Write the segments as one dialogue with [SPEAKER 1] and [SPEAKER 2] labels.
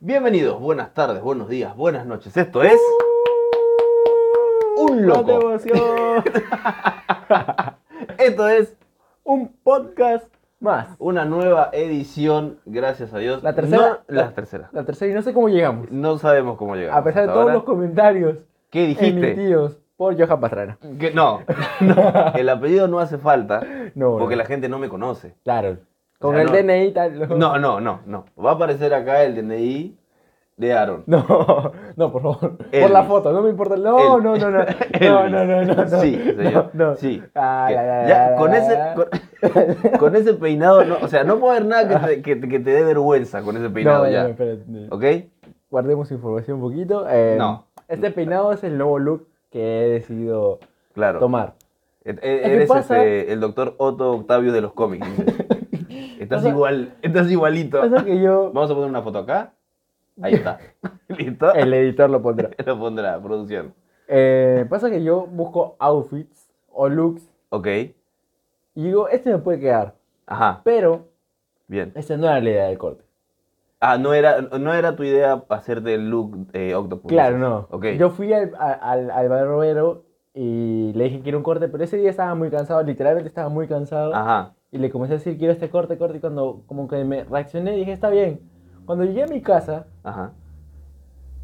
[SPEAKER 1] Bienvenidos, buenas tardes, buenos días, buenas noches. Esto es. Un
[SPEAKER 2] ¡Más
[SPEAKER 1] loco.
[SPEAKER 2] devoción!
[SPEAKER 1] Esto es
[SPEAKER 2] Un podcast más.
[SPEAKER 1] una nueva edición, gracias a Dios.
[SPEAKER 2] La tercera.
[SPEAKER 1] No, la tercera.
[SPEAKER 2] La tercera, y no sé cómo llegamos.
[SPEAKER 1] No sabemos cómo llegamos.
[SPEAKER 2] A pesar de
[SPEAKER 1] hasta
[SPEAKER 2] todos
[SPEAKER 1] ahora.
[SPEAKER 2] los comentarios
[SPEAKER 1] ¿Qué dijiste?
[SPEAKER 2] emitidos por Johan Pastrana.
[SPEAKER 1] Que- no, no, el apellido no hace falta
[SPEAKER 2] No,
[SPEAKER 1] porque
[SPEAKER 2] no.
[SPEAKER 1] la gente no me conoce.
[SPEAKER 2] Claro. Con
[SPEAKER 1] sea,
[SPEAKER 2] el
[SPEAKER 1] no-
[SPEAKER 2] DNI tal.
[SPEAKER 1] No, no, no, no. Va a aparecer acá el DNI de Aaron.
[SPEAKER 2] No, no, por favor.
[SPEAKER 1] Elvis.
[SPEAKER 2] Por la foto, no me importa. No,
[SPEAKER 1] El-
[SPEAKER 2] no, no, no. No,
[SPEAKER 1] Elvis.
[SPEAKER 2] no, no, no. no.
[SPEAKER 1] Sí, señor.
[SPEAKER 2] No, no.
[SPEAKER 1] Sí.
[SPEAKER 2] Ah,
[SPEAKER 1] Que-
[SPEAKER 2] la, la,
[SPEAKER 1] ya,
[SPEAKER 2] la,
[SPEAKER 1] con
[SPEAKER 2] la,
[SPEAKER 1] ese,
[SPEAKER 2] la.
[SPEAKER 1] con, con ese peinado, no, o sea, no puedo haber nada que te, que, te- que te dé vergüenza con ese peinado
[SPEAKER 2] No, no,
[SPEAKER 1] ya.
[SPEAKER 2] no, espérate.
[SPEAKER 1] ¿Ok?
[SPEAKER 2] Guardemos información un poquito. Eh,
[SPEAKER 1] No.
[SPEAKER 2] Este peinado es el nuevo look que he decidido
[SPEAKER 1] Claro.
[SPEAKER 2] tomar.
[SPEAKER 1] E- e-
[SPEAKER 2] que
[SPEAKER 1] Eres
[SPEAKER 2] pasa-
[SPEAKER 1] este, el doctor Otto Octavio de los cómics. dices. Estás
[SPEAKER 2] Pasa-
[SPEAKER 1] igual, estás igualito.
[SPEAKER 2] Pasa que yo.
[SPEAKER 1] Vamos a poner una foto acá. Ahí está. ¿Listo?
[SPEAKER 2] El editor lo pondrá.
[SPEAKER 1] Lo pondrá, producción.
[SPEAKER 2] Eh, pasa que yo busco outfits o looks
[SPEAKER 1] Ok.
[SPEAKER 2] y digo, este me puede quedar.
[SPEAKER 1] Ajá,
[SPEAKER 2] Pero
[SPEAKER 1] bien.
[SPEAKER 2] esta no era la idea del corte.
[SPEAKER 1] Ah, no era, no era tu idea hacerte el look eh, Octopus.
[SPEAKER 2] Claro,
[SPEAKER 1] dices.
[SPEAKER 2] no.
[SPEAKER 1] Ok.
[SPEAKER 2] Yo fui al, a- al, al barbero y le dije quiero un corte, pero ese día estaba muy cansado, literalmente estaba muy cansado.
[SPEAKER 1] Ajá.
[SPEAKER 2] Y le comencé a decir quiero este corte, corte. Y cuando como que me reaccioné, dije está bien. Cuando llegué a mi casa,
[SPEAKER 1] Ajá.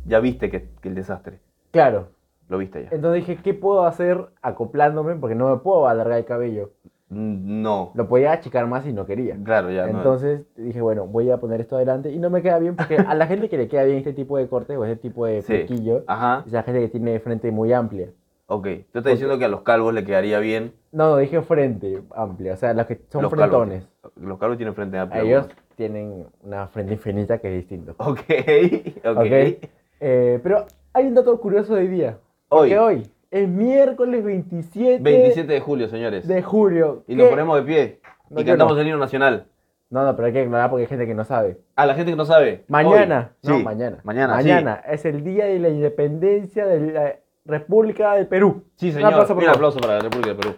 [SPEAKER 1] Ya viste que, que el desastre.
[SPEAKER 2] claro.
[SPEAKER 1] Lo viste ya.
[SPEAKER 2] Entonces dije, ¿qué puedo hacer acoplándome? Porque no me puedo alargar el cabello.
[SPEAKER 1] Mm, No.
[SPEAKER 2] Lo podía achicar más y no quería.
[SPEAKER 1] Claro, ya no.
[SPEAKER 2] Entonces dije, bueno, voy a poner esto adelante y no me queda bien porque a la gente que le queda bien este tipo de corte o este tipo de
[SPEAKER 1] Sí.
[SPEAKER 2] flequillo
[SPEAKER 1] Ajá.
[SPEAKER 2] es la gente que tiene frente muy amplia.
[SPEAKER 1] Ok. Tú estás diciendo que a los calvos le quedaría bien.
[SPEAKER 2] No, no, dije frente amplia, o sea, los que son
[SPEAKER 1] los
[SPEAKER 2] frentones.
[SPEAKER 1] calvos. Los calvos tienen frente amplia.
[SPEAKER 2] Ellos tienen una frente infinita que es distinto.
[SPEAKER 1] Ok, ok.
[SPEAKER 2] ¿ok? Eh, pero hay un dato curioso de hoy día. Porque
[SPEAKER 1] Hoy.
[SPEAKER 2] hoy es miércoles 27,
[SPEAKER 1] 27 de julio, señores.
[SPEAKER 2] de julio.
[SPEAKER 1] Y nos
[SPEAKER 2] ¿Qué?
[SPEAKER 1] ponemos de pie.
[SPEAKER 2] No,
[SPEAKER 1] y
[SPEAKER 2] yo
[SPEAKER 1] cantamos
[SPEAKER 2] no.
[SPEAKER 1] el himno nacional.
[SPEAKER 2] No, no, pero hay que aclarar porque hay gente que no sabe.
[SPEAKER 1] A la gente que no sabe.
[SPEAKER 2] Mañana,
[SPEAKER 1] hoy.
[SPEAKER 2] no,
[SPEAKER 1] Sí.
[SPEAKER 2] mañana.
[SPEAKER 1] Mañana, sí.
[SPEAKER 2] es el día de la independencia de la República del Perú.
[SPEAKER 1] Sí,
[SPEAKER 2] Un
[SPEAKER 1] señor. Un
[SPEAKER 2] aplauso,
[SPEAKER 1] aplauso,
[SPEAKER 2] por favor.
[SPEAKER 1] para la República del Perú.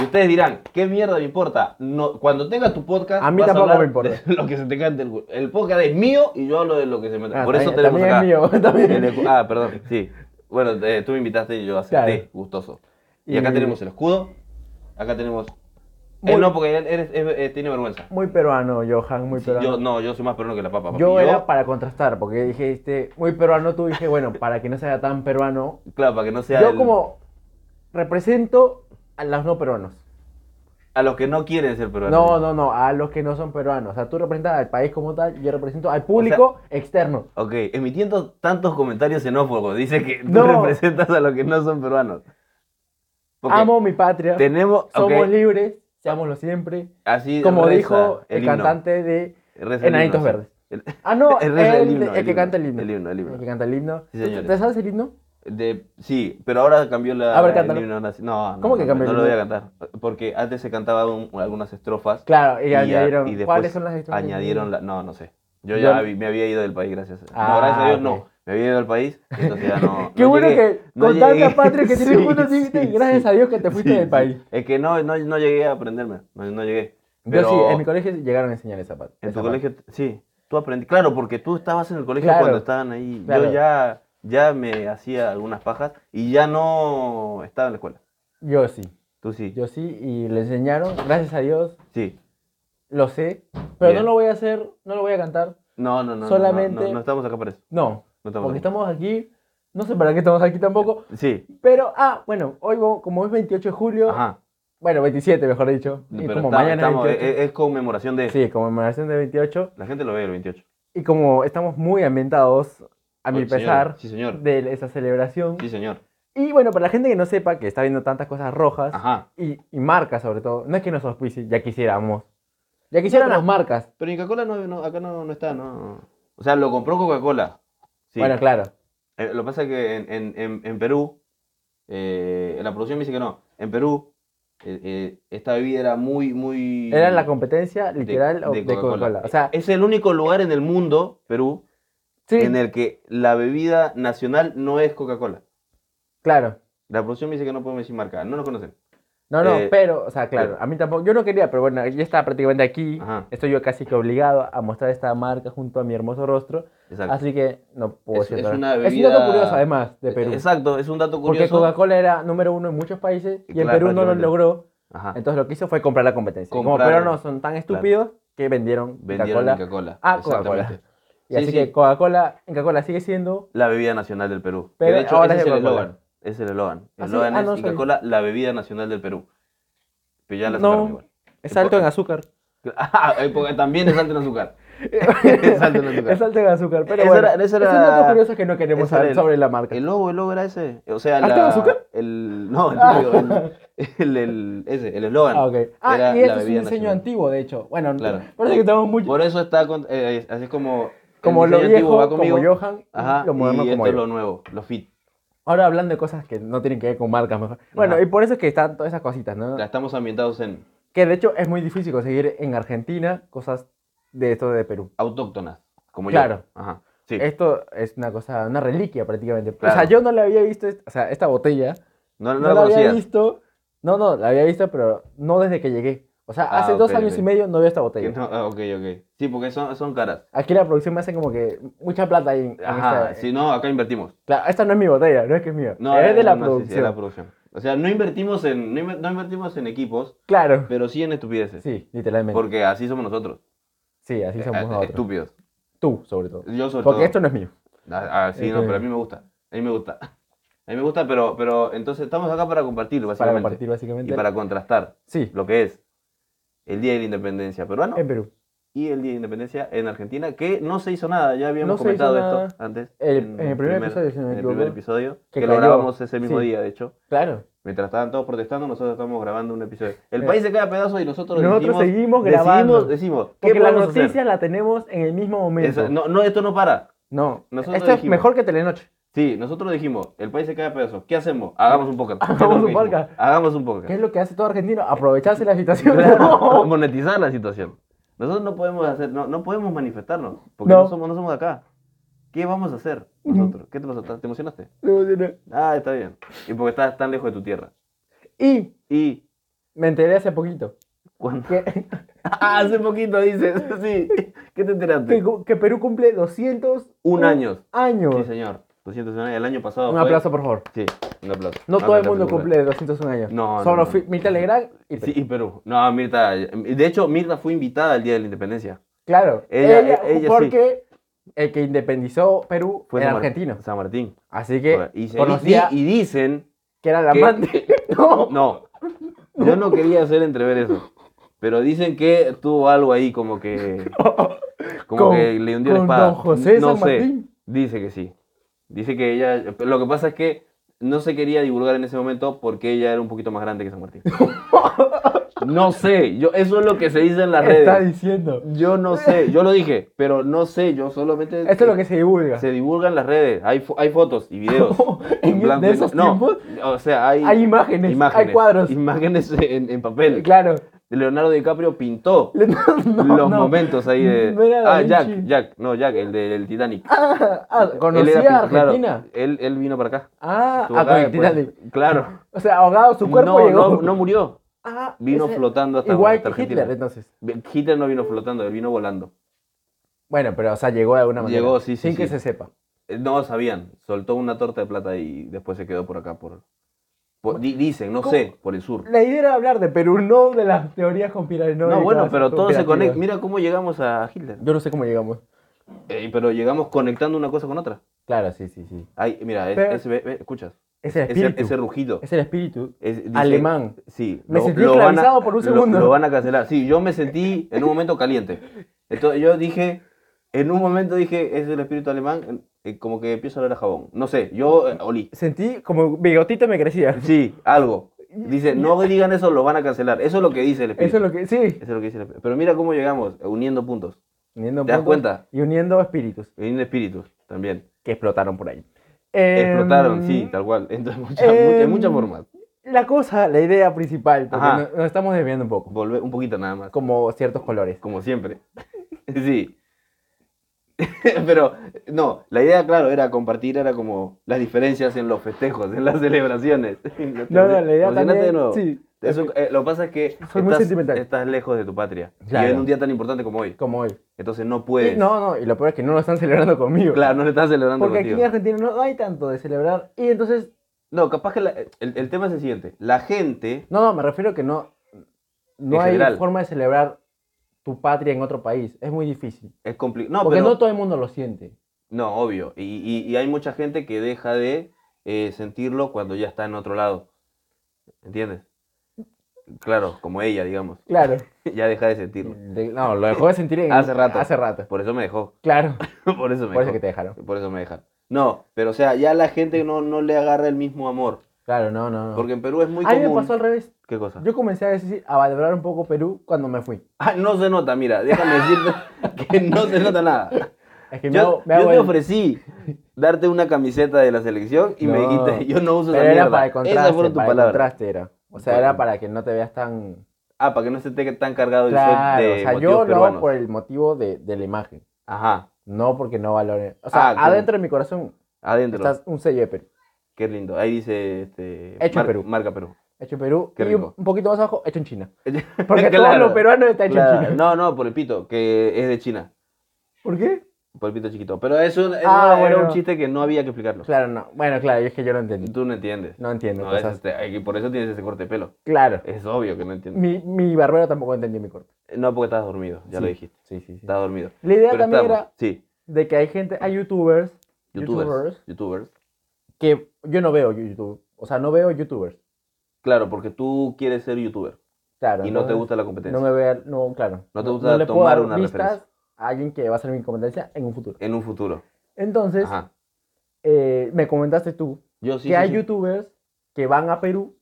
[SPEAKER 1] Y ustedes dirán, ¿qué mierda me importa? No, cuando tengas tu podcast,
[SPEAKER 2] A mí
[SPEAKER 1] vas
[SPEAKER 2] tampoco
[SPEAKER 1] hablar
[SPEAKER 2] me importa.
[SPEAKER 1] de lo que se te cante el culo. El podcast es mío y yo hablo de lo que se me
[SPEAKER 2] Ah,
[SPEAKER 1] Por eso
[SPEAKER 2] también-
[SPEAKER 1] tenemos
[SPEAKER 2] también
[SPEAKER 1] acá.
[SPEAKER 2] es mío, también.
[SPEAKER 1] el escu- ah, perdón, sí. Bueno, eh, tú me invitaste y yo acepté,
[SPEAKER 2] Claro.
[SPEAKER 1] gustoso. Y acá
[SPEAKER 2] Y-
[SPEAKER 1] tenemos el escudo. Acá tenemos.
[SPEAKER 2] Muy-
[SPEAKER 1] Él no, porque él, él es- es- eh, tiene vergüenza.
[SPEAKER 2] Muy peruano, Johan, muy
[SPEAKER 1] Sí,
[SPEAKER 2] peruano.
[SPEAKER 1] yo, no, yo soy más peruano que la papa.
[SPEAKER 2] Yo
[SPEAKER 1] papi. Yo-
[SPEAKER 2] era para contrastar, porque dijiste muy peruano, tú dije, bueno, para que no sea tan peruano.
[SPEAKER 1] Claro, para que no sea.
[SPEAKER 2] Yo
[SPEAKER 1] el-
[SPEAKER 2] como represento a los no peruanos.
[SPEAKER 1] A los que no quieren ser peruanos.
[SPEAKER 2] No, no, no, a los que no son peruanos. O sea, tú representas al país como tal, yo represento al público externo.
[SPEAKER 1] Ok, emitiendo tantos comentarios xenófobos, dice que
[SPEAKER 2] No.
[SPEAKER 1] tú representas a los que no son peruanos. Porque
[SPEAKER 2] Amo mi patria,
[SPEAKER 1] Tenemos. ok,
[SPEAKER 2] somos libres, seámoslo siempre.
[SPEAKER 1] así
[SPEAKER 2] Como
[SPEAKER 1] reza
[SPEAKER 2] dijo el,
[SPEAKER 1] himno.
[SPEAKER 2] cantante de
[SPEAKER 1] Reza el
[SPEAKER 2] Enanitos
[SPEAKER 1] himno, sí.
[SPEAKER 2] Verdes.
[SPEAKER 1] El-
[SPEAKER 2] Ah, no,
[SPEAKER 1] el
[SPEAKER 2] el,
[SPEAKER 1] reza el
[SPEAKER 2] de-
[SPEAKER 1] himno,
[SPEAKER 2] el
[SPEAKER 1] el
[SPEAKER 2] que
[SPEAKER 1] himno,
[SPEAKER 2] canta el himno.
[SPEAKER 1] el himno, el himno.
[SPEAKER 2] que canta el himno.
[SPEAKER 1] Sí,
[SPEAKER 2] ¿Tú-
[SPEAKER 1] señores.
[SPEAKER 2] ¿Te sabes el himno?
[SPEAKER 1] De- sí, pero ahora cambió la.
[SPEAKER 2] A ver,
[SPEAKER 1] el
[SPEAKER 2] cántalo.
[SPEAKER 1] himno nacional. No, no,
[SPEAKER 2] ¿Cómo que
[SPEAKER 1] no,
[SPEAKER 2] cambió
[SPEAKER 1] No
[SPEAKER 2] el
[SPEAKER 1] lo voy a
[SPEAKER 2] himno?
[SPEAKER 1] cantar. Porque antes se cantaban algunas estrofas.
[SPEAKER 2] Claro, y,
[SPEAKER 1] a-
[SPEAKER 2] añadieron.
[SPEAKER 1] y después
[SPEAKER 2] ¿Cuáles son las estrofas?
[SPEAKER 1] Añadieron la. No, no sé. Yo
[SPEAKER 2] Yo-
[SPEAKER 1] ya vi- me había ido del país, gracias. a-
[SPEAKER 2] Ah,
[SPEAKER 1] no, gracias a Dios
[SPEAKER 2] ok.
[SPEAKER 1] no. Me había ido del país, entonces ya no.
[SPEAKER 2] Qué
[SPEAKER 1] no
[SPEAKER 2] bueno
[SPEAKER 1] llegué,
[SPEAKER 2] que
[SPEAKER 1] no
[SPEAKER 2] con tanta
[SPEAKER 1] llegué.
[SPEAKER 2] patria que tienes
[SPEAKER 1] Sí,
[SPEAKER 2] juntos,
[SPEAKER 1] sí,
[SPEAKER 2] dijiste,
[SPEAKER 1] sí.
[SPEAKER 2] gracias a Dios que te fuiste
[SPEAKER 1] Sí,
[SPEAKER 2] del
[SPEAKER 1] sí.
[SPEAKER 2] país.
[SPEAKER 1] Es que no, no, no llegué a aprenderme. No, no llegué. Pero
[SPEAKER 2] Yo sí, en mi colegio llegaron a enseñar esa patria.
[SPEAKER 1] en tu colegio, sí. Tú aprendí. Claro, porque tú estabas en el colegio
[SPEAKER 2] Claro.
[SPEAKER 1] cuando estaban ahí. Yo
[SPEAKER 2] Claro.
[SPEAKER 1] ya, ya me hacía algunas pajas y ya no estaba en la escuela.
[SPEAKER 2] Yo sí,
[SPEAKER 1] Tú sí.
[SPEAKER 2] yo sí, y le enseñaron, gracias a Dios,
[SPEAKER 1] Sí.
[SPEAKER 2] lo sé, pero
[SPEAKER 1] Bien.
[SPEAKER 2] no lo voy a hacer, no lo voy a cantar.
[SPEAKER 1] No, no, no. no,
[SPEAKER 2] Solamente-
[SPEAKER 1] No, no, no estamos acá para eso.
[SPEAKER 2] No,
[SPEAKER 1] No estamos
[SPEAKER 2] porque
[SPEAKER 1] acá.
[SPEAKER 2] estamos aquí, no sé para qué estamos aquí tampoco,
[SPEAKER 1] Sí.
[SPEAKER 2] pero, ah, bueno, hoy vamos- como es 28 de julio,
[SPEAKER 1] Ajá.
[SPEAKER 2] Bueno, 27, mejor dicho. Y
[SPEAKER 1] Pero
[SPEAKER 2] Eh, como
[SPEAKER 1] está-
[SPEAKER 2] mañana
[SPEAKER 1] estamos- eh,
[SPEAKER 2] es 28.
[SPEAKER 1] es, es conmemoración de.
[SPEAKER 2] Sí, como conmemoración de 28.
[SPEAKER 1] La gente lo ve el 28.
[SPEAKER 2] Y como estamos muy ambientados, a mi
[SPEAKER 1] Oye, señor,
[SPEAKER 2] pesar,
[SPEAKER 1] Sí, señor.
[SPEAKER 2] de esa celebración.
[SPEAKER 1] Sí, señor.
[SPEAKER 2] Y bueno, para la gente que no sepa, que está viendo tantas cosas rojas
[SPEAKER 1] Ajá.
[SPEAKER 2] y, y marcas sobre todo, no es que nos auspicien, ya quisiéramos. Ya quisieran las marcas.
[SPEAKER 1] Pero Coca-Cola no, no- acá no, no está, no. O sea, lo compró Coca-Cola. Sí.
[SPEAKER 2] Bueno, claro.
[SPEAKER 1] Eh, lo que pasa es que en, en- en- en Perú, eh, la producción me dice que no, en Perú eh, eh, esta bebida era muy, muy...
[SPEAKER 2] Era la competencia
[SPEAKER 1] de-
[SPEAKER 2] literal o-
[SPEAKER 1] de
[SPEAKER 2] de Coca-Cola. o sea,
[SPEAKER 1] es el único lugar en el mundo, Perú,
[SPEAKER 2] sí,
[SPEAKER 1] en el que la bebida nacional no es Coca-Cola.
[SPEAKER 2] claro.
[SPEAKER 1] La producción me dice que no podemos decir marca, no nos conocen.
[SPEAKER 2] Ah, No, no,
[SPEAKER 1] Eh,
[SPEAKER 2] pero, o sea, claro,
[SPEAKER 1] pero-
[SPEAKER 2] a mí tampoco, yo no quería, pero bueno, ya estaba prácticamente aquí,
[SPEAKER 1] Ajá.
[SPEAKER 2] estoy yo casi que obligado a mostrar esta marca junto a mi hermoso rostro,
[SPEAKER 1] Exacto.
[SPEAKER 2] Así que no puedo
[SPEAKER 1] Es- es
[SPEAKER 2] decir nada.
[SPEAKER 1] una
[SPEAKER 2] Es un dato
[SPEAKER 1] bebida-
[SPEAKER 2] curioso, además, de Perú.
[SPEAKER 1] Exacto, es un dato
[SPEAKER 2] Porque
[SPEAKER 1] curioso.
[SPEAKER 2] Coca-Cola era número uno en muchos países y en
[SPEAKER 1] Claro,
[SPEAKER 2] Perú no lo
[SPEAKER 1] prácticamente.
[SPEAKER 2] logró.
[SPEAKER 1] Ajá.
[SPEAKER 2] Entonces lo que hizo fue comprar la competencia. Y Como
[SPEAKER 1] Comprar-
[SPEAKER 2] Perú no son tan estúpidos que vendieron
[SPEAKER 1] Vendieron
[SPEAKER 2] Coca-Cola.
[SPEAKER 1] Coca-Cola.
[SPEAKER 2] Ah,
[SPEAKER 1] exactamente.
[SPEAKER 2] Coca-Cola. Y
[SPEAKER 1] Sí,
[SPEAKER 2] así
[SPEAKER 1] sí.
[SPEAKER 2] que Coca-Cola, en Coca-Cola sigue siendo.
[SPEAKER 1] La bebida nacional del Perú. Que
[SPEAKER 2] Pero
[SPEAKER 1] de hecho,
[SPEAKER 2] ahora
[SPEAKER 1] ese
[SPEAKER 2] es
[SPEAKER 1] es
[SPEAKER 2] de
[SPEAKER 1] el
[SPEAKER 2] Coca-Cola.
[SPEAKER 1] eslogan. Es el eslogan. El
[SPEAKER 2] ¿Ah, sí?
[SPEAKER 1] eslogan
[SPEAKER 2] Ah,
[SPEAKER 1] es
[SPEAKER 2] no sabía.
[SPEAKER 1] Coca-Cola, la bebida nacional del Perú. Pero ya la
[SPEAKER 2] No.
[SPEAKER 1] sacaron igual.
[SPEAKER 2] Es alto en azúcar.
[SPEAKER 1] Ah, eh, porque también es alto en azúcar. es alto en azúcar.
[SPEAKER 2] Es alto en azúcar. Pero
[SPEAKER 1] Ese
[SPEAKER 2] bueno,
[SPEAKER 1] era- ese
[SPEAKER 2] es un
[SPEAKER 1] era-
[SPEAKER 2] dato curioso que no queremos
[SPEAKER 1] ese
[SPEAKER 2] saber
[SPEAKER 1] era el-
[SPEAKER 2] sobre la marca.
[SPEAKER 1] El logo, el logo era ese. O sea,
[SPEAKER 2] ¿Alto
[SPEAKER 1] la,
[SPEAKER 2] en azúcar?
[SPEAKER 1] El, no, el
[SPEAKER 2] Ah.
[SPEAKER 1] típico, el, el, el- ese, el eslogan.
[SPEAKER 2] Ah, ok. Ah,
[SPEAKER 1] Era la
[SPEAKER 2] y este es un
[SPEAKER 1] bebida
[SPEAKER 2] diseño
[SPEAKER 1] nacional.
[SPEAKER 2] antiguo, de hecho. Bueno,
[SPEAKER 1] Claro.
[SPEAKER 2] parece que estamos muy.
[SPEAKER 1] Por eso está, con- eh, así es como... el
[SPEAKER 2] como lo
[SPEAKER 1] diseño antiguo
[SPEAKER 2] viejo,
[SPEAKER 1] va
[SPEAKER 2] como
[SPEAKER 1] conmigo.
[SPEAKER 2] Johan,
[SPEAKER 1] Ajá,
[SPEAKER 2] y lo moderno
[SPEAKER 1] y
[SPEAKER 2] como
[SPEAKER 1] esto
[SPEAKER 2] yo.
[SPEAKER 1] es lo nuevo, lo fit.
[SPEAKER 2] Ahora hablando de cosas que no tienen que ver con marcas mejor. Bueno,
[SPEAKER 1] Ajá.
[SPEAKER 2] y por eso es que están todas esas cositas, ¿no?
[SPEAKER 1] Ya estamos ambientados en
[SPEAKER 2] Que de hecho es muy difícil conseguir en Argentina cosas de esto de Perú.
[SPEAKER 1] autóctonas, como
[SPEAKER 2] Claro.
[SPEAKER 1] yo. Ajá, sí.
[SPEAKER 2] Esto es una cosa, una reliquia prácticamente. O sea,
[SPEAKER 1] Claro.
[SPEAKER 2] yo no la había visto, est- o sea, esta botella.
[SPEAKER 1] No, no,
[SPEAKER 2] No,
[SPEAKER 1] lo
[SPEAKER 2] la había
[SPEAKER 1] conocías.
[SPEAKER 2] visto. No, no, la había visto, pero no desde que llegué. O sea,
[SPEAKER 1] Ah,
[SPEAKER 2] hace
[SPEAKER 1] ok,
[SPEAKER 2] dos años
[SPEAKER 1] ok.
[SPEAKER 2] y medio no veo esta
[SPEAKER 1] Que
[SPEAKER 2] botella.
[SPEAKER 1] no- ah, ok, ok. Sí, porque son, son caras.
[SPEAKER 2] Aquí la producción me hace como que mucha plata ahí. en- en
[SPEAKER 1] Ajá,
[SPEAKER 2] esta-
[SPEAKER 1] si no, acá invertimos.
[SPEAKER 2] Claro, esta no es mi botella, no es que es mía.
[SPEAKER 1] No,
[SPEAKER 2] es de la
[SPEAKER 1] no, sí, sí,
[SPEAKER 2] producción.
[SPEAKER 1] de la producción. O sea, no invertimos en, no inver- no invertimos en equipos,
[SPEAKER 2] Claro.
[SPEAKER 1] pero sí en estupideces.
[SPEAKER 2] Sí, literalmente.
[SPEAKER 1] Porque así somos nosotros.
[SPEAKER 2] Sí, así somos
[SPEAKER 1] Eh,
[SPEAKER 2] nosotros.
[SPEAKER 1] Estúpidos.
[SPEAKER 2] Tú, sobre todo.
[SPEAKER 1] Yo sobre
[SPEAKER 2] Porque
[SPEAKER 1] todo.
[SPEAKER 2] esto no es mío.
[SPEAKER 1] Ah, ah, sí, no,
[SPEAKER 2] Este-
[SPEAKER 1] pero a mí me gusta. A mí me gusta. A mí me gusta, pero, pero entonces estamos acá para compartir,
[SPEAKER 2] Para
[SPEAKER 1] básicamente.
[SPEAKER 2] compartir, básicamente.
[SPEAKER 1] Y para contrastar
[SPEAKER 2] Sí,
[SPEAKER 1] lo que es el Día de la Independencia peruano
[SPEAKER 2] en Perú.
[SPEAKER 1] y el Día de Independencia en Argentina, que no se hizo nada, ya habíamos
[SPEAKER 2] No se
[SPEAKER 1] comentado
[SPEAKER 2] hizo nada.
[SPEAKER 1] esto antes.
[SPEAKER 2] El- en el primer episodio, si no me
[SPEAKER 1] en el
[SPEAKER 2] equivoco.
[SPEAKER 1] primer episodio,
[SPEAKER 2] Que
[SPEAKER 1] que, lo
[SPEAKER 2] cayó.
[SPEAKER 1] grabamos ese mismo
[SPEAKER 2] Sí.
[SPEAKER 1] día, de hecho.
[SPEAKER 2] Claro.
[SPEAKER 1] Mientras estaban todos protestando, nosotros estamos grabando un episodio. El
[SPEAKER 2] Eh.
[SPEAKER 1] país se cae a pedazos y nosotros,
[SPEAKER 2] Nosotros
[SPEAKER 1] decidimos- decidimos-
[SPEAKER 2] seguimos grabando.
[SPEAKER 1] Decimos, ¿qué
[SPEAKER 2] Porque la
[SPEAKER 1] podemos hacer?
[SPEAKER 2] noticia la tenemos en el mismo momento.
[SPEAKER 1] Eso- no, no, esto no para.
[SPEAKER 2] No,
[SPEAKER 1] Nosotros
[SPEAKER 2] esto es
[SPEAKER 1] dijimos.
[SPEAKER 2] mejor que Telenoche.
[SPEAKER 1] Sí, nosotros dijimos, el país se cae a pedazos. ¿Qué hacemos? Hagamos un podcast.
[SPEAKER 2] Hagamos
[SPEAKER 1] ¿Qué es lo
[SPEAKER 2] un
[SPEAKER 1] que dijimos?
[SPEAKER 2] podcast.
[SPEAKER 1] Hagamos un podcast.
[SPEAKER 2] ¿Qué es lo que hace todo argentino? Aprovecharse la situación.
[SPEAKER 1] Claro, monetizar la situación. Nosotros no podemos hacer, no, no podemos manifestarnos, porque
[SPEAKER 2] No.
[SPEAKER 1] no. somos, no somos de acá. ¿Qué vamos a hacer nosotros? ¿Qué te pasó? ¿Te emocionaste? Ah, está bien. Y porque estás tan lejos de tu tierra.
[SPEAKER 2] Y
[SPEAKER 1] Y
[SPEAKER 2] me enteré hace poquito
[SPEAKER 1] cuando...
[SPEAKER 2] que,
[SPEAKER 1] Ah, hace poquito dices, sí. ¿Qué te enteraste?
[SPEAKER 2] que, que Perú cumple 200
[SPEAKER 1] Un año.
[SPEAKER 2] años.
[SPEAKER 1] Sí, señor. 200 años. El año pasado
[SPEAKER 2] un
[SPEAKER 1] fue- Ah,
[SPEAKER 2] aplauso, por favor.
[SPEAKER 1] Sí, un aplauso.
[SPEAKER 2] No
[SPEAKER 1] Un
[SPEAKER 2] todo el
[SPEAKER 1] aplauso,
[SPEAKER 2] mundo
[SPEAKER 1] un aplauso.
[SPEAKER 2] cumple 201 años.
[SPEAKER 1] No, no,
[SPEAKER 2] Solo
[SPEAKER 1] no.
[SPEAKER 2] fi- Mirta Legrand y
[SPEAKER 1] Sí, y Perú. No, Mirta. De hecho, Mirta fue invitada al Día de la Independencia.
[SPEAKER 2] Claro,
[SPEAKER 1] Ella-
[SPEAKER 2] ella-
[SPEAKER 1] e- ella
[SPEAKER 2] porque el que independizó Perú
[SPEAKER 1] Fue
[SPEAKER 2] era
[SPEAKER 1] San Mar-
[SPEAKER 2] argentino.
[SPEAKER 1] San Martín.
[SPEAKER 2] Así que
[SPEAKER 1] Y, se-
[SPEAKER 2] conocía
[SPEAKER 1] y- y dicen
[SPEAKER 2] que era
[SPEAKER 1] que-
[SPEAKER 2] la amante. No.
[SPEAKER 1] No, yo no quería hacer entrever eso. Pero dicen que tuvo algo ahí como que. Como
[SPEAKER 2] Con-
[SPEAKER 1] que le hundió
[SPEAKER 2] con
[SPEAKER 1] la espada.
[SPEAKER 2] don José
[SPEAKER 1] no
[SPEAKER 2] San
[SPEAKER 1] sé.
[SPEAKER 2] Martín.
[SPEAKER 1] Dice que sí. Dice que ella. Lo que pasa es que no se quería divulgar en ese momento porque ella era un poquito más grande que San Martín. No sé, yo, eso es lo que se dice en las
[SPEAKER 2] Está
[SPEAKER 1] redes.
[SPEAKER 2] diciendo.
[SPEAKER 1] Yo no sé, yo lo dije, pero no sé, yo solamente.
[SPEAKER 2] Esto es lo que se divulga.
[SPEAKER 1] Se divulgan las redes, hay, fo- hay fotos y videos.
[SPEAKER 2] En
[SPEAKER 1] blanco
[SPEAKER 2] de
[SPEAKER 1] y
[SPEAKER 2] esos
[SPEAKER 1] negro.
[SPEAKER 2] tiempos
[SPEAKER 1] No, o sea, hay,
[SPEAKER 2] hay imágenes,
[SPEAKER 1] imágenes,
[SPEAKER 2] hay cuadros.
[SPEAKER 1] Imágenes en, en papel.
[SPEAKER 2] Claro.
[SPEAKER 1] Leonardo DiCaprio pintó
[SPEAKER 2] Le- no, no,
[SPEAKER 1] los
[SPEAKER 2] no.
[SPEAKER 1] momentos ahí de.
[SPEAKER 2] No era Da
[SPEAKER 1] ah, Jack,
[SPEAKER 2] Vinci.
[SPEAKER 1] Jack, no, Jack, el del el Titanic.
[SPEAKER 2] Ah, ah,
[SPEAKER 1] Él
[SPEAKER 2] conocía
[SPEAKER 1] era
[SPEAKER 2] a
[SPEAKER 1] pin- claro,
[SPEAKER 2] Argentina.
[SPEAKER 1] él, él vino para acá.
[SPEAKER 2] Ah,
[SPEAKER 1] estuvo
[SPEAKER 2] ah,
[SPEAKER 1] acá
[SPEAKER 2] con el
[SPEAKER 1] después.
[SPEAKER 2] Titanic.
[SPEAKER 1] Claro.
[SPEAKER 2] O sea, ahogado, su cuerpo
[SPEAKER 1] no,
[SPEAKER 2] llegó.
[SPEAKER 1] no, no murió.
[SPEAKER 2] Ah,
[SPEAKER 1] Vino
[SPEAKER 2] ese-
[SPEAKER 1] flotando hasta,
[SPEAKER 2] Igual
[SPEAKER 1] hasta
[SPEAKER 2] que
[SPEAKER 1] Argentina.
[SPEAKER 2] Hitler, entonces.
[SPEAKER 1] Hitler no vino flotando, él vino volando.
[SPEAKER 2] Bueno, pero o sea, llegó de alguna manera.
[SPEAKER 1] Llegó, sí, sí,
[SPEAKER 2] Sin que
[SPEAKER 1] sí.
[SPEAKER 2] se sepa.
[SPEAKER 1] Eh, No sabían, soltó una torta de plata y después se quedó por acá. por, por- di- Dicen, no
[SPEAKER 2] ¿Cómo?
[SPEAKER 1] sé, por el sur.
[SPEAKER 2] La idea era hablar de Perú, no de las teorías
[SPEAKER 1] No,
[SPEAKER 2] conspiranoicas.
[SPEAKER 1] bueno, pero todo se
[SPEAKER 2] conspirativas.
[SPEAKER 1] conecta. Mira cómo llegamos a Hitler.
[SPEAKER 2] Yo no sé cómo llegamos.
[SPEAKER 1] Eh, pero llegamos conectando una cosa con otra.
[SPEAKER 2] Claro, sí, sí, sí.
[SPEAKER 1] Ay, mira, es-
[SPEAKER 2] Pero-
[SPEAKER 1] ese, ve- ve- escuchas,
[SPEAKER 2] Es el
[SPEAKER 1] ese,
[SPEAKER 2] espíritu.
[SPEAKER 1] ese rugido.
[SPEAKER 2] Es el espíritu
[SPEAKER 1] Es- dice-
[SPEAKER 2] alemán.
[SPEAKER 1] Sí.
[SPEAKER 2] Me sentí
[SPEAKER 1] van a-
[SPEAKER 2] esclavizado por un
[SPEAKER 1] lo-
[SPEAKER 2] segundo.
[SPEAKER 1] Lo, van a cancelar. Sí, yo me sentí en un momento caliente. Entonces yo dije, en un momento dije, es el espíritu alemán, eh, como que empiezo a oler a jabón. No sé, yo eh, olí.
[SPEAKER 2] Sentí como bigotito me crecía.
[SPEAKER 1] Sí, algo. Dice, no digan eso, lo van a cancelar. Eso es lo que dice el espíritu.
[SPEAKER 2] Eso es lo que. Sí.
[SPEAKER 1] Eso es lo que dice el espíritu. Pero mira cómo llegamos, eh, uniendo puntos.
[SPEAKER 2] Uniendo
[SPEAKER 1] ¿Te das
[SPEAKER 2] puntos
[SPEAKER 1] cuenta?
[SPEAKER 2] Y uniendo espíritus
[SPEAKER 1] Uniendo espíritus también.
[SPEAKER 2] que explotaron por ahí.
[SPEAKER 1] Explotaron,
[SPEAKER 2] Em,
[SPEAKER 1] sí, tal cual. Entonces, mucha- mucha- en muchas
[SPEAKER 2] em,
[SPEAKER 1] formas.
[SPEAKER 2] La cosa, la idea principal, porque
[SPEAKER 1] Ajá.
[SPEAKER 2] no- nos estamos desviando un poco.
[SPEAKER 1] Volver un poquito nada más.
[SPEAKER 2] Como ciertos colores.
[SPEAKER 1] Como siempre. sí. Pero, no, la idea, claro, era compartir, era como las diferencias en los festejos, en las celebraciones.
[SPEAKER 2] No, no, la idea
[SPEAKER 1] Emocionate
[SPEAKER 2] también.
[SPEAKER 1] de nuevo.
[SPEAKER 2] Sí.
[SPEAKER 1] Eso, eh, lo que pasa es que
[SPEAKER 2] Soy muy
[SPEAKER 1] estás,
[SPEAKER 2] sentimental.
[SPEAKER 1] estás lejos de tu patria.
[SPEAKER 2] Claro.
[SPEAKER 1] Y en un día tan importante como hoy.
[SPEAKER 2] Como hoy.
[SPEAKER 1] Entonces no
[SPEAKER 2] Y-
[SPEAKER 1] puedes.
[SPEAKER 2] no, no, y lo peor es que no lo están celebrando conmigo.
[SPEAKER 1] Pues. Claro, no le estás celebrando
[SPEAKER 2] Porque aquí
[SPEAKER 1] contigo.
[SPEAKER 2] en Argentina no hay tanto de celebrar. Y entonces,
[SPEAKER 1] No, capaz que la- el, el tema es el siguiente. La gente,
[SPEAKER 2] no, no, me refiero que no, no
[SPEAKER 1] En
[SPEAKER 2] hay
[SPEAKER 1] general.
[SPEAKER 2] forma de celebrar tu patria en otro país. Es muy difícil.
[SPEAKER 1] es complicado. No,
[SPEAKER 2] Porque
[SPEAKER 1] pero-
[SPEAKER 2] no todo el mundo lo siente.
[SPEAKER 1] No, obvio. Y, y- y hay mucha gente que deja de eh, sentirlo cuando ya está en otro lado. ¿Entiendes? Claro, como ella, digamos.
[SPEAKER 2] Claro.
[SPEAKER 1] ya deja de sentirlo.
[SPEAKER 2] De- no, lo dejó de sentir en-
[SPEAKER 1] Hace rato.
[SPEAKER 2] Hace rato.
[SPEAKER 1] Por eso me dejó.
[SPEAKER 2] Claro.
[SPEAKER 1] Por eso me
[SPEAKER 2] Por
[SPEAKER 1] dejó.
[SPEAKER 2] eso que te dejaron.
[SPEAKER 1] Por eso me dejaron. No, pero o sea, ya la gente no, no le agarra el mismo amor.
[SPEAKER 2] Claro, no, no, no.
[SPEAKER 1] Porque en Perú es muy
[SPEAKER 2] a mí
[SPEAKER 1] común.
[SPEAKER 2] me pasó al revés.
[SPEAKER 1] ¿Qué cosa?
[SPEAKER 2] Yo comencé a, decir, a valorar un poco Perú cuando me fui.
[SPEAKER 1] Ah, no se nota, mira, déjame decirte que no se nota nada.
[SPEAKER 2] Es que me
[SPEAKER 1] Yo,
[SPEAKER 2] hago- me
[SPEAKER 1] yo
[SPEAKER 2] hago
[SPEAKER 1] te
[SPEAKER 2] el-
[SPEAKER 1] ofrecí darte una camiseta de la selección y me
[SPEAKER 2] No.
[SPEAKER 1] dijiste, yo no uso
[SPEAKER 2] Pero
[SPEAKER 1] esa
[SPEAKER 2] era
[SPEAKER 1] mierda.
[SPEAKER 2] para el contraste,
[SPEAKER 1] Esas fueron tus
[SPEAKER 2] para el
[SPEAKER 1] palabras.
[SPEAKER 2] contraste era. O sea,
[SPEAKER 1] Bueno.
[SPEAKER 2] era para que no te veas tan...
[SPEAKER 1] Ah, para que no esté tan cargado el
[SPEAKER 2] Claro,
[SPEAKER 1] set de
[SPEAKER 2] o sea,
[SPEAKER 1] motivos
[SPEAKER 2] yo lo
[SPEAKER 1] peruanos.
[SPEAKER 2] hago por el motivo de, de la imagen.
[SPEAKER 1] Ajá,
[SPEAKER 2] No porque no valore. O sea,
[SPEAKER 1] Ah, claro.
[SPEAKER 2] adentro de mi corazón
[SPEAKER 1] adentro.
[SPEAKER 2] está un sello de Perú.
[SPEAKER 1] Qué lindo. Ahí dice este,
[SPEAKER 2] Hecho en Perú.
[SPEAKER 1] marca Perú.
[SPEAKER 2] Hecho en Perú
[SPEAKER 1] Qué
[SPEAKER 2] y un,
[SPEAKER 1] rico.
[SPEAKER 2] un poquito más abajo, hecho en China. Porque todo
[SPEAKER 1] Claro,
[SPEAKER 2] lo peruano está hecho
[SPEAKER 1] claro.
[SPEAKER 2] en China.
[SPEAKER 1] No, no, por el pito, que es de China.
[SPEAKER 2] ¿Por qué?
[SPEAKER 1] Por el pito chiquito. Pero eso era-
[SPEAKER 2] Ah,
[SPEAKER 1] era un
[SPEAKER 2] bueno.
[SPEAKER 1] chiste que no había que explicarlo.
[SPEAKER 2] Claro, no. Bueno, claro, yo es que yo no entendí.
[SPEAKER 1] Tú no entiendes.
[SPEAKER 2] No entiendo
[SPEAKER 1] No, es
[SPEAKER 2] cosas.
[SPEAKER 1] este- ay, que por eso tienes ese corte de pelo.
[SPEAKER 2] Claro.
[SPEAKER 1] Es obvio que no entiendes.
[SPEAKER 2] Mi, mi barbero tampoco entendió mi corte.
[SPEAKER 1] No, porque estás dormido, ya
[SPEAKER 2] Sí.
[SPEAKER 1] lo dijiste.
[SPEAKER 2] Sí, sí, sí.
[SPEAKER 1] Estás dormido.
[SPEAKER 2] La idea
[SPEAKER 1] Pero
[SPEAKER 2] también
[SPEAKER 1] estamos.
[SPEAKER 2] era
[SPEAKER 1] Sí,
[SPEAKER 2] de que hay gente, hay youtubers,
[SPEAKER 1] youtubers,
[SPEAKER 2] youtubers,
[SPEAKER 1] youtubers.
[SPEAKER 2] que yo no veo YouTube. O sea, no veo youtubers.
[SPEAKER 1] Claro, porque tú quieres ser youtuber
[SPEAKER 2] Claro.
[SPEAKER 1] y no te
[SPEAKER 2] entonces-
[SPEAKER 1] gusta la competencia.
[SPEAKER 2] No me vea, no, claro.
[SPEAKER 1] No te gusta tomar una referencia.
[SPEAKER 2] a alguien que va a ser mi competencia en un futuro.
[SPEAKER 1] En un futuro.
[SPEAKER 2] Entonces,
[SPEAKER 1] Ajá.
[SPEAKER 2] eh, me comentaste tú
[SPEAKER 1] Yo sí. sí,
[SPEAKER 2] que hay
[SPEAKER 1] sí.
[SPEAKER 2] youtubers que van a Perú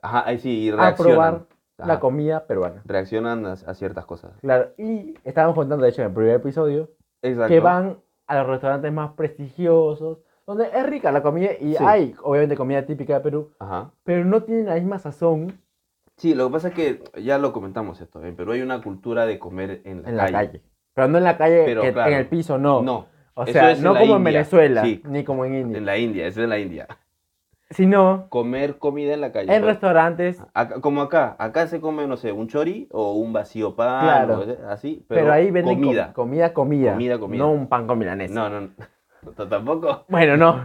[SPEAKER 1] Ajá, ahí sí, y
[SPEAKER 2] a
[SPEAKER 1] reaccionan.
[SPEAKER 2] probar
[SPEAKER 1] Ajá.
[SPEAKER 2] la comida peruana.
[SPEAKER 1] Reaccionan a, a ciertas cosas.
[SPEAKER 2] Claro, y estábamos contando, de hecho, en el primer episodio,
[SPEAKER 1] Exacto.
[SPEAKER 2] que van a los restaurantes más prestigiosos, donde es rica la comida y
[SPEAKER 1] Sí.
[SPEAKER 2] hay, obviamente, comida típica de Perú,
[SPEAKER 1] Ajá.
[SPEAKER 2] pero no tienen la misma sazón
[SPEAKER 1] Sí, lo que pasa es que ya lo comentamos esto. En Perú hay una cultura de comer en la
[SPEAKER 2] en la
[SPEAKER 1] calle.
[SPEAKER 2] calle. Pero no en la calle,
[SPEAKER 1] Pero,
[SPEAKER 2] que-
[SPEAKER 1] claro.
[SPEAKER 2] en el piso, no.
[SPEAKER 1] No,
[SPEAKER 2] o
[SPEAKER 1] eso
[SPEAKER 2] sea,
[SPEAKER 1] es en
[SPEAKER 2] no
[SPEAKER 1] la
[SPEAKER 2] como en
[SPEAKER 1] India,
[SPEAKER 2] Venezuela,
[SPEAKER 1] sí.
[SPEAKER 2] ni como en India.
[SPEAKER 1] en la India, eso es en la India.
[SPEAKER 2] Sino
[SPEAKER 1] Comer comida en la Ah, calle.
[SPEAKER 2] en
[SPEAKER 1] Pero-
[SPEAKER 2] restaurantes,
[SPEAKER 1] Acá- como acá, acá se come, no sé, un chori o un vacío pan,
[SPEAKER 2] Claro.
[SPEAKER 1] o así, pero,
[SPEAKER 2] pero, ahí venden com-
[SPEAKER 1] comida.
[SPEAKER 2] comida, comida.
[SPEAKER 1] Comida, comida.
[SPEAKER 2] No un pan con milanesa.
[SPEAKER 1] No, no, no, t- tampoco.
[SPEAKER 2] Bueno, no.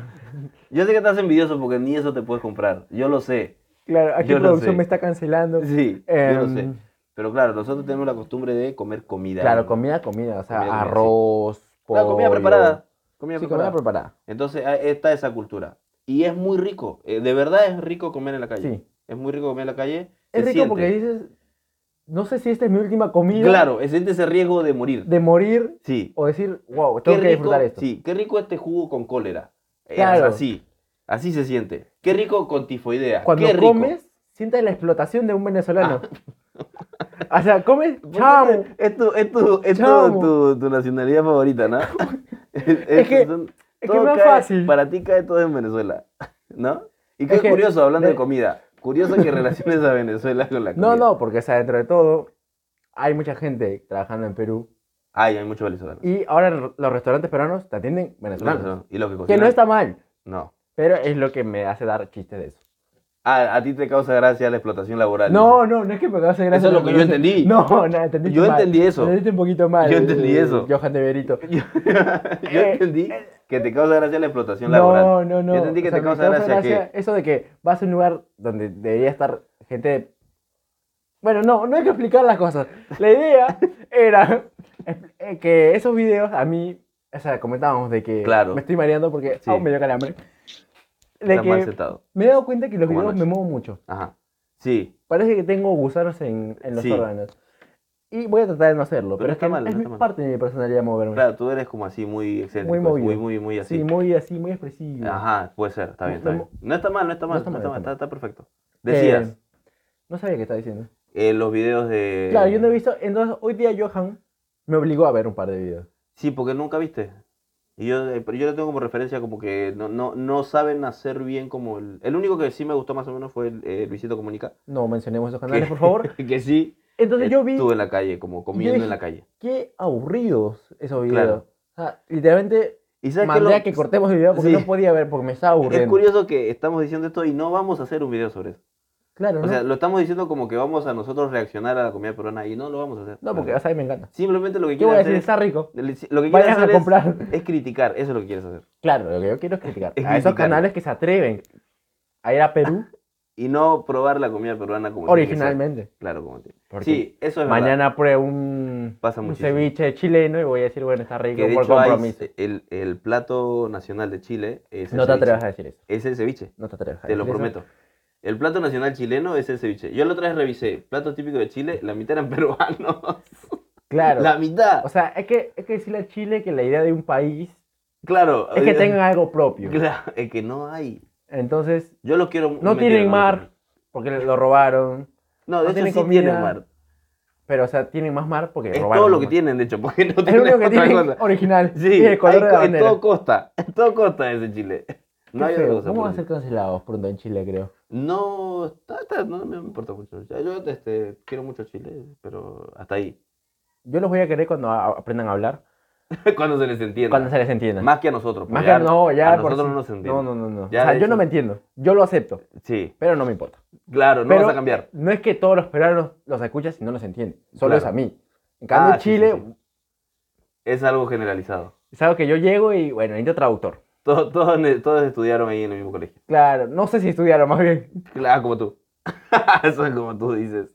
[SPEAKER 1] Yo sé que estás envidioso porque ni eso te puedes comprar, yo lo sé,
[SPEAKER 2] Claro, aquí
[SPEAKER 1] Yo lo
[SPEAKER 2] producción
[SPEAKER 1] sé.
[SPEAKER 2] me está cancelando.
[SPEAKER 1] sí, yo lo
[SPEAKER 2] Em,
[SPEAKER 1] sé. Pero claro, nosotros tenemos la costumbre de comer comida.
[SPEAKER 2] Claro, comida, comida. O sea,
[SPEAKER 1] Comida, comida, sí.
[SPEAKER 2] arroz,
[SPEAKER 1] La comida
[SPEAKER 2] pollo.
[SPEAKER 1] preparada. Comida
[SPEAKER 2] Sí,
[SPEAKER 1] preparada.
[SPEAKER 2] comida preparada.
[SPEAKER 1] Entonces ah, está esa cultura. Y es muy rico, eh, de verdad es rico comer en la calle.
[SPEAKER 2] Sí.
[SPEAKER 1] Es muy rico comer en la calle.
[SPEAKER 2] Es
[SPEAKER 1] se
[SPEAKER 2] rico
[SPEAKER 1] siente.
[SPEAKER 2] porque dices, no sé si esta es mi última comida.
[SPEAKER 1] Claro, se siente ese riesgo de morir.
[SPEAKER 2] De morir
[SPEAKER 1] Sí.
[SPEAKER 2] o decir, wow,
[SPEAKER 1] Qué
[SPEAKER 2] tengo que disfrutar
[SPEAKER 1] rico-
[SPEAKER 2] esto.
[SPEAKER 1] Sí, qué rico este jugo con cólera. Eh,
[SPEAKER 2] Claro.
[SPEAKER 1] así, así se siente. Qué rico con tifoidea.
[SPEAKER 2] Cuando
[SPEAKER 1] qué rico.
[SPEAKER 2] comes, sientes la explotación de un venezolano. o sea, comes,
[SPEAKER 1] Ah. ¿Por qué
[SPEAKER 2] chao.
[SPEAKER 1] te- Es tu, es tu, es tu-
[SPEAKER 2] Chamo.
[SPEAKER 1] tu- tu nacionalidad favorita, ¿no? es,
[SPEAKER 2] que-
[SPEAKER 1] son-
[SPEAKER 2] es que
[SPEAKER 1] todo
[SPEAKER 2] no es
[SPEAKER 1] cae-
[SPEAKER 2] fácil.
[SPEAKER 1] Para ti cae todo en Venezuela, ¿no? Y qué
[SPEAKER 2] Es que-
[SPEAKER 1] curioso, hablando de
[SPEAKER 2] de-
[SPEAKER 1] comida. Curioso que relaciones a Venezuela con la comida.
[SPEAKER 2] No, no, porque o sea, dentro de todo, hay mucha gente trabajando en Perú.
[SPEAKER 1] Ay, hay muchos venezolanos.
[SPEAKER 2] Y ahora r- los restaurantes peruanos te atienden venezolanos.
[SPEAKER 1] Venezolanos. Y los que
[SPEAKER 2] Que
[SPEAKER 1] cocinan.
[SPEAKER 2] no está mal,
[SPEAKER 1] No.
[SPEAKER 2] pero es lo que me hace dar chistes de eso.
[SPEAKER 1] Ah, a ti te causa gracia la explotación laboral.
[SPEAKER 2] No, no, no es que me cause gracia.
[SPEAKER 1] Eso es lo
[SPEAKER 2] no,
[SPEAKER 1] que
[SPEAKER 2] no
[SPEAKER 1] yo
[SPEAKER 2] sé.
[SPEAKER 1] entendí.
[SPEAKER 2] No, no, entendiste
[SPEAKER 1] Yo
[SPEAKER 2] mal.
[SPEAKER 1] entendí eso.
[SPEAKER 2] Entendiste un poquito mal.
[SPEAKER 1] Yo entendí
[SPEAKER 2] eh,
[SPEAKER 1] eso.
[SPEAKER 2] Johan de Berito.
[SPEAKER 1] Yo, yo
[SPEAKER 2] Eh,
[SPEAKER 1] entendí que te causa gracia la explotación laboral.
[SPEAKER 2] No, no, no.
[SPEAKER 1] Yo entendí que
[SPEAKER 2] O sea,
[SPEAKER 1] te
[SPEAKER 2] me
[SPEAKER 1] causa gracia,
[SPEAKER 2] Eso de que vas a un lugar donde debería estar gente... Bueno, no, no hay que explicar las cosas. La idea era eh, que esos videos a mí... O sea, comentábamos de que
[SPEAKER 1] Claro.
[SPEAKER 2] me estoy mareando porque
[SPEAKER 1] Sí.
[SPEAKER 2] aún me dio calambre.
[SPEAKER 1] que
[SPEAKER 2] De
[SPEAKER 1] está mal
[SPEAKER 2] que
[SPEAKER 1] sentado.
[SPEAKER 2] me he dado cuenta que los
[SPEAKER 1] Como
[SPEAKER 2] videos me
[SPEAKER 1] anoche.
[SPEAKER 2] muevo mucho.
[SPEAKER 1] Ajá. Sí,
[SPEAKER 2] Parece que tengo gusanos en, en los
[SPEAKER 1] Sí.
[SPEAKER 2] órganos. Y voy a tratar de no hacerlo,
[SPEAKER 1] Pero
[SPEAKER 2] pero,
[SPEAKER 1] está
[SPEAKER 2] es que
[SPEAKER 1] mal,
[SPEAKER 2] es
[SPEAKER 1] no
[SPEAKER 2] mi
[SPEAKER 1] está mal.
[SPEAKER 2] parte de mi personalidad moverme.
[SPEAKER 1] claro, tú eres como así muy excéntrico,
[SPEAKER 2] Muy
[SPEAKER 1] es
[SPEAKER 2] movido.
[SPEAKER 1] muy, muy, muy así.
[SPEAKER 2] Sí, muy así, muy expresivo.
[SPEAKER 1] Ajá, puede ser, está bien, está
[SPEAKER 2] No-
[SPEAKER 1] bien. No está mal, no está mal, no está mal,
[SPEAKER 2] no está
[SPEAKER 1] está, está perfecto.
[SPEAKER 2] Que-
[SPEAKER 1] Decías,
[SPEAKER 2] Eh, no sabía qué estaba diciendo.
[SPEAKER 1] eh, los videos de...
[SPEAKER 2] Claro, yo no he visto. Entonces, hoy día Johan me obligó a ver un par de videos.
[SPEAKER 1] Sí, porque nunca viste. Y yo, eh, pero yo lo tengo como referencia como que no, no, no saben hacer bien como... El, el único que sí me gustó más o menos fue el, eh, Luisito Comunica.
[SPEAKER 2] No mencionemos esos canales,
[SPEAKER 1] que-
[SPEAKER 2] por favor.
[SPEAKER 1] que sí
[SPEAKER 2] Entonces, yo vi
[SPEAKER 1] estuvo en la calle, como comiendo
[SPEAKER 2] dije-
[SPEAKER 1] en la calle.
[SPEAKER 2] qué aburridos esos videos.
[SPEAKER 1] Claro.
[SPEAKER 2] O O sea, literalmente
[SPEAKER 1] ¿Y sabes qué
[SPEAKER 2] mandé
[SPEAKER 1] lo-
[SPEAKER 2] a que cortemos el video porque
[SPEAKER 1] Sí.
[SPEAKER 2] no podía ver, porque me estaba aburriendo.
[SPEAKER 1] Es curioso que estamos diciendo esto y no vamos a hacer un video sobre eso.
[SPEAKER 2] Claro, ¿no?
[SPEAKER 1] O sea, lo estamos diciendo como que vamos a nosotros reaccionar a la comida peruana y no lo vamos a hacer.
[SPEAKER 2] no, porque, o sea, me encanta.
[SPEAKER 1] Simplemente lo que
[SPEAKER 2] Yo voy a
[SPEAKER 1] quieres
[SPEAKER 2] decir,
[SPEAKER 1] hacer
[SPEAKER 2] está rico.
[SPEAKER 1] es... Lo que quieres
[SPEAKER 2] Vayan a
[SPEAKER 1] hacer es,
[SPEAKER 2] comprar.
[SPEAKER 1] es criticar, eso es lo que quieres hacer.
[SPEAKER 2] Claro, lo que yo quiero es criticar.
[SPEAKER 1] Es
[SPEAKER 2] a esos
[SPEAKER 1] criticar. Ah,
[SPEAKER 2] canales que se atreven a ir a Perú
[SPEAKER 1] Y no probar la comida peruana como tiene que ser.
[SPEAKER 2] originalmente.
[SPEAKER 1] Claro, como tiene.
[SPEAKER 2] Porque
[SPEAKER 1] Sí, eso es verdad.
[SPEAKER 2] Mañana pruebo un,
[SPEAKER 1] Pasa
[SPEAKER 2] un
[SPEAKER 1] muchísimo.
[SPEAKER 2] ceviche chileno y voy a decir, bueno, está rico
[SPEAKER 1] Que de
[SPEAKER 2] por
[SPEAKER 1] hecho hay-
[SPEAKER 2] compromiso.
[SPEAKER 1] el, el plato nacional de Chile es el
[SPEAKER 2] No te
[SPEAKER 1] ceviche.
[SPEAKER 2] atrevas a decir eso.
[SPEAKER 1] Es el ceviche,
[SPEAKER 2] No te atrevas a
[SPEAKER 1] te lo
[SPEAKER 2] decir eso.
[SPEAKER 1] prometo. El plato nacional chileno es el ceviche. Yo la otra vez revisé, plato típico de Chile, la mitad eran peruanos.
[SPEAKER 2] Claro.
[SPEAKER 1] La mitad.
[SPEAKER 2] O sea, es que, es que decirle a Chile que la idea de un país
[SPEAKER 1] claro.
[SPEAKER 2] es que tengan algo propio.
[SPEAKER 1] Claro, es que no hay.
[SPEAKER 2] Entonces,
[SPEAKER 1] Yo los quiero.
[SPEAKER 2] no
[SPEAKER 1] mentira,
[SPEAKER 2] tienen
[SPEAKER 1] los
[SPEAKER 2] mar porque lo robaron.
[SPEAKER 1] quiero. No, de
[SPEAKER 2] no
[SPEAKER 1] hecho
[SPEAKER 2] tienen
[SPEAKER 1] sí
[SPEAKER 2] comida.
[SPEAKER 1] tienen mar.
[SPEAKER 2] Pero, o sea, tienen más mar porque
[SPEAKER 1] Es
[SPEAKER 2] robaron.
[SPEAKER 1] todo lo que
[SPEAKER 2] más.
[SPEAKER 1] tienen, de hecho, porque no
[SPEAKER 2] Es
[SPEAKER 1] tienen
[SPEAKER 2] lo único que
[SPEAKER 1] otra
[SPEAKER 2] tienen
[SPEAKER 1] cosa.
[SPEAKER 2] original.
[SPEAKER 1] Sí,
[SPEAKER 2] y el color
[SPEAKER 1] hay
[SPEAKER 2] de
[SPEAKER 1] co-
[SPEAKER 2] la
[SPEAKER 1] en
[SPEAKER 2] bandera.
[SPEAKER 1] todo costa. En todo costa es de Chile. No hay
[SPEAKER 2] Qué
[SPEAKER 1] otra
[SPEAKER 2] feo.
[SPEAKER 1] cosa.
[SPEAKER 2] ¿Cómo
[SPEAKER 1] por
[SPEAKER 2] van a ser
[SPEAKER 1] decir.
[SPEAKER 2] cancelados pronto en Chile, creo?
[SPEAKER 1] No, está, está, no me importa mucho. Ya, Yo este, quiero mucho Chile, pero hasta ahí.
[SPEAKER 2] Yo los voy a querer cuando a- aprendan a hablar,
[SPEAKER 1] Cuando se les entienda.
[SPEAKER 2] cuando se les entienda.
[SPEAKER 1] Más que a nosotros.
[SPEAKER 2] Más
[SPEAKER 1] porque
[SPEAKER 2] que no, ya
[SPEAKER 1] A
[SPEAKER 2] por
[SPEAKER 1] nosotros
[SPEAKER 2] sí.
[SPEAKER 1] no nos entienden.
[SPEAKER 2] No, no, no, no.
[SPEAKER 1] Ya,
[SPEAKER 2] o sea,
[SPEAKER 1] de
[SPEAKER 2] yo no
[SPEAKER 1] hecho.
[SPEAKER 2] me entiendo. Yo lo acepto,
[SPEAKER 1] Sí,
[SPEAKER 2] pero no me importa.
[SPEAKER 1] claro, no
[SPEAKER 2] Pero
[SPEAKER 1] vas a cambiar.
[SPEAKER 2] No es que todos los peruanos los escuchas y no los entienden. Solo
[SPEAKER 1] Claro.
[SPEAKER 2] es a mí. En cambio,
[SPEAKER 1] Ah,
[SPEAKER 2] en
[SPEAKER 1] sí, sí,
[SPEAKER 2] Chile,
[SPEAKER 1] Es algo generalizado.
[SPEAKER 2] es algo que yo llego y, bueno, necesito traductor.
[SPEAKER 1] Todos, todos, todos estudiaron ahí en el mismo colegio.
[SPEAKER 2] Claro, no sé si estudiaron más bien.
[SPEAKER 1] Claro, como tú. Eso es como tú dices.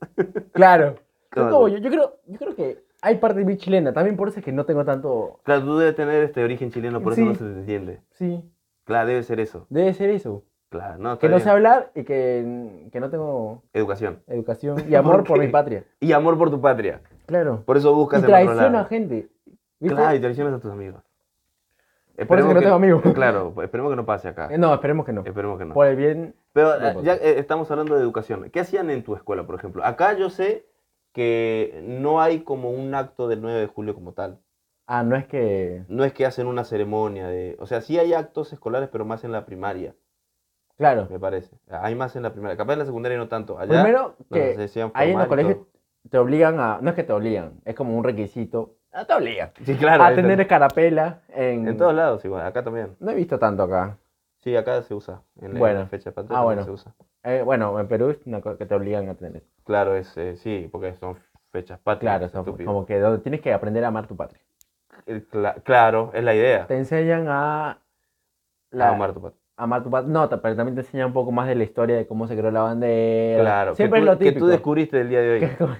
[SPEAKER 2] Claro.
[SPEAKER 1] Claro.
[SPEAKER 2] Yo como yo, yo creo, yo creo que hay parte de mí chilena. También por eso es que no tengo tanto.
[SPEAKER 1] Claro, tú debes tener este origen chileno, por
[SPEAKER 2] Sí.
[SPEAKER 1] eso no se te entiende.
[SPEAKER 2] Sí,
[SPEAKER 1] Claro, debe ser eso.
[SPEAKER 2] debe ser eso.
[SPEAKER 1] Claro, no, está
[SPEAKER 2] Que no
[SPEAKER 1] bien.
[SPEAKER 2] sé hablar y que, que no tengo
[SPEAKER 1] Educación.
[SPEAKER 2] educación y amor por
[SPEAKER 1] qué?
[SPEAKER 2] mi patria.
[SPEAKER 1] Y amor por tu patria.
[SPEAKER 2] Claro.
[SPEAKER 1] Por eso buscas
[SPEAKER 2] Y
[SPEAKER 1] en otro
[SPEAKER 2] traiciono
[SPEAKER 1] lado.
[SPEAKER 2] a gente. ¿viste?
[SPEAKER 1] Claro, y traicionas a tus amigos.
[SPEAKER 2] Por eso que no tengo amigos.
[SPEAKER 1] Claro, esperemos que no pase acá.
[SPEAKER 2] Eh, No, esperemos que no.
[SPEAKER 1] Esperemos que no.
[SPEAKER 2] Por el bien.
[SPEAKER 1] Pero
[SPEAKER 2] No
[SPEAKER 1] eh,
[SPEAKER 2] pasa.
[SPEAKER 1] ya eh, estamos hablando de educación. ¿Qué hacían en tu escuela, por ejemplo? Acá yo sé que no hay como un acto del 9 de julio como tal.
[SPEAKER 2] Ah, no es que.
[SPEAKER 1] No es que hacen una ceremonia de... O sea, sí hay actos escolares, pero más en la primaria,
[SPEAKER 2] Claro.
[SPEAKER 1] me parece. Hay más en la primaria. Capaz en la secundaria no tanto. Allá
[SPEAKER 2] Primero
[SPEAKER 1] no
[SPEAKER 2] que
[SPEAKER 1] sé, sean
[SPEAKER 2] ahí en los
[SPEAKER 1] formal y
[SPEAKER 2] colegios te obligan a. No es que te obligan, es como un requisito. No te obligan.
[SPEAKER 1] todo. Sí, claro.
[SPEAKER 2] a
[SPEAKER 1] es-
[SPEAKER 2] tener escarapela en.
[SPEAKER 1] En todos lados, igual. Acá también.
[SPEAKER 2] No he visto tanto acá.
[SPEAKER 1] Sí, acá se usa. En la,
[SPEAKER 2] Bueno.
[SPEAKER 1] en la fecha patria
[SPEAKER 2] Ah,
[SPEAKER 1] también
[SPEAKER 2] bueno.
[SPEAKER 1] se usa.
[SPEAKER 2] Eh, bueno, en Perú es una cosa que te obligan a tener.
[SPEAKER 1] Claro, es, eh, sí, porque son fechas patrias.
[SPEAKER 2] Claro, o sea,
[SPEAKER 1] Ah, estúpido.
[SPEAKER 2] como que donde tienes que aprender a amar tu patria.
[SPEAKER 1] Eh, cla- claro, es la idea. pues.
[SPEAKER 2] Te enseñan a.
[SPEAKER 1] La...
[SPEAKER 2] la-
[SPEAKER 1] Amar tu patria.
[SPEAKER 2] amar tu patria. No, ta- pero también te enseña un poco más de la historia de cómo se creó la bandera.
[SPEAKER 1] Claro, que
[SPEAKER 2] Siempre
[SPEAKER 1] tú-
[SPEAKER 2] es lo
[SPEAKER 1] Que
[SPEAKER 2] típico.
[SPEAKER 1] tú descubriste el día de hoy.
[SPEAKER 2] Que como-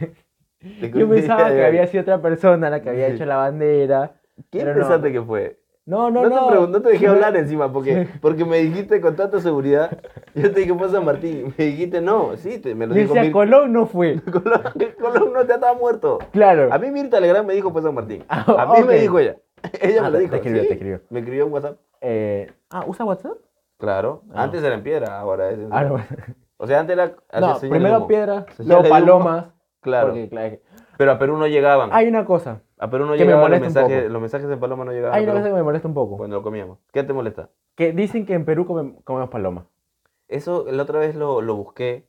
[SPEAKER 1] Descubriste
[SPEAKER 2] Yo
[SPEAKER 1] el día
[SPEAKER 2] pensaba
[SPEAKER 1] de
[SPEAKER 2] que
[SPEAKER 1] hoy.
[SPEAKER 2] había sido otra persona la que había hecho la bandera.
[SPEAKER 1] ¿Quién
[SPEAKER 2] pero no.
[SPEAKER 1] pensaste que fue?
[SPEAKER 2] No, no,
[SPEAKER 1] No,
[SPEAKER 2] no.
[SPEAKER 1] te pregun- no te dejé hablar encima porque, porque me dijiste con tanta seguridad. Yo te dije fue San Martín. Me dijiste no, sí, te- me lo
[SPEAKER 2] Yo
[SPEAKER 1] dijo
[SPEAKER 2] decía,
[SPEAKER 1] Mirta.
[SPEAKER 2] Colón no fue.
[SPEAKER 1] Colón, Colón no te estaba muerto.
[SPEAKER 2] Claro.
[SPEAKER 1] A mí Mirta Legrand me dijo fue San Martín.
[SPEAKER 2] Ah,
[SPEAKER 1] A mí me
[SPEAKER 2] ok.
[SPEAKER 1] dijo ella. Ella
[SPEAKER 2] Ah,
[SPEAKER 1] me lo
[SPEAKER 2] te-
[SPEAKER 1] dijo.
[SPEAKER 2] te escribió,
[SPEAKER 1] sí.
[SPEAKER 2] te escribió.
[SPEAKER 1] Me escribió en WhatsApp.
[SPEAKER 2] Eh, ah, ¿usa WhatsApp?
[SPEAKER 1] Claro.
[SPEAKER 2] Ah.
[SPEAKER 1] Antes era en piedra, ahora es en-
[SPEAKER 2] Ah, no.
[SPEAKER 1] O sea, antes era.
[SPEAKER 2] No,
[SPEAKER 1] hacía señal de
[SPEAKER 2] primero
[SPEAKER 1] humo.
[SPEAKER 2] piedra,
[SPEAKER 1] Señal
[SPEAKER 2] luego
[SPEAKER 1] de humo.
[SPEAKER 2] palomas.
[SPEAKER 1] Claro.
[SPEAKER 2] porque, claro,
[SPEAKER 1] Pero a Perú no llegaban.
[SPEAKER 2] Hay una cosa.
[SPEAKER 1] a Perú no
[SPEAKER 2] que me
[SPEAKER 1] llegaban los
[SPEAKER 2] molesta un
[SPEAKER 1] mensajes.
[SPEAKER 2] poco.
[SPEAKER 1] Los mensajes de Paloma no llegaban.
[SPEAKER 2] Hay
[SPEAKER 1] a
[SPEAKER 2] una
[SPEAKER 1] Perú
[SPEAKER 2] cosa que me molesta un poco.
[SPEAKER 1] Cuando lo comíamos. ¿Qué te molesta?
[SPEAKER 2] Que dicen que en Perú come- comemos palomas.
[SPEAKER 1] Eso la otra vez lo, lo busqué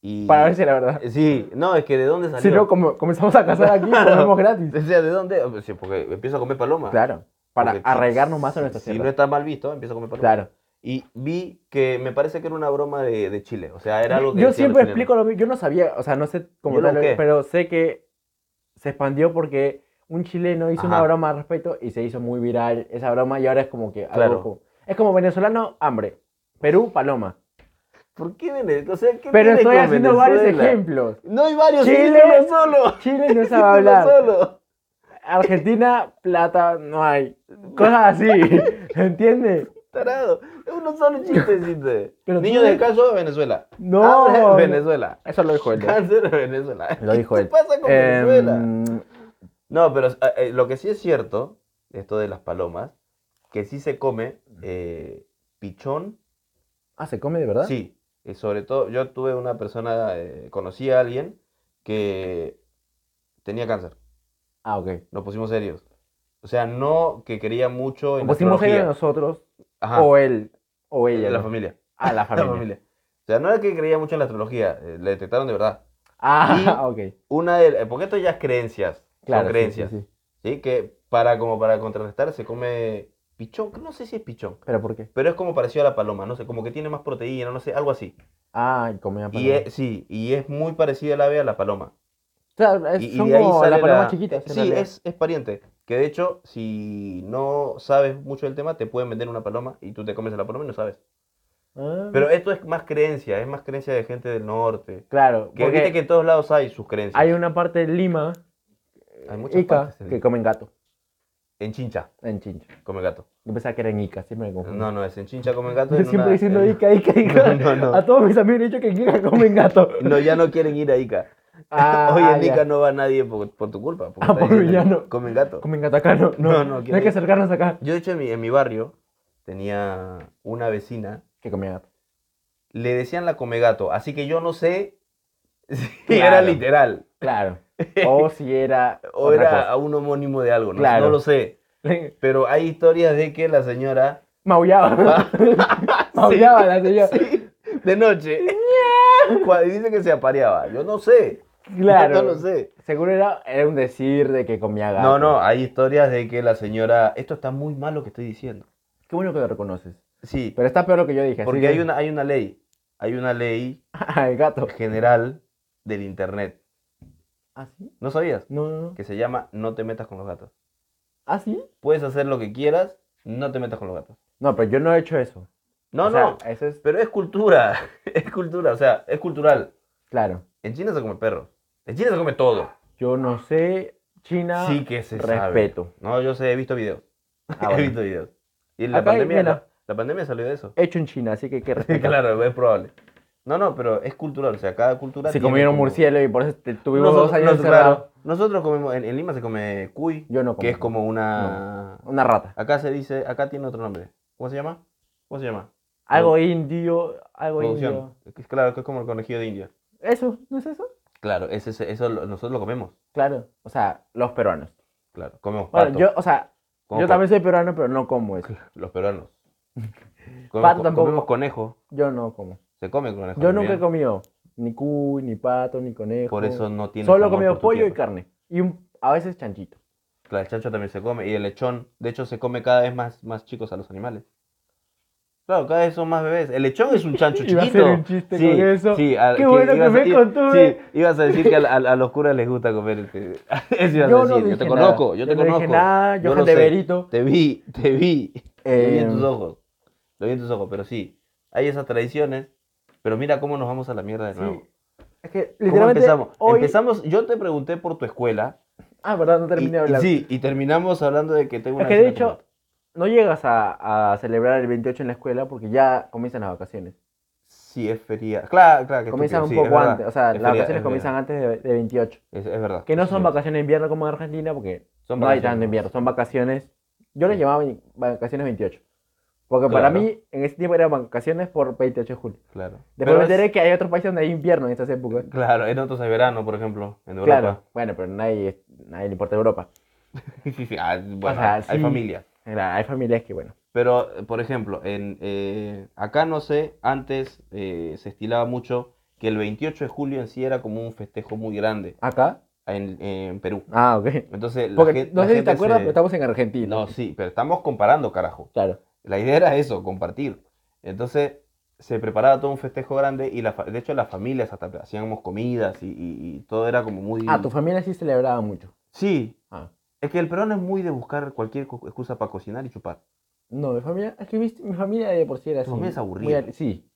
[SPEAKER 1] y...
[SPEAKER 2] Para ver si era verdad.
[SPEAKER 1] Sí, no, es que ¿de dónde salió?
[SPEAKER 2] Si no, como- comenzamos a cazar aquí, comemos gratis.
[SPEAKER 1] O sea, ¿de dónde? Pues Sí, porque empiezo a comer paloma.
[SPEAKER 2] Claro. Para
[SPEAKER 1] Porque
[SPEAKER 2] arraigarnos más a nuestra
[SPEAKER 1] Si
[SPEAKER 2] tierra.
[SPEAKER 1] no está mal visto, empiezo a comer paloma.
[SPEAKER 2] Claro.
[SPEAKER 1] Y vi que me parece que era una broma de, de Chile. O sea, era algo que
[SPEAKER 2] Yo
[SPEAKER 1] decían los
[SPEAKER 2] siempre
[SPEAKER 1] chilenos.
[SPEAKER 2] explico lo mismo. Yo no sabía, o sea, no sé cómo
[SPEAKER 1] Yo lo
[SPEAKER 2] tal,
[SPEAKER 1] busqué.
[SPEAKER 2] pero sé que se expandió porque un chileno hizo una
[SPEAKER 1] Ajá.
[SPEAKER 2] broma al respecto y se hizo muy viral esa broma y ahora es como que algo
[SPEAKER 1] Claro.
[SPEAKER 2] como- es como venezolano, hambre. Perú, paloma.
[SPEAKER 1] ¿Por qué Venezuela? O sea, ¿qué
[SPEAKER 2] Pero
[SPEAKER 1] tiene
[SPEAKER 2] estoy
[SPEAKER 1] con
[SPEAKER 2] haciendo varios
[SPEAKER 1] Venezuela?
[SPEAKER 2] ejemplos.
[SPEAKER 1] No hay varios,
[SPEAKER 2] Chile,
[SPEAKER 1] Chile uno solo.
[SPEAKER 2] Chile no
[SPEAKER 1] Chile
[SPEAKER 2] sabe
[SPEAKER 1] uno
[SPEAKER 2] hablar.
[SPEAKER 1] solo.
[SPEAKER 2] Argentina, plata, no hay. Cosas así. ¿Entiendes?
[SPEAKER 1] Tarado. Uno solo chiste hiciste.
[SPEAKER 2] Pero
[SPEAKER 1] Niño
[SPEAKER 2] tú-
[SPEAKER 1] descalzo de Venezuela.
[SPEAKER 2] No.
[SPEAKER 1] Hambre, Venezuela.
[SPEAKER 2] Eso lo dijo él. ¿no?
[SPEAKER 1] Cáncer de Venezuela.
[SPEAKER 2] Ah, Lo dijo
[SPEAKER 1] ¿Qué
[SPEAKER 2] él.
[SPEAKER 1] te pasa ¿eh? con
[SPEAKER 2] Em,
[SPEAKER 1] Venezuela? No, pero eh, eh, lo que sí es cierto, esto de las palomas, que sí se come eh, pichón.
[SPEAKER 2] Ah, ¿se come de verdad?
[SPEAKER 1] Sí. Y sobre todo, yo tuve una persona, eh, conocí a alguien que tenía cáncer.
[SPEAKER 2] Ah, ok.
[SPEAKER 1] Nos pusimos serios. O sea, no que quería mucho en la
[SPEAKER 2] Pusimos él a
[SPEAKER 1] astrología.
[SPEAKER 2] nosotros,
[SPEAKER 1] Ajá,
[SPEAKER 2] o él, o ella.
[SPEAKER 1] en la
[SPEAKER 2] ¿no?
[SPEAKER 1] familia.
[SPEAKER 2] A la
[SPEAKER 1] La
[SPEAKER 2] familia.
[SPEAKER 1] familia. O sea, no era que creía mucho en la astrología, eh, le detectaron de verdad.
[SPEAKER 2] Ah, ok.
[SPEAKER 1] Una de, eh, porque esto ya es creencias,
[SPEAKER 2] Claro.
[SPEAKER 1] son
[SPEAKER 2] sí,
[SPEAKER 1] creencias.
[SPEAKER 2] sí, sí.
[SPEAKER 1] ¿sí? Que para, como para contrarrestar, se come pichón. No sé si es pichón,
[SPEAKER 2] ¿Pero por qué?
[SPEAKER 1] pero es como parecido a la paloma, no sé, como que tiene más proteína, no sé, algo así.
[SPEAKER 2] Ah, y comida
[SPEAKER 1] Y e-
[SPEAKER 2] paloma.
[SPEAKER 1] es, sí, y es muy parecida el ave a la paloma.
[SPEAKER 2] Claro, es-
[SPEAKER 1] Y- y
[SPEAKER 2] son
[SPEAKER 1] de ahí
[SPEAKER 2] como
[SPEAKER 1] sale
[SPEAKER 2] las
[SPEAKER 1] la-
[SPEAKER 2] palomas chiquitas. en
[SPEAKER 1] Sí,
[SPEAKER 2] realidad.
[SPEAKER 1] es, es pariente. Que de hecho, si no sabes mucho del tema, te pueden vender una paloma y tú te comes a la paloma y no sabes.
[SPEAKER 2] Ah,
[SPEAKER 1] Pero esto es más creencia, es más creencia de gente del norte.
[SPEAKER 2] claro,
[SPEAKER 1] Que
[SPEAKER 2] porque
[SPEAKER 1] viste que en todos lados hay sus creencias.
[SPEAKER 2] hay una parte de Lima,
[SPEAKER 1] Hay muchas
[SPEAKER 2] Ica,
[SPEAKER 1] partes en-
[SPEAKER 2] que comen gato.
[SPEAKER 1] En Chincha
[SPEAKER 2] En Chincha.
[SPEAKER 1] come gato.
[SPEAKER 2] Yo pensaba que era en Ica, siempre me confundo.
[SPEAKER 1] No, no, es en Chincha comen gato.
[SPEAKER 2] Yo
[SPEAKER 1] en
[SPEAKER 2] siempre
[SPEAKER 1] una-
[SPEAKER 2] diciendo
[SPEAKER 1] en-
[SPEAKER 2] Ica, Ica, Ica.
[SPEAKER 1] No, no, no.
[SPEAKER 2] A todos mis amigos he dicho que en Ica comen gato.
[SPEAKER 1] No, ya no quieren ir a Ica.
[SPEAKER 2] Ah,
[SPEAKER 1] Hoy
[SPEAKER 2] ah,
[SPEAKER 1] en
[SPEAKER 2] ya.
[SPEAKER 1] Ica no va nadie por, por tu culpa. porque
[SPEAKER 2] Ah,
[SPEAKER 1] estás
[SPEAKER 2] por
[SPEAKER 1] diciendo,
[SPEAKER 2] villano.
[SPEAKER 1] Comen gato.
[SPEAKER 2] Comen gato acá, no.
[SPEAKER 1] No,
[SPEAKER 2] No,
[SPEAKER 1] no,
[SPEAKER 2] no, hay
[SPEAKER 1] quiere-
[SPEAKER 2] que acercarnos acá.
[SPEAKER 1] Yo, de hecho, en mi, en mi barrio tenía una vecina.
[SPEAKER 2] Que comía gato.
[SPEAKER 1] Le decían la come gato. Así que yo no sé si era
[SPEAKER 2] Claro.
[SPEAKER 1] literal.
[SPEAKER 2] Claro. O si era.
[SPEAKER 1] O
[SPEAKER 2] otra
[SPEAKER 1] era
[SPEAKER 2] cosa.
[SPEAKER 1] a un homónimo de algo. No,
[SPEAKER 2] Claro.
[SPEAKER 1] no lo sé. Pero hay historias de que la señora.
[SPEAKER 2] Maullaba. Maullaba la señora.
[SPEAKER 1] Ah, Sí, de noche. Cuando dice que se apareaba. Yo no sé.
[SPEAKER 2] Claro.
[SPEAKER 1] Yo no lo sé.
[SPEAKER 2] Seguro era, era un decir de que comía gato.
[SPEAKER 1] No, no, hay historias de que la señora. Esto está muy mal lo que estoy diciendo.
[SPEAKER 2] Qué bueno que lo reconoces.
[SPEAKER 1] Sí,
[SPEAKER 2] Pero está peor lo que yo dije. así
[SPEAKER 1] porque
[SPEAKER 2] que-
[SPEAKER 1] hay una, hay una ley. Hay una ley
[SPEAKER 2] Ah, el gato.
[SPEAKER 1] general del internet.
[SPEAKER 2] ¿Ah, sí?
[SPEAKER 1] ¿No sabías?
[SPEAKER 2] No, no, no.
[SPEAKER 1] Que se llama No te metas con los gatos.
[SPEAKER 2] ¿Ah, sí?
[SPEAKER 1] Puedes hacer lo que quieras, no te metas con los gatos.
[SPEAKER 2] No, pero yo no he hecho eso.
[SPEAKER 1] No,
[SPEAKER 2] O sea,
[SPEAKER 1] no,
[SPEAKER 2] Eso es.
[SPEAKER 1] pero es cultura. Es cultura, o sea, es cultural.
[SPEAKER 2] Claro.
[SPEAKER 1] En China se come perro. En China se come todo.
[SPEAKER 2] Yo no sé. China.
[SPEAKER 1] Sí que se sabe.
[SPEAKER 2] Respeto.
[SPEAKER 1] No, yo sé, he visto videos.
[SPEAKER 2] Ah,
[SPEAKER 1] He
[SPEAKER 2] bueno.
[SPEAKER 1] visto videos. Y la
[SPEAKER 2] Acá hay,
[SPEAKER 1] pandemia,
[SPEAKER 2] mira.
[SPEAKER 1] la, la pandemia salió de eso.
[SPEAKER 2] Hecho en China, así que hay que
[SPEAKER 1] Sí,
[SPEAKER 2] respetar.
[SPEAKER 1] claro, es probable. No, no, pero es cultural. O sea, cada cultura.
[SPEAKER 2] Se
[SPEAKER 1] tiene
[SPEAKER 2] comieron
[SPEAKER 1] como-
[SPEAKER 2] murciélago y por eso te- tuvimos
[SPEAKER 1] Nosotros,
[SPEAKER 2] dos años
[SPEAKER 1] nos-
[SPEAKER 2] encerrados.
[SPEAKER 1] claro, nosotros comemos. En, en Lima se come cuy.
[SPEAKER 2] Yo no como.
[SPEAKER 1] Que es como una.
[SPEAKER 2] Una rata.
[SPEAKER 1] Acá se dice. Acá tiene otro nombre. ¿Cómo se llama? ¿Cómo se llama?
[SPEAKER 2] Algo indio, algo
[SPEAKER 1] Producción.
[SPEAKER 2] indio.
[SPEAKER 1] Es que- Claro, que es como el conejillo de India.
[SPEAKER 2] ¿Eso? ¿No es eso?
[SPEAKER 1] Claro, ese, ese- eso lo- nosotros lo comemos.
[SPEAKER 2] Claro. O sea, los peruanos.
[SPEAKER 1] Claro, comemos
[SPEAKER 2] Bueno,
[SPEAKER 1] pato.
[SPEAKER 2] yo, o sea,
[SPEAKER 1] Como
[SPEAKER 2] yo
[SPEAKER 1] pa-
[SPEAKER 2] también soy peruano, pero no como eso.
[SPEAKER 1] Los peruanos. Comemos,
[SPEAKER 2] Pato
[SPEAKER 1] co-
[SPEAKER 2] tampoco.
[SPEAKER 1] comemos conejo.
[SPEAKER 2] Yo no como.
[SPEAKER 1] Se come conejo.
[SPEAKER 2] Yo
[SPEAKER 1] también.
[SPEAKER 2] nunca he comido ni cuy, ni pato, ni conejo.
[SPEAKER 1] Por eso no tiene.
[SPEAKER 2] Solo he
[SPEAKER 1] amor
[SPEAKER 2] comido
[SPEAKER 1] por tu
[SPEAKER 2] pollo y
[SPEAKER 1] tierra.
[SPEAKER 2] carne. Y un- a veces chanchito.
[SPEAKER 1] Claro, el chancho también se come. Y el lechón, de hecho, se come cada vez más, más chicos a los animales. Claro, cada vez son más bebés. El lechón es un chancho
[SPEAKER 2] Iba
[SPEAKER 1] chiquito.
[SPEAKER 2] a hacer un chiste con eso.
[SPEAKER 1] Sí, a-
[SPEAKER 2] Qué bueno
[SPEAKER 1] ibas
[SPEAKER 2] que
[SPEAKER 1] a-
[SPEAKER 2] me
[SPEAKER 1] i-
[SPEAKER 2] contuve.
[SPEAKER 1] Sí, ibas a decir que a, la- a los curas les gusta comer. este- Eso ibas
[SPEAKER 2] Yo
[SPEAKER 1] a
[SPEAKER 2] no
[SPEAKER 1] decir. yo
[SPEAKER 2] dije
[SPEAKER 1] te
[SPEAKER 2] nada.
[SPEAKER 1] conozco, yo
[SPEAKER 2] Yo
[SPEAKER 1] te
[SPEAKER 2] no dije
[SPEAKER 1] conozco.
[SPEAKER 2] nada, yo
[SPEAKER 1] lo
[SPEAKER 2] gente
[SPEAKER 1] sé.
[SPEAKER 2] verito.
[SPEAKER 1] Te vi, te vi. Te vi en
[SPEAKER 2] Eh,
[SPEAKER 1] tus ojos. Lo vi en tus ojos, pero sí. Hay esas tradiciones. Pero mira cómo nos vamos a la mierda de nuevo.
[SPEAKER 2] Sí. Es que
[SPEAKER 1] ¿Cómo
[SPEAKER 2] literalmente
[SPEAKER 1] empezamos?
[SPEAKER 2] hoy...
[SPEAKER 1] Empezamos, yo te pregunté por tu escuela.
[SPEAKER 2] Ah, verdad, no terminé de
[SPEAKER 1] y-
[SPEAKER 2] hablar.
[SPEAKER 1] Sí, y terminamos hablando de que tengo
[SPEAKER 2] Es
[SPEAKER 1] una
[SPEAKER 2] que de
[SPEAKER 1] vecina
[SPEAKER 2] hecho, no llegas a, a celebrar el 28 en la escuela porque ya comienzan las vacaciones.
[SPEAKER 1] Sí, es feria. Claro, claro. Que
[SPEAKER 2] Comienzan un
[SPEAKER 1] estúpido, sí,
[SPEAKER 2] poco
[SPEAKER 1] es verdad.
[SPEAKER 2] antes, o sea,
[SPEAKER 1] Es feria-
[SPEAKER 2] las vacaciones
[SPEAKER 1] es
[SPEAKER 2] comienzan antes de, de 28.
[SPEAKER 1] verdad. Es, es verdad.
[SPEAKER 2] Que no
[SPEAKER 1] Sí,
[SPEAKER 2] son
[SPEAKER 1] sí.
[SPEAKER 2] vacaciones de invierno como en Argentina porque
[SPEAKER 1] Son
[SPEAKER 2] no hay
[SPEAKER 1] vacaciones.
[SPEAKER 2] tanto invierno, son vacaciones. Yo les
[SPEAKER 1] Sí.
[SPEAKER 2] llamaba vacaciones 28. Porque para
[SPEAKER 1] Claro.
[SPEAKER 2] mí, en ese tiempo eran vacaciones por 28 de julio.
[SPEAKER 1] Claro.
[SPEAKER 2] Después me
[SPEAKER 1] es-
[SPEAKER 2] enteré que hay otros países donde hay invierno en estas épocas.
[SPEAKER 1] Claro, en otros hay verano, por ejemplo, en Europa.
[SPEAKER 2] Claro, bueno, pero nadie, nadie le importa Europa.
[SPEAKER 1] Sí, sí, sí. Ah, bueno,
[SPEAKER 2] sea,
[SPEAKER 1] hay
[SPEAKER 2] sí.
[SPEAKER 1] familia.
[SPEAKER 2] Claro, Hay familias que, bueno.
[SPEAKER 1] Pero, eh, por ejemplo, en, eh, acá no sé, antes eh, se estilaba mucho que el 28 de julio en sí era como un festejo muy grande
[SPEAKER 2] ¿Acá?
[SPEAKER 1] en, en Perú.
[SPEAKER 2] Ah, ok.
[SPEAKER 1] Entonces, la
[SPEAKER 2] Porque
[SPEAKER 1] gen-
[SPEAKER 2] no
[SPEAKER 1] la
[SPEAKER 2] sé si te
[SPEAKER 1] gente
[SPEAKER 2] acuerdas,
[SPEAKER 1] se-
[SPEAKER 2] pero estamos en Argentina.
[SPEAKER 1] No, sí, pero estamos comparando, carajo.
[SPEAKER 2] Claro.
[SPEAKER 1] La idea era eso, compartir. Entonces se preparaba todo un festejo grande y la fa- de hecho las familias hasta hacíamos comidas y, y- y todo era como muy...
[SPEAKER 2] Ah, tu familia sí celebraba mucho.
[SPEAKER 1] Sí,
[SPEAKER 2] Ah.
[SPEAKER 1] es que el peruano es muy de buscar cualquier co- excusa para cocinar y chupar.
[SPEAKER 2] No, mi familia, es que viste, mi familia de por sí era
[SPEAKER 1] Tu
[SPEAKER 2] así.
[SPEAKER 1] familia es
[SPEAKER 2] muy
[SPEAKER 1] aburrida.
[SPEAKER 2] al- sí.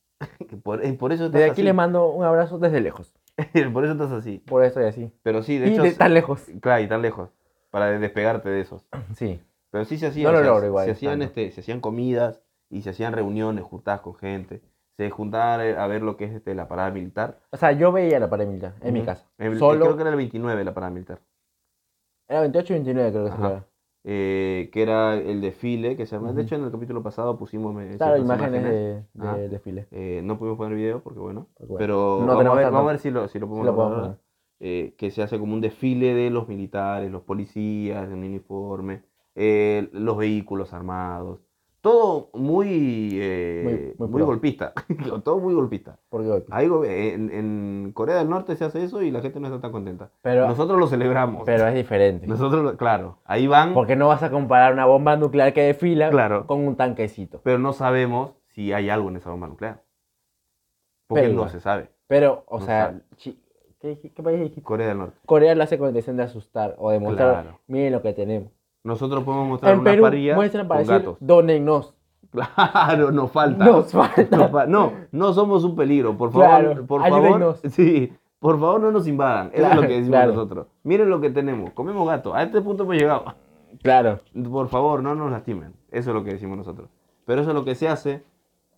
[SPEAKER 1] Que Por, eh, por eso estás
[SPEAKER 2] Desde aquí
[SPEAKER 1] así.
[SPEAKER 2] les mando un abrazo desde lejos.
[SPEAKER 1] por eso estás así.
[SPEAKER 2] Por eso estoy así.
[SPEAKER 1] Pero sí, de
[SPEAKER 2] Y
[SPEAKER 1] hecho...
[SPEAKER 2] de tan lejos.
[SPEAKER 1] Claro, y tan lejos. Para de- despegarte de esos.
[SPEAKER 2] Sí.
[SPEAKER 1] Pero sí se
[SPEAKER 2] No
[SPEAKER 1] hacían,
[SPEAKER 2] lo
[SPEAKER 1] o sea,
[SPEAKER 2] logro
[SPEAKER 1] se-
[SPEAKER 2] igual,
[SPEAKER 1] se hacían,
[SPEAKER 2] tanto.
[SPEAKER 1] este, se hacían comidas y se hacían reuniones juntadas con gente. Se juntaban eh, a ver lo que es este, la parada militar.
[SPEAKER 2] O sea, yo veía la paramilitar en mi
[SPEAKER 1] Ujú.
[SPEAKER 2] casa.
[SPEAKER 1] El-
[SPEAKER 2] Solo.
[SPEAKER 1] Creo que era el 29 la parada militar.
[SPEAKER 2] Era 28 y 29, creo que se
[SPEAKER 1] Ajá.
[SPEAKER 2] llamaba.
[SPEAKER 1] eh, que era el desfile que se llama-
[SPEAKER 2] Ujú.
[SPEAKER 1] De hecho, en el capítulo pasado pusimos me-
[SPEAKER 2] Claro,
[SPEAKER 1] ciertas
[SPEAKER 2] imágenes,
[SPEAKER 1] imágenes.
[SPEAKER 2] de, de
[SPEAKER 1] Ah.
[SPEAKER 2] desfile.
[SPEAKER 1] Eh, no pudimos poner video porque, bueno,
[SPEAKER 2] Porque, bueno,
[SPEAKER 1] pero
[SPEAKER 2] no
[SPEAKER 1] vamos, a
[SPEAKER 2] tenemos
[SPEAKER 1] ver,
[SPEAKER 2] tanto.
[SPEAKER 1] vamos a ver si lo, si lo podemos
[SPEAKER 2] Sí lo
[SPEAKER 1] lograr,
[SPEAKER 2] podemos
[SPEAKER 1] ¿verdad? Eh, que se hace como un desfile de los militares, los policías en uniforme, eh, los vehículos armados, todo muy, eh,
[SPEAKER 2] Muy- muy
[SPEAKER 1] muy,
[SPEAKER 2] pro.
[SPEAKER 1] golpista. Digo, todo muy golpista.
[SPEAKER 2] Porque hoy-
[SPEAKER 1] Ahí go- en, en Corea del Norte se hace eso y la gente no está tan contenta.
[SPEAKER 2] Pero-
[SPEAKER 1] Nosotros lo celebramos.
[SPEAKER 2] Pero es diferente.
[SPEAKER 1] Nosotros, lo- claro, ahí van,
[SPEAKER 2] Porque no vas a comparar una bomba nuclear que desfila
[SPEAKER 1] Claro.
[SPEAKER 2] con un tanquecito.
[SPEAKER 1] pero no sabemos si hay algo en esa bomba nuclear. Porque
[SPEAKER 2] Pero
[SPEAKER 1] no
[SPEAKER 2] igual.
[SPEAKER 1] se sabe.
[SPEAKER 2] Pero, o
[SPEAKER 1] No
[SPEAKER 2] sea,
[SPEAKER 1] sabe.
[SPEAKER 2] chi- ¿qué, dij- qué país dijiste?
[SPEAKER 1] Corea del Norte.
[SPEAKER 2] Corea lo hace con la intención de asustar o de mostrar,
[SPEAKER 1] Claro.
[SPEAKER 2] miren lo que tenemos.
[SPEAKER 1] Nosotros podemos mostrar
[SPEAKER 2] en
[SPEAKER 1] una
[SPEAKER 2] Perú
[SPEAKER 1] parrilla
[SPEAKER 2] muestran para
[SPEAKER 1] con
[SPEAKER 2] decir,
[SPEAKER 1] gatos.
[SPEAKER 2] donennos.
[SPEAKER 1] Claro, nos falta.
[SPEAKER 2] Nos falta.
[SPEAKER 1] No, pa- no, no somos un peligro, por favor,
[SPEAKER 2] Claro,
[SPEAKER 1] por favor,
[SPEAKER 2] ayúdennos.
[SPEAKER 1] sí, por favor no nos invadan, eso es
[SPEAKER 2] Claro,
[SPEAKER 1] lo que decimos
[SPEAKER 2] claro.
[SPEAKER 1] nosotros. Miren lo que tenemos, comemos gato, a este punto hemos llegado.
[SPEAKER 2] Claro.
[SPEAKER 1] Por favor, no nos lastimen, eso es lo que decimos nosotros. Pero eso es lo que se hace.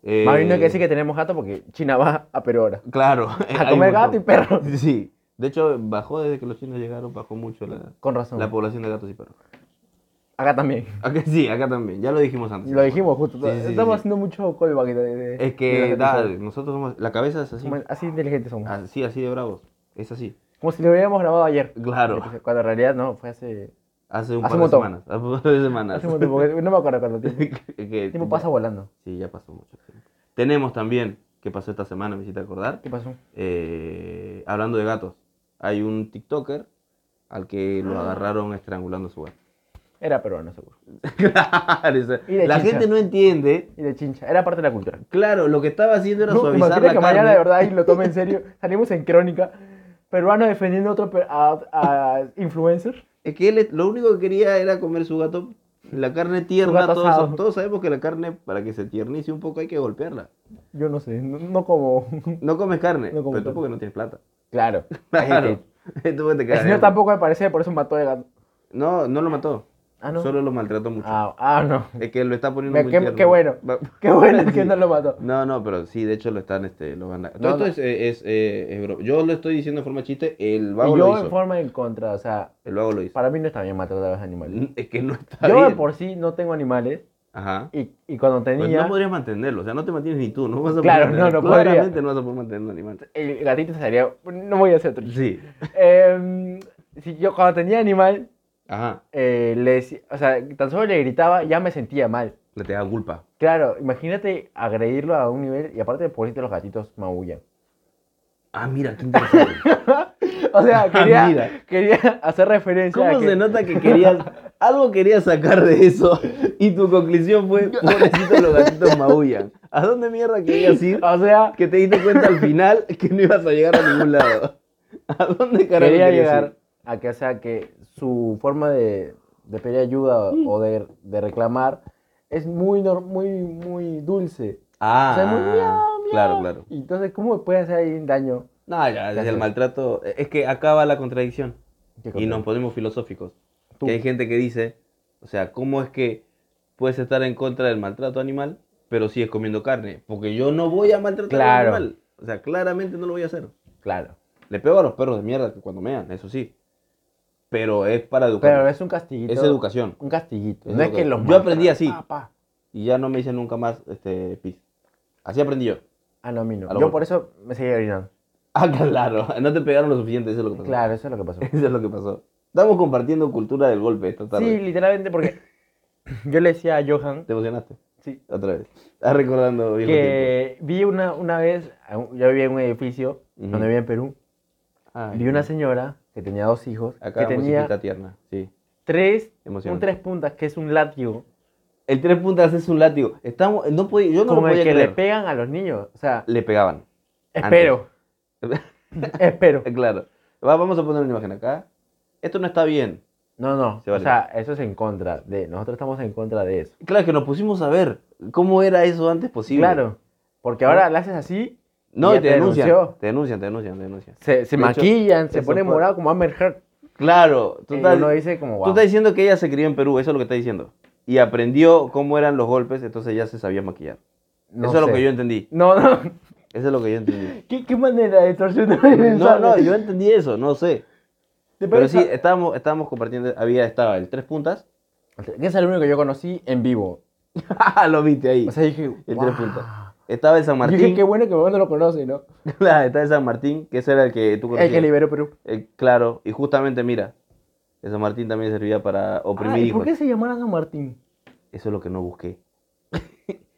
[SPEAKER 1] eh,
[SPEAKER 2] Más bien no hay que decir que tenemos gato porque China va a Perú ahora.
[SPEAKER 1] Claro. eh, hay un
[SPEAKER 2] comer
[SPEAKER 1] montón.
[SPEAKER 2] gato y perro.
[SPEAKER 1] Sí, de hecho bajó desde que los chinos llegaron, bajó mucho la,
[SPEAKER 2] Con razón.
[SPEAKER 1] la población de gatos y perros.
[SPEAKER 2] Acá también.
[SPEAKER 1] Acá, sí, acá también, ya lo dijimos antes.
[SPEAKER 2] Lo dijimos justo.
[SPEAKER 1] Sí, sí, sí,
[SPEAKER 2] Estamos
[SPEAKER 1] sí.
[SPEAKER 2] haciendo mucho callback. de- de-
[SPEAKER 1] Es
[SPEAKER 2] de
[SPEAKER 1] que,
[SPEAKER 2] los
[SPEAKER 1] da, Ah.
[SPEAKER 2] episodios.
[SPEAKER 1] nosotros somos, la cabeza es así,
[SPEAKER 2] Somos- Así inteligentes somos.
[SPEAKER 1] así, así de bravos, es así.
[SPEAKER 2] Como si lo hubiéramos grabado ayer.
[SPEAKER 1] Claro.
[SPEAKER 2] Cuando en realidad no, fue hace.
[SPEAKER 1] Hace un par
[SPEAKER 2] Hace un
[SPEAKER 1] de
[SPEAKER 2] montón.
[SPEAKER 1] semanas. Hace un par de semanas.
[SPEAKER 2] hace un tiempo, porque no me acuerdo cuánto tiempo. El
[SPEAKER 1] Que-
[SPEAKER 2] tiempo pasa volando.
[SPEAKER 1] Sí, ya pasó mucho tiempo. Tenemos también, que pasó esta semana, me hiciste acordar,
[SPEAKER 2] ¿Qué pasó?
[SPEAKER 1] eh, hablando de gatos. Hay un TikToker al que
[SPEAKER 2] Ah.
[SPEAKER 1] lo agarraron estrangulando a su gato.
[SPEAKER 2] Era peruano, seguro.
[SPEAKER 1] Claro, o sea,
[SPEAKER 2] Y de
[SPEAKER 1] la
[SPEAKER 2] chicha.
[SPEAKER 1] gente no entiende.
[SPEAKER 2] Y de chincha. Era parte de la cultura.
[SPEAKER 1] Claro, lo que estaba haciendo era
[SPEAKER 2] No,
[SPEAKER 1] suavizar
[SPEAKER 2] imagina
[SPEAKER 1] la
[SPEAKER 2] que
[SPEAKER 1] carne.
[SPEAKER 2] mañana de verdad y lo tome en serio. Salimos en crónica. Peruano defendiendo a otro pe- a, a influencer.
[SPEAKER 1] Es que él es- lo único que quería era comer su gato. La carne tierna,
[SPEAKER 2] gato
[SPEAKER 1] todos,
[SPEAKER 2] asado.
[SPEAKER 1] todos sabemos que la carne, para que se tiernice un poco, hay que golpearla.
[SPEAKER 2] Yo no sé, no, no como.
[SPEAKER 1] No comes carne,
[SPEAKER 2] No como
[SPEAKER 1] pero tú
[SPEAKER 2] carne.
[SPEAKER 1] porque no tienes plata.
[SPEAKER 2] Claro.
[SPEAKER 1] Claro. Tú vete a
[SPEAKER 2] El
[SPEAKER 1] cagar.
[SPEAKER 2] señor tampoco me parece, por eso mató de gato.
[SPEAKER 1] No, no lo mató.
[SPEAKER 2] Ah, no.
[SPEAKER 1] Solo lo maltrató mucho.
[SPEAKER 2] Ah, ah, no.
[SPEAKER 1] Es que lo está poniendo
[SPEAKER 2] Me-
[SPEAKER 1] muy
[SPEAKER 2] qué-
[SPEAKER 1] tierno.
[SPEAKER 2] qué bueno.
[SPEAKER 1] Va-
[SPEAKER 2] Qué bueno que
[SPEAKER 1] Sí.
[SPEAKER 2] no lo mató.
[SPEAKER 1] No, no, pero sí, de hecho lo están, este, lo van a... Todo esto
[SPEAKER 2] No, no.
[SPEAKER 1] es, eh, es, eh, es broma. Yo lo estoy diciendo en forma de chiste, el vago
[SPEAKER 2] Y
[SPEAKER 1] lo
[SPEAKER 2] yo
[SPEAKER 1] hizo.
[SPEAKER 2] en forma en contra, o sea,
[SPEAKER 1] El vago lo hizo.
[SPEAKER 2] para mí no está bien matar a los animales.
[SPEAKER 1] Es que no está
[SPEAKER 2] Yo de
[SPEAKER 1] bien.
[SPEAKER 2] por sí no tengo animales
[SPEAKER 1] Ajá.
[SPEAKER 2] y, y cuando
[SPEAKER 1] Pues
[SPEAKER 2] tenía,
[SPEAKER 1] no podrías mantenerlo, o sea, no te mantienes ni tú, no vas a
[SPEAKER 2] Claro,
[SPEAKER 1] poder-
[SPEAKER 2] no, no podría.
[SPEAKER 1] Claramente no vas a poder mantener un animal.
[SPEAKER 2] el gatito salía, no voy a hacer trucho.
[SPEAKER 1] Sí.
[SPEAKER 2] Em, si yo cuando tenía animal,
[SPEAKER 1] Ajá.
[SPEAKER 2] eh, le decía- o sea, tan solo le gritaba, ya me sentía mal.
[SPEAKER 1] Le te da culpa.
[SPEAKER 2] Claro, imagínate agredirlo a un nivel y aparte por los gatitos maullan.
[SPEAKER 1] Ah, mira, qué interesante.
[SPEAKER 2] O sea, quería,
[SPEAKER 1] mira.
[SPEAKER 2] quería hacer referencia a
[SPEAKER 1] ¿Cómo
[SPEAKER 2] que-
[SPEAKER 1] se nota que querías, algo querías sacar de eso y tu conclusión fue, pobrecitos los gatitos maullan? ¿A dónde mierda querías ir
[SPEAKER 2] O sea,
[SPEAKER 1] que te diste cuenta al final que no ibas a llegar a ningún lado? ¿A dónde carajo
[SPEAKER 2] quería
[SPEAKER 1] querías
[SPEAKER 2] llegar
[SPEAKER 1] ir?
[SPEAKER 2] a que, o sea, que su forma de, de pedir ayuda
[SPEAKER 1] Mm.
[SPEAKER 2] o de, de reclamar es muy, nor- muy, muy dulce.
[SPEAKER 1] Ah,
[SPEAKER 2] o sea, muy miau, miau.
[SPEAKER 1] claro, claro.
[SPEAKER 2] Y entonces, ¿cómo puede hacer ahí un daño?
[SPEAKER 1] No, ya, desde el
[SPEAKER 2] Gracias.
[SPEAKER 1] maltrato, eh, es que acaba la contradicción
[SPEAKER 2] ¿Qué
[SPEAKER 1] y
[SPEAKER 2] cosa?
[SPEAKER 1] nos ponemos filosóficos.
[SPEAKER 2] Tú.
[SPEAKER 1] Que hay gente que dice, o sea, ¿cómo es que puedes estar en contra del maltrato animal, pero sigues comiendo carne? Porque yo no voy a maltratar
[SPEAKER 2] Claro.
[SPEAKER 1] al animal. O sea, claramente no lo voy a hacer.
[SPEAKER 2] Claro.
[SPEAKER 1] Le pego a los perros de mierda que cuando mean, eso sí. Pero es para educar.
[SPEAKER 2] Pero es un castiguito.
[SPEAKER 1] Es educación.
[SPEAKER 2] Un castiguito.
[SPEAKER 1] Es
[SPEAKER 2] no es que
[SPEAKER 1] educación.
[SPEAKER 2] los
[SPEAKER 1] Yo aprendí
[SPEAKER 2] maltrata,
[SPEAKER 1] así.
[SPEAKER 2] pa, pa.
[SPEAKER 1] Y ya no me dicen nunca más este pis. Así aprendí yo.
[SPEAKER 2] Ah, no, a mí no.
[SPEAKER 1] A lo
[SPEAKER 2] Yo
[SPEAKER 1] mejor.
[SPEAKER 2] por eso me seguía orinando.
[SPEAKER 1] Ah, claro. No te pegaron lo suficiente, eso es lo que pasó.
[SPEAKER 2] Claro, eso es lo que pasó.
[SPEAKER 1] Eso es lo que pasó. Estamos compartiendo cultura del golpe esta
[SPEAKER 2] sí,
[SPEAKER 1] tarde.
[SPEAKER 2] literalmente porque yo le decía a Johan,
[SPEAKER 1] ¿Te emocionaste?
[SPEAKER 2] sí,
[SPEAKER 1] Otra vez. Estás recordando viejos tiempos.
[SPEAKER 2] que vi una, una vez, a un- yo vivía en un edificio,
[SPEAKER 1] Ujú.
[SPEAKER 2] donde vivía en Perú,
[SPEAKER 1] Ay,
[SPEAKER 2] Vi una señora que tenía dos hijos,
[SPEAKER 1] Acá
[SPEAKER 2] que
[SPEAKER 1] musiquita
[SPEAKER 2] tenía
[SPEAKER 1] tierna. Sí.
[SPEAKER 2] tres, un
[SPEAKER 1] Emocionante.
[SPEAKER 2] tres puntas, que es un látigo,
[SPEAKER 1] El tres puntas es un látigo. Estamos, no podía, yo no lo
[SPEAKER 2] con el
[SPEAKER 1] podía
[SPEAKER 2] que
[SPEAKER 1] creer.
[SPEAKER 2] le pegan a los niños. O sea,
[SPEAKER 1] Le pegaban.
[SPEAKER 2] espero, espero.
[SPEAKER 1] claro. Va- vamos a poner una imagen acá. Esto no está bien.
[SPEAKER 2] No, no,
[SPEAKER 1] Se
[SPEAKER 2] o
[SPEAKER 1] vale.
[SPEAKER 2] sea, eso es en contra de, nosotros estamos en contra de eso.
[SPEAKER 1] Claro que nos pusimos a ver cómo era eso antes posible.
[SPEAKER 2] Claro, porque ahora le haces así,
[SPEAKER 1] No,
[SPEAKER 2] Ya
[SPEAKER 1] y te,
[SPEAKER 2] te
[SPEAKER 1] denuncian,
[SPEAKER 2] denunció.
[SPEAKER 1] te denuncian. Te denuncian, te denuncian.
[SPEAKER 2] se,
[SPEAKER 1] De hecho,
[SPEAKER 2] se maquillan, se
[SPEAKER 1] eso
[SPEAKER 2] ponen
[SPEAKER 1] fue-
[SPEAKER 2] morado como Amber Heard.
[SPEAKER 1] Claro. Tú
[SPEAKER 2] Y
[SPEAKER 1] estás,
[SPEAKER 2] Eh, uno dice como,
[SPEAKER 1] tú
[SPEAKER 2] wow.
[SPEAKER 1] estás diciendo que ella se crió en Perú, eso es lo que está diciendo. Y aprendió cómo eran los golpes, entonces ya se sabía maquillar.
[SPEAKER 2] no
[SPEAKER 1] eso es lo
[SPEAKER 2] sé.
[SPEAKER 1] que yo entendí.
[SPEAKER 2] No, no,
[SPEAKER 1] Eso es lo que yo entendí.
[SPEAKER 2] ¿Qué, qué manera de torsionar el
[SPEAKER 1] No, no, yo entendí eso, no sé.
[SPEAKER 2] ¿Te
[SPEAKER 1] Pero sí,
[SPEAKER 2] parece?
[SPEAKER 1] estábamos, estábamos compartiendo, había, estaba el tres puntas.
[SPEAKER 2] Que es el único que yo conocí en vivo.
[SPEAKER 1] lo viste ahí.
[SPEAKER 2] O sea, dije,
[SPEAKER 1] el
[SPEAKER 2] "Wow".
[SPEAKER 1] tres puntas. Estaba el San
[SPEAKER 2] Yo
[SPEAKER 1] Martín.
[SPEAKER 2] dije, qué bueno que mi mamá no lo conoce, ¿no?
[SPEAKER 1] estaba el San Martín, que ese era el que tú
[SPEAKER 2] El
[SPEAKER 1] conocías.
[SPEAKER 2] que liberó Perú.
[SPEAKER 1] Eh, claro, y justamente mira, el San Martín también servía para
[SPEAKER 2] Ah,
[SPEAKER 1] oprimir
[SPEAKER 2] ¿y
[SPEAKER 1] hijos.
[SPEAKER 2] ¿Por qué se llamará San Martín?
[SPEAKER 1] Eso es lo que no busqué.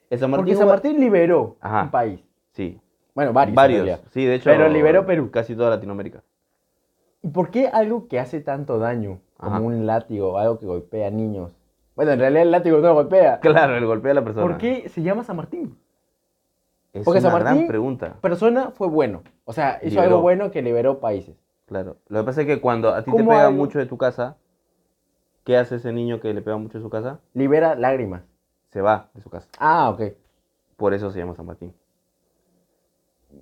[SPEAKER 1] el San Martín
[SPEAKER 2] Porque San
[SPEAKER 1] hubo-
[SPEAKER 2] Martín liberó
[SPEAKER 1] Ajá.
[SPEAKER 2] un país.
[SPEAKER 1] Sí,
[SPEAKER 2] Bueno, varios. en
[SPEAKER 1] varios.
[SPEAKER 2] realidad.
[SPEAKER 1] Sí, de hecho.
[SPEAKER 2] Pero liberó Perú.
[SPEAKER 1] Casi toda Latinoamérica.
[SPEAKER 2] ¿Y por qué algo que hace tanto daño, como
[SPEAKER 1] Ajá.
[SPEAKER 2] un látigo, algo que golpea a niños? Bueno, en realidad el látigo no lo golpea.
[SPEAKER 1] Claro, el golpe a la persona.
[SPEAKER 2] ¿Por qué se llama San Martín?
[SPEAKER 1] Es
[SPEAKER 2] Porque
[SPEAKER 1] una
[SPEAKER 2] San Martín-
[SPEAKER 1] gran pregunta.
[SPEAKER 2] Persona fue bueno. O sea, hizo
[SPEAKER 1] Liberó.
[SPEAKER 2] algo bueno que liberó países.
[SPEAKER 1] Claro. Lo que pasa es que cuando a ti te
[SPEAKER 2] ¿Cómo
[SPEAKER 1] pega
[SPEAKER 2] algo?
[SPEAKER 1] mucho de tu casa, ¿qué hace ese niño que le pega mucho de su casa?
[SPEAKER 2] Libera lágrimas.
[SPEAKER 1] Se va de su casa.
[SPEAKER 2] Ah, ok.
[SPEAKER 1] Por eso se llama San Martín.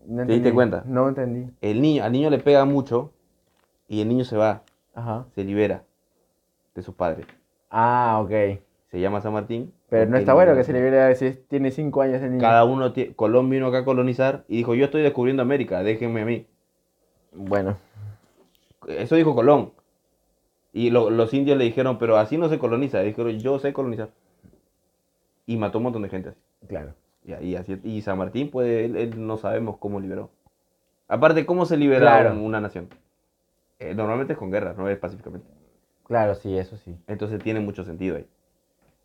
[SPEAKER 2] No
[SPEAKER 1] ¿Te diste
[SPEAKER 2] entendí.
[SPEAKER 1] cuenta?
[SPEAKER 2] No entendí.
[SPEAKER 1] El niño, al niño le pega mucho y el niño se va,
[SPEAKER 2] Ajá.
[SPEAKER 1] se libera de sus padres.
[SPEAKER 2] Ah, ok.
[SPEAKER 1] Se llama San Martín.
[SPEAKER 2] Pero no
[SPEAKER 1] porque
[SPEAKER 2] está
[SPEAKER 1] el
[SPEAKER 2] bueno
[SPEAKER 1] niño-
[SPEAKER 2] que se libera si es- tiene 5 años el niño.
[SPEAKER 1] Cada uno tie- Colón vino acá a colonizar y dijo, yo estoy descubriendo América, déjenme a mí.
[SPEAKER 2] Bueno.
[SPEAKER 1] Eso dijo Colón. Y lo- los indios le dijeron, pero así no se coloniza. Y Dijeron, yo sé colonizar. Y mató un montón de gente así.
[SPEAKER 2] Claro.
[SPEAKER 1] Y, y así- y San Martín, pues, él, él no sabemos cómo liberó. Aparte, ¿cómo se libera
[SPEAKER 2] Claro.
[SPEAKER 1] un- una nación? Eh, normalmente es con guerra, no es pacíficamente.
[SPEAKER 2] Claro, sí, eso sí.
[SPEAKER 1] Entonces tiene mucho sentido ahí.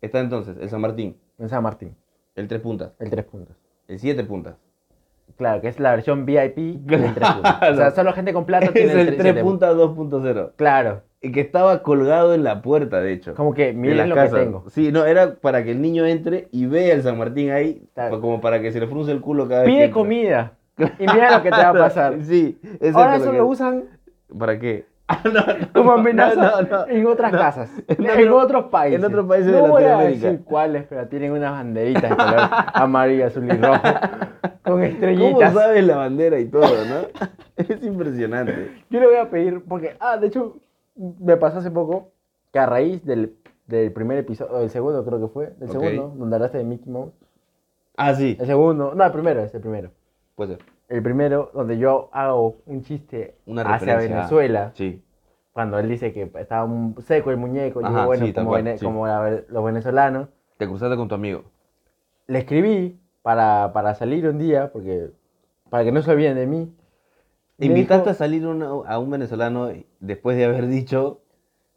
[SPEAKER 1] Está entonces el San Martín,
[SPEAKER 2] En San Martín,
[SPEAKER 1] el tres puntas,
[SPEAKER 2] el tres puntos.
[SPEAKER 1] el siete puntas.
[SPEAKER 2] Claro, que es la versión VIP del tres puntos. O sea,
[SPEAKER 1] Claro.
[SPEAKER 2] solo gente con plata
[SPEAKER 1] es
[SPEAKER 2] tiene
[SPEAKER 1] el
[SPEAKER 2] siete
[SPEAKER 1] tres puntas 2.0.
[SPEAKER 2] Claro.
[SPEAKER 1] El que estaba colgado en la puerta, de hecho.
[SPEAKER 2] Como que
[SPEAKER 1] de
[SPEAKER 2] miren
[SPEAKER 1] las
[SPEAKER 2] lo
[SPEAKER 1] casas.
[SPEAKER 2] que tengo.
[SPEAKER 1] Sí, no, era para que el niño entre y vea el San Martín ahí,
[SPEAKER 2] Claro.
[SPEAKER 1] pa- como para que se le frunce el culo cada vez. que
[SPEAKER 2] Pide
[SPEAKER 1] entra.
[SPEAKER 2] comida y mira lo que te va a pasar.
[SPEAKER 1] Sí, exacto
[SPEAKER 2] Ahora eso
[SPEAKER 1] que-
[SPEAKER 2] lo usan
[SPEAKER 1] ¿Para qué? Ah, no, no,
[SPEAKER 2] como
[SPEAKER 1] no,
[SPEAKER 2] amenaza
[SPEAKER 1] no, no.
[SPEAKER 2] en otras
[SPEAKER 1] No.
[SPEAKER 2] casas, en,
[SPEAKER 1] En otro-
[SPEAKER 2] otros países.
[SPEAKER 1] en otros países
[SPEAKER 2] no
[SPEAKER 1] de
[SPEAKER 2] voy a
[SPEAKER 1] Latinoamérica.
[SPEAKER 2] decir cuáles, pero tienen unas banderitas de color amarillo, azul y rojo con
[SPEAKER 1] ¿Cómo
[SPEAKER 2] estrellitas.
[SPEAKER 1] sabes la bandera y todo, no? es impresionante.
[SPEAKER 2] Yo le voy a pedir, porque, ah, de hecho, me pasó hace poco que a raíz del, del primer episodio, o del segundo creo que fue, del
[SPEAKER 1] Ok.
[SPEAKER 2] segundo, donde hablaste de Mickey Mouse.
[SPEAKER 1] Ah, sí.
[SPEAKER 2] El segundo, no, el primero, es el primero.
[SPEAKER 1] Puede ser.
[SPEAKER 2] El primero, donde yo hago un chiste
[SPEAKER 1] Una
[SPEAKER 2] hacia
[SPEAKER 1] referencia.
[SPEAKER 2] Venezuela,
[SPEAKER 1] Sí.
[SPEAKER 2] cuando él dice que estaba un- seco el muñeco, yo
[SPEAKER 1] Ajá,
[SPEAKER 2] digo, bueno,
[SPEAKER 1] sí, tal
[SPEAKER 2] como,
[SPEAKER 1] cual,
[SPEAKER 2] vene-
[SPEAKER 1] sí.
[SPEAKER 2] como la- los venezolanos,
[SPEAKER 1] Te cruzaste con tu amigo.
[SPEAKER 2] le escribí para, para salir un día, porque para que no se olviden de mí. Me
[SPEAKER 1] Invitaste
[SPEAKER 2] dijo-
[SPEAKER 1] a salir una- a un venezolano después de haber dicho.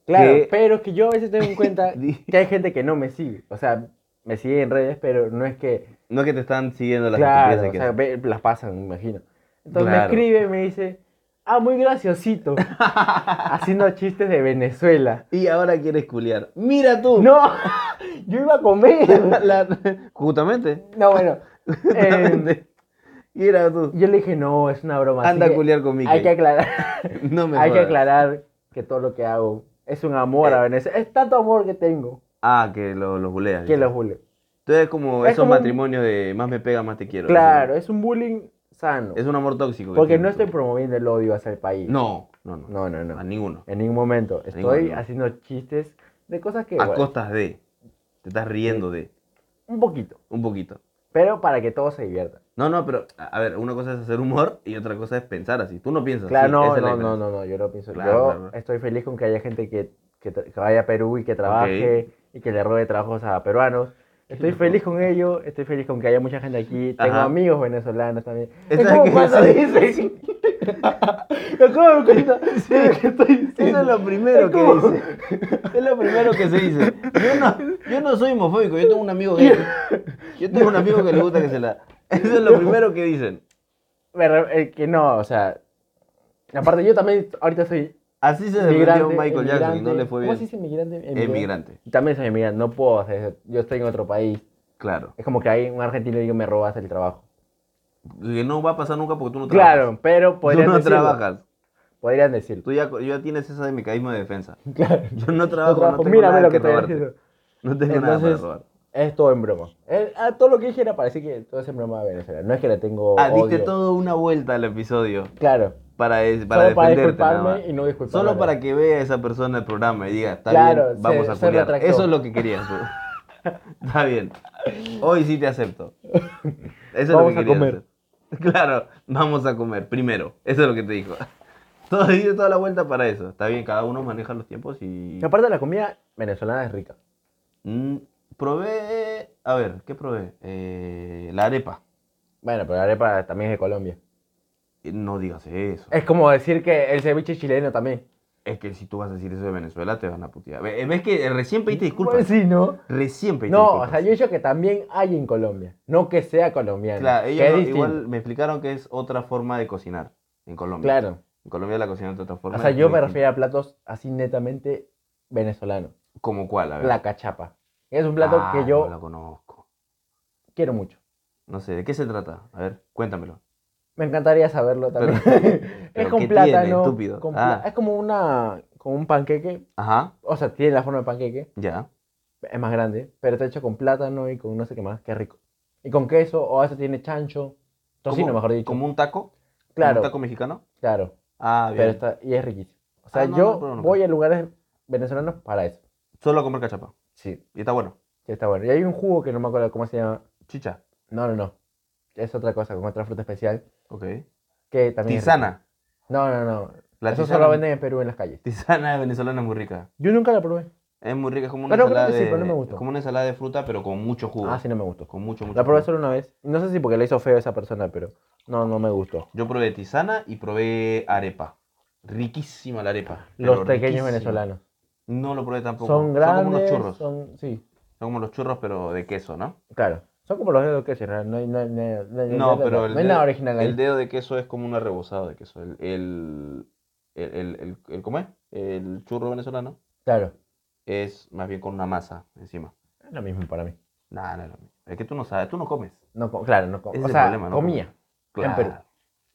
[SPEAKER 2] Claro,
[SPEAKER 1] que-
[SPEAKER 2] pero es que yo a veces tengo en cuenta
[SPEAKER 1] Di-
[SPEAKER 2] que hay gente que no me sigue. O sea, me sigue en redes, pero no es que.
[SPEAKER 1] No es que te están siguiendo las
[SPEAKER 2] claro,
[SPEAKER 1] estupideces
[SPEAKER 2] o
[SPEAKER 1] que
[SPEAKER 2] sea,
[SPEAKER 1] haces.
[SPEAKER 2] ve- las pasan, me imagino. Entonces
[SPEAKER 1] Claro.
[SPEAKER 2] me escribe y me dice: Ah, muy graciosito. haciendo chistes de Venezuela.
[SPEAKER 1] Y ahora quieres culiar. ¡Mira tú!
[SPEAKER 2] ¡No! yo iba a comer.
[SPEAKER 1] La- Justamente.
[SPEAKER 2] No, bueno. eh,
[SPEAKER 1] Justamente. Mira tú.
[SPEAKER 2] yo le dije: No, es una broma. así
[SPEAKER 1] Anda a
[SPEAKER 2] que
[SPEAKER 1] culiar con Mickey.
[SPEAKER 2] Hay que aclarar.
[SPEAKER 1] No me
[SPEAKER 2] hay que
[SPEAKER 1] jodas.
[SPEAKER 2] aclarar que todo lo que hago es un amor
[SPEAKER 1] Eh.
[SPEAKER 2] a Venezuela. Es tanto amor que tengo
[SPEAKER 1] Ah, que lo- los buleas.
[SPEAKER 2] que
[SPEAKER 1] dices.
[SPEAKER 2] lo juro.
[SPEAKER 1] Entonces es como
[SPEAKER 2] Es
[SPEAKER 1] esos
[SPEAKER 2] como un-
[SPEAKER 1] matrimonios de más me pega, más te quiero.
[SPEAKER 2] Claro, es un bullying sano.
[SPEAKER 1] Es un amor tóxico. que
[SPEAKER 2] Porque
[SPEAKER 1] tienes
[SPEAKER 2] no
[SPEAKER 1] tú.
[SPEAKER 2] estoy promoviendo el odio hacia el país.
[SPEAKER 1] No, no, no.
[SPEAKER 2] no, no. no.
[SPEAKER 1] A ninguno.
[SPEAKER 2] En ningún momento. Estoy
[SPEAKER 1] ningún momento.
[SPEAKER 2] haciendo chistes de cosas que.
[SPEAKER 1] A
[SPEAKER 2] bueno,
[SPEAKER 1] costas de. Te estás riendo de.
[SPEAKER 2] un poquito.
[SPEAKER 1] Un poquito.
[SPEAKER 2] Pero para que todos se diviertan.
[SPEAKER 1] No, no, pero a a ver, una cosa es hacer humor y otra cosa es pensar así. Tú no piensas
[SPEAKER 2] Claro,
[SPEAKER 1] así.
[SPEAKER 2] no,
[SPEAKER 1] esa es la
[SPEAKER 2] no, no,
[SPEAKER 1] diferencia.
[SPEAKER 2] no, no, yo no pienso.
[SPEAKER 1] Claro,
[SPEAKER 2] yo
[SPEAKER 1] claro.
[SPEAKER 2] estoy feliz con que haya gente que, que tra- que vaya a Perú y que trabaje y que le robe trabajos a peruanos. Estoy feliz con ello, estoy feliz con que haya mucha gente aquí. Tengo
[SPEAKER 1] Ajá.
[SPEAKER 2] amigos venezolanos también.
[SPEAKER 1] Eso
[SPEAKER 2] Es
[SPEAKER 1] es
[SPEAKER 2] como
[SPEAKER 1] que-
[SPEAKER 2] cuando dices. Me acabo de dar cuenta de lo que estoy
[SPEAKER 1] Eso
[SPEAKER 2] diciendo.
[SPEAKER 1] es lo primero
[SPEAKER 2] Es
[SPEAKER 1] que
[SPEAKER 2] como-
[SPEAKER 1] dice. Es lo primero que se dice. Yo no, yo no soy homofóbico, yo tengo un amigo gay. Yo tengo un amigo que le gusta que se la. Eso es lo primero que dicen.
[SPEAKER 2] Me re- eh, que no, o sea. Aparte, yo también ahorita soy
[SPEAKER 1] Así se defendió
[SPEAKER 2] migrante.
[SPEAKER 1] Michael Jackson y no
[SPEAKER 2] emigrante.
[SPEAKER 1] le fue
[SPEAKER 2] ¿Cómo se
[SPEAKER 1] bien.
[SPEAKER 2] dice migrante?
[SPEAKER 1] Emigrante,
[SPEAKER 2] También soy emigrante, no puedo hacer eso. Yo estoy en otro país.
[SPEAKER 1] claro.
[SPEAKER 2] Es como que hay un argentino y digo, me robas el trabajo.
[SPEAKER 1] Que no va a pasar nunca porque tú no trabajas.
[SPEAKER 2] Claro, pero podrían
[SPEAKER 1] tú no
[SPEAKER 2] decirlo.
[SPEAKER 1] trabajas.
[SPEAKER 2] Podrían decirlo.
[SPEAKER 1] Tú ya, yo ya tienes ese mecanismo de defensa.
[SPEAKER 2] Claro.
[SPEAKER 1] Yo no trabajo, no tengo
[SPEAKER 2] Mírame
[SPEAKER 1] nada
[SPEAKER 2] lo
[SPEAKER 1] que
[SPEAKER 2] que estoy
[SPEAKER 1] robarte.
[SPEAKER 2] haciendo.
[SPEAKER 1] No tengo nada para
[SPEAKER 2] Entonces,
[SPEAKER 1] robar.
[SPEAKER 2] es todo en broma. Eh, ah, todo lo que dije era para decir que todo es en broma de Venezuela. No es que le tengo.
[SPEAKER 1] Ah, diste
[SPEAKER 2] odio.
[SPEAKER 1] toda una vuelta al episodio
[SPEAKER 2] Claro.
[SPEAKER 1] para, es- para
[SPEAKER 2] Solo para
[SPEAKER 1] defenderte. nada
[SPEAKER 2] disculparme
[SPEAKER 1] más.
[SPEAKER 2] y no disculparme.
[SPEAKER 1] Solo para que vea esa persona el programa y diga, está
[SPEAKER 2] Claro,
[SPEAKER 1] bien, vamos
[SPEAKER 2] se-
[SPEAKER 1] a
[SPEAKER 2] se
[SPEAKER 1] culiar.
[SPEAKER 2] retractó.
[SPEAKER 1] Eso es lo que querías. tú. está bien. Hoy sí te acepto. Eso es
[SPEAKER 2] Vamos a
[SPEAKER 1] lo que querías
[SPEAKER 2] comer.
[SPEAKER 1] hacer. Claro, vamos a comer primero. Eso es lo que te dijo. Todo diste toda la vuelta para eso. Está bien, cada uno maneja los tiempos y.
[SPEAKER 2] Y aparte, la comida venezolana es rica.
[SPEAKER 1] Mm, probé. A ver, ¿qué probé? Eh, la arepa.
[SPEAKER 2] Bueno, pero la arepa también es de Colombia.
[SPEAKER 1] Eh, No digas eso.
[SPEAKER 2] Es como decir que el ceviche chileno también.
[SPEAKER 1] Es que si tú vas a decir eso de Venezuela, te van a putear. Ve- ¿Ves que recién pediste disculpas?
[SPEAKER 2] Pues sí, ¿no?
[SPEAKER 1] Recién pediste
[SPEAKER 2] No, o
[SPEAKER 1] disculpas.
[SPEAKER 2] sea, yo he dicho que también hay en Colombia. No que sea colombiano.
[SPEAKER 1] Claro,
[SPEAKER 2] que
[SPEAKER 1] ellos
[SPEAKER 2] es
[SPEAKER 1] no-
[SPEAKER 2] distinto.
[SPEAKER 1] igual me explicaron que es otra forma de cocinar en Colombia.
[SPEAKER 2] Claro.
[SPEAKER 1] En Colombia la cocinan de otra forma.
[SPEAKER 2] O sea,
[SPEAKER 1] es
[SPEAKER 2] yo me
[SPEAKER 1] distinta.
[SPEAKER 2] refiero a platos así netamente venezolanos.
[SPEAKER 1] ¿Como cuál? A ver.
[SPEAKER 2] La cachapa. Es un plato
[SPEAKER 1] Ah,
[SPEAKER 2] que yo
[SPEAKER 1] No la conozco.
[SPEAKER 2] quiero mucho.
[SPEAKER 1] No sé, ¿de qué se trata? A ver, cuéntamelo.
[SPEAKER 2] Me encantaría saberlo también. es
[SPEAKER 1] pero
[SPEAKER 2] con
[SPEAKER 1] ¿qué tiene,
[SPEAKER 2] plátano.
[SPEAKER 1] estúpido?
[SPEAKER 2] con pla-
[SPEAKER 1] Ah.
[SPEAKER 2] Es como una. como un panqueque.
[SPEAKER 1] Ajá,
[SPEAKER 2] O sea, tiene la forma de panqueque.
[SPEAKER 1] ya.
[SPEAKER 2] Es más grande. Pero está hecho con plátano y con no sé qué más. Qué rico. Y con queso. O a veces tiene chancho. Tocino,
[SPEAKER 1] Como-
[SPEAKER 2] mejor dicho.
[SPEAKER 1] ¿Como un taco? ¿Como
[SPEAKER 2] Claro.
[SPEAKER 1] ¿Un taco mexicano?
[SPEAKER 2] Claro.
[SPEAKER 1] Ah, bien.
[SPEAKER 2] Pero está, y es riquísimo. O sea,
[SPEAKER 1] Ah, no,
[SPEAKER 2] yo
[SPEAKER 1] no, pero nunca.
[SPEAKER 2] voy a lugares venezolanos para eso.
[SPEAKER 1] Solo a comer cachapa.
[SPEAKER 2] Sí,
[SPEAKER 1] Y está bueno.
[SPEAKER 2] sí está bueno. Y hay un jugo que no me acuerdo cómo se llama.
[SPEAKER 1] Chicha.
[SPEAKER 2] No, no, no. Es otra cosa, con otra fruta especial.
[SPEAKER 1] Ok.
[SPEAKER 2] Que también. es rica.
[SPEAKER 1] Tisana.
[SPEAKER 2] No, no, no.
[SPEAKER 1] La
[SPEAKER 2] Eso
[SPEAKER 1] tisana-
[SPEAKER 2] solo venden en Perú en las calles.
[SPEAKER 1] Tisana venezolana es muy rica.
[SPEAKER 2] Yo nunca la probé.
[SPEAKER 1] Es muy rica, es como una
[SPEAKER 2] Pero creo
[SPEAKER 1] ensalada
[SPEAKER 2] que sí,
[SPEAKER 1] de...
[SPEAKER 2] pero no me gustó.
[SPEAKER 1] Como una ensalada de fruta, pero con mucho jugo.
[SPEAKER 2] Ah, sí, no me gustó.
[SPEAKER 1] Uh. Con mucho, mucho
[SPEAKER 2] La probé
[SPEAKER 1] jugo.
[SPEAKER 2] solo una vez. No sé si porque le hizo feo a esa persona, pero no, no me gustó.
[SPEAKER 1] Yo probé tisana y probé arepa. Riquísima la arepa.
[SPEAKER 2] Los
[SPEAKER 1] pero riquísima.
[SPEAKER 2] pequeños venezolanos.
[SPEAKER 1] No lo probé tampoco.
[SPEAKER 2] Son grandes.
[SPEAKER 1] Son como unos churros. Son...
[SPEAKER 2] son- Sí,
[SPEAKER 1] como los churros, pero de queso, ¿no?
[SPEAKER 2] claro. Son como los dedos que se no hay, no hay- no hay- no hay- no
[SPEAKER 1] No,
[SPEAKER 2] hay-
[SPEAKER 1] pero el
[SPEAKER 2] no hay nada
[SPEAKER 1] dedo-
[SPEAKER 2] original ahí.
[SPEAKER 1] El dedo de queso es como un arrebozado de queso. El, el, el, el, el- el- ¿Cómo es? El churro venezolano
[SPEAKER 2] Claro.
[SPEAKER 1] es más bien con una masa encima.
[SPEAKER 2] Es lo mismo para mí.
[SPEAKER 1] Nada, no es lo mismo. Es que tú no sabes, tú no comes.
[SPEAKER 2] No, co- claro, no co-
[SPEAKER 1] Ese
[SPEAKER 2] O
[SPEAKER 1] es el
[SPEAKER 2] sea,
[SPEAKER 1] problema, ¿no?
[SPEAKER 2] comía. En Perú.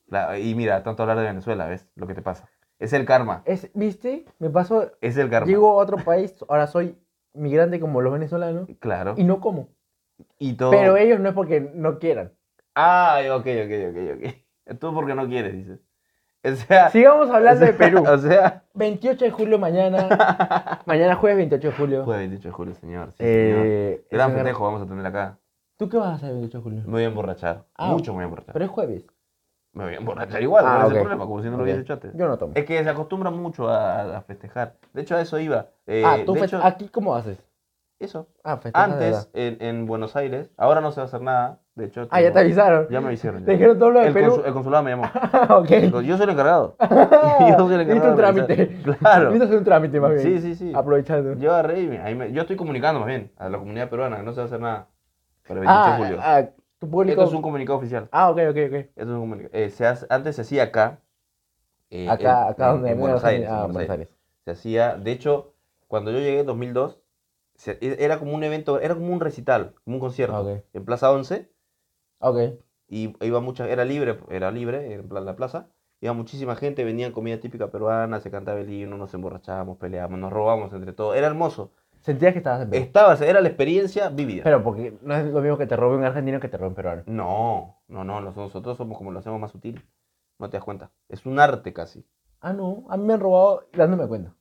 [SPEAKER 1] Claro, Y mira, tanto hablar de Venezuela, ¿ves? Lo que te pasa. Es el karma.
[SPEAKER 2] Es, ¿Viste? Me pasó.
[SPEAKER 1] Es el karma.
[SPEAKER 2] Llego a otro país, ahora soy migrante como los venezolanos
[SPEAKER 1] Claro.
[SPEAKER 2] y no como.
[SPEAKER 1] Y todo.
[SPEAKER 2] Pero ellos no es porque no quieran.
[SPEAKER 1] Ay, ok, ok, ok, ok. Tú porque no quieres, dices. O sea.
[SPEAKER 2] Sigamos hablando de
[SPEAKER 1] o sea,
[SPEAKER 2] Perú.
[SPEAKER 1] O sea.
[SPEAKER 2] 28 de julio mañana. mañana jueves 28 de julio.
[SPEAKER 1] Fue 28 de julio, señor. Sí, señor.
[SPEAKER 2] Eh, es
[SPEAKER 1] Gran
[SPEAKER 2] una-
[SPEAKER 1] festejo vamos a tener acá.
[SPEAKER 2] ¿Tú qué vas a hacer el 28 de julio?
[SPEAKER 1] Me voy a emborrachar.
[SPEAKER 2] Ah,
[SPEAKER 1] Mucho me voy a emborrachar.
[SPEAKER 2] Pero es jueves.
[SPEAKER 1] Me voy a emborrachar igual,
[SPEAKER 2] Ah,
[SPEAKER 1] no es el
[SPEAKER 2] ok.
[SPEAKER 1] problema, como si no lo
[SPEAKER 2] Ok.
[SPEAKER 1] hubiese hecho antes.
[SPEAKER 2] Yo no tomo.
[SPEAKER 1] Es que se acostumbra mucho a, a festejar. De hecho, a eso iba. Eh,
[SPEAKER 2] ah, tú
[SPEAKER 1] de
[SPEAKER 2] fest-
[SPEAKER 1] hecho,
[SPEAKER 2] aquí cómo haces?
[SPEAKER 1] eso.
[SPEAKER 2] Ah, festejas de
[SPEAKER 1] Antes, en,
[SPEAKER 2] verdad.
[SPEAKER 1] en Buenos Aires, ahora no se va a hacer nada. De hecho,
[SPEAKER 2] Ah, ya te avisaron.
[SPEAKER 1] ya me avisaron.
[SPEAKER 2] Te
[SPEAKER 1] ya.
[SPEAKER 2] dijeron todo lo de
[SPEAKER 1] el,
[SPEAKER 2] Perú.
[SPEAKER 1] consu- el consulado me llamó.
[SPEAKER 2] Ah, ok.
[SPEAKER 1] Yo soy el encargado.
[SPEAKER 2] Ah,
[SPEAKER 1] Yo soy el encargado.
[SPEAKER 2] Viste un
[SPEAKER 1] de organizar.
[SPEAKER 2] trámite.
[SPEAKER 1] Claro.
[SPEAKER 2] Viste hacer un trámite más bien.
[SPEAKER 1] Sí, sí,
[SPEAKER 2] Ah,
[SPEAKER 1] sí.
[SPEAKER 2] Aprovechando.
[SPEAKER 1] Yo agarré y me- ahí me- yo estoy comunicando más bien a la comunidad peruana, que no se va a hacer nada para el 28
[SPEAKER 2] ah,
[SPEAKER 1] de julio.
[SPEAKER 2] ah, tu público.
[SPEAKER 1] Esto es un comunicado oficial.
[SPEAKER 2] Ah, ok, ok, ok.
[SPEAKER 1] Esto es un comunica- eh, se hace- antes se hacía acá. eh,
[SPEAKER 2] Acá,
[SPEAKER 1] en-
[SPEAKER 2] acá
[SPEAKER 1] en-
[SPEAKER 2] donde
[SPEAKER 1] en Buenos Aires. en
[SPEAKER 2] Ah,
[SPEAKER 1] Buenos
[SPEAKER 2] Buenos
[SPEAKER 1] Aires.
[SPEAKER 2] Aires.
[SPEAKER 1] Se hacía, de hecho, cuando yo llegué en 2002, se- era como un evento, era como un recital, como un concierto.
[SPEAKER 2] Ah, ok.
[SPEAKER 1] En Plaza 11,
[SPEAKER 2] Ok.
[SPEAKER 1] y iba mucha, era libre, era libre, en plan la plaza. Iba muchísima gente, venían comida típica peruana, se cantaba el himno, nos emborrachábamos, peleábamos, nos robábamos entre todos. Era hermoso.
[SPEAKER 2] Sentías que estabas en Perú.
[SPEAKER 1] Estaba, era la experiencia vivida.
[SPEAKER 2] Pero porque no es lo mismo que te robe un argentino que te robe un peruano.
[SPEAKER 1] No, no, no, los- nosotros somos como lo hacemos más sutil. No te das cuenta. Es un arte casi.
[SPEAKER 2] Ah, no. A mí me han robado dándome cuenta.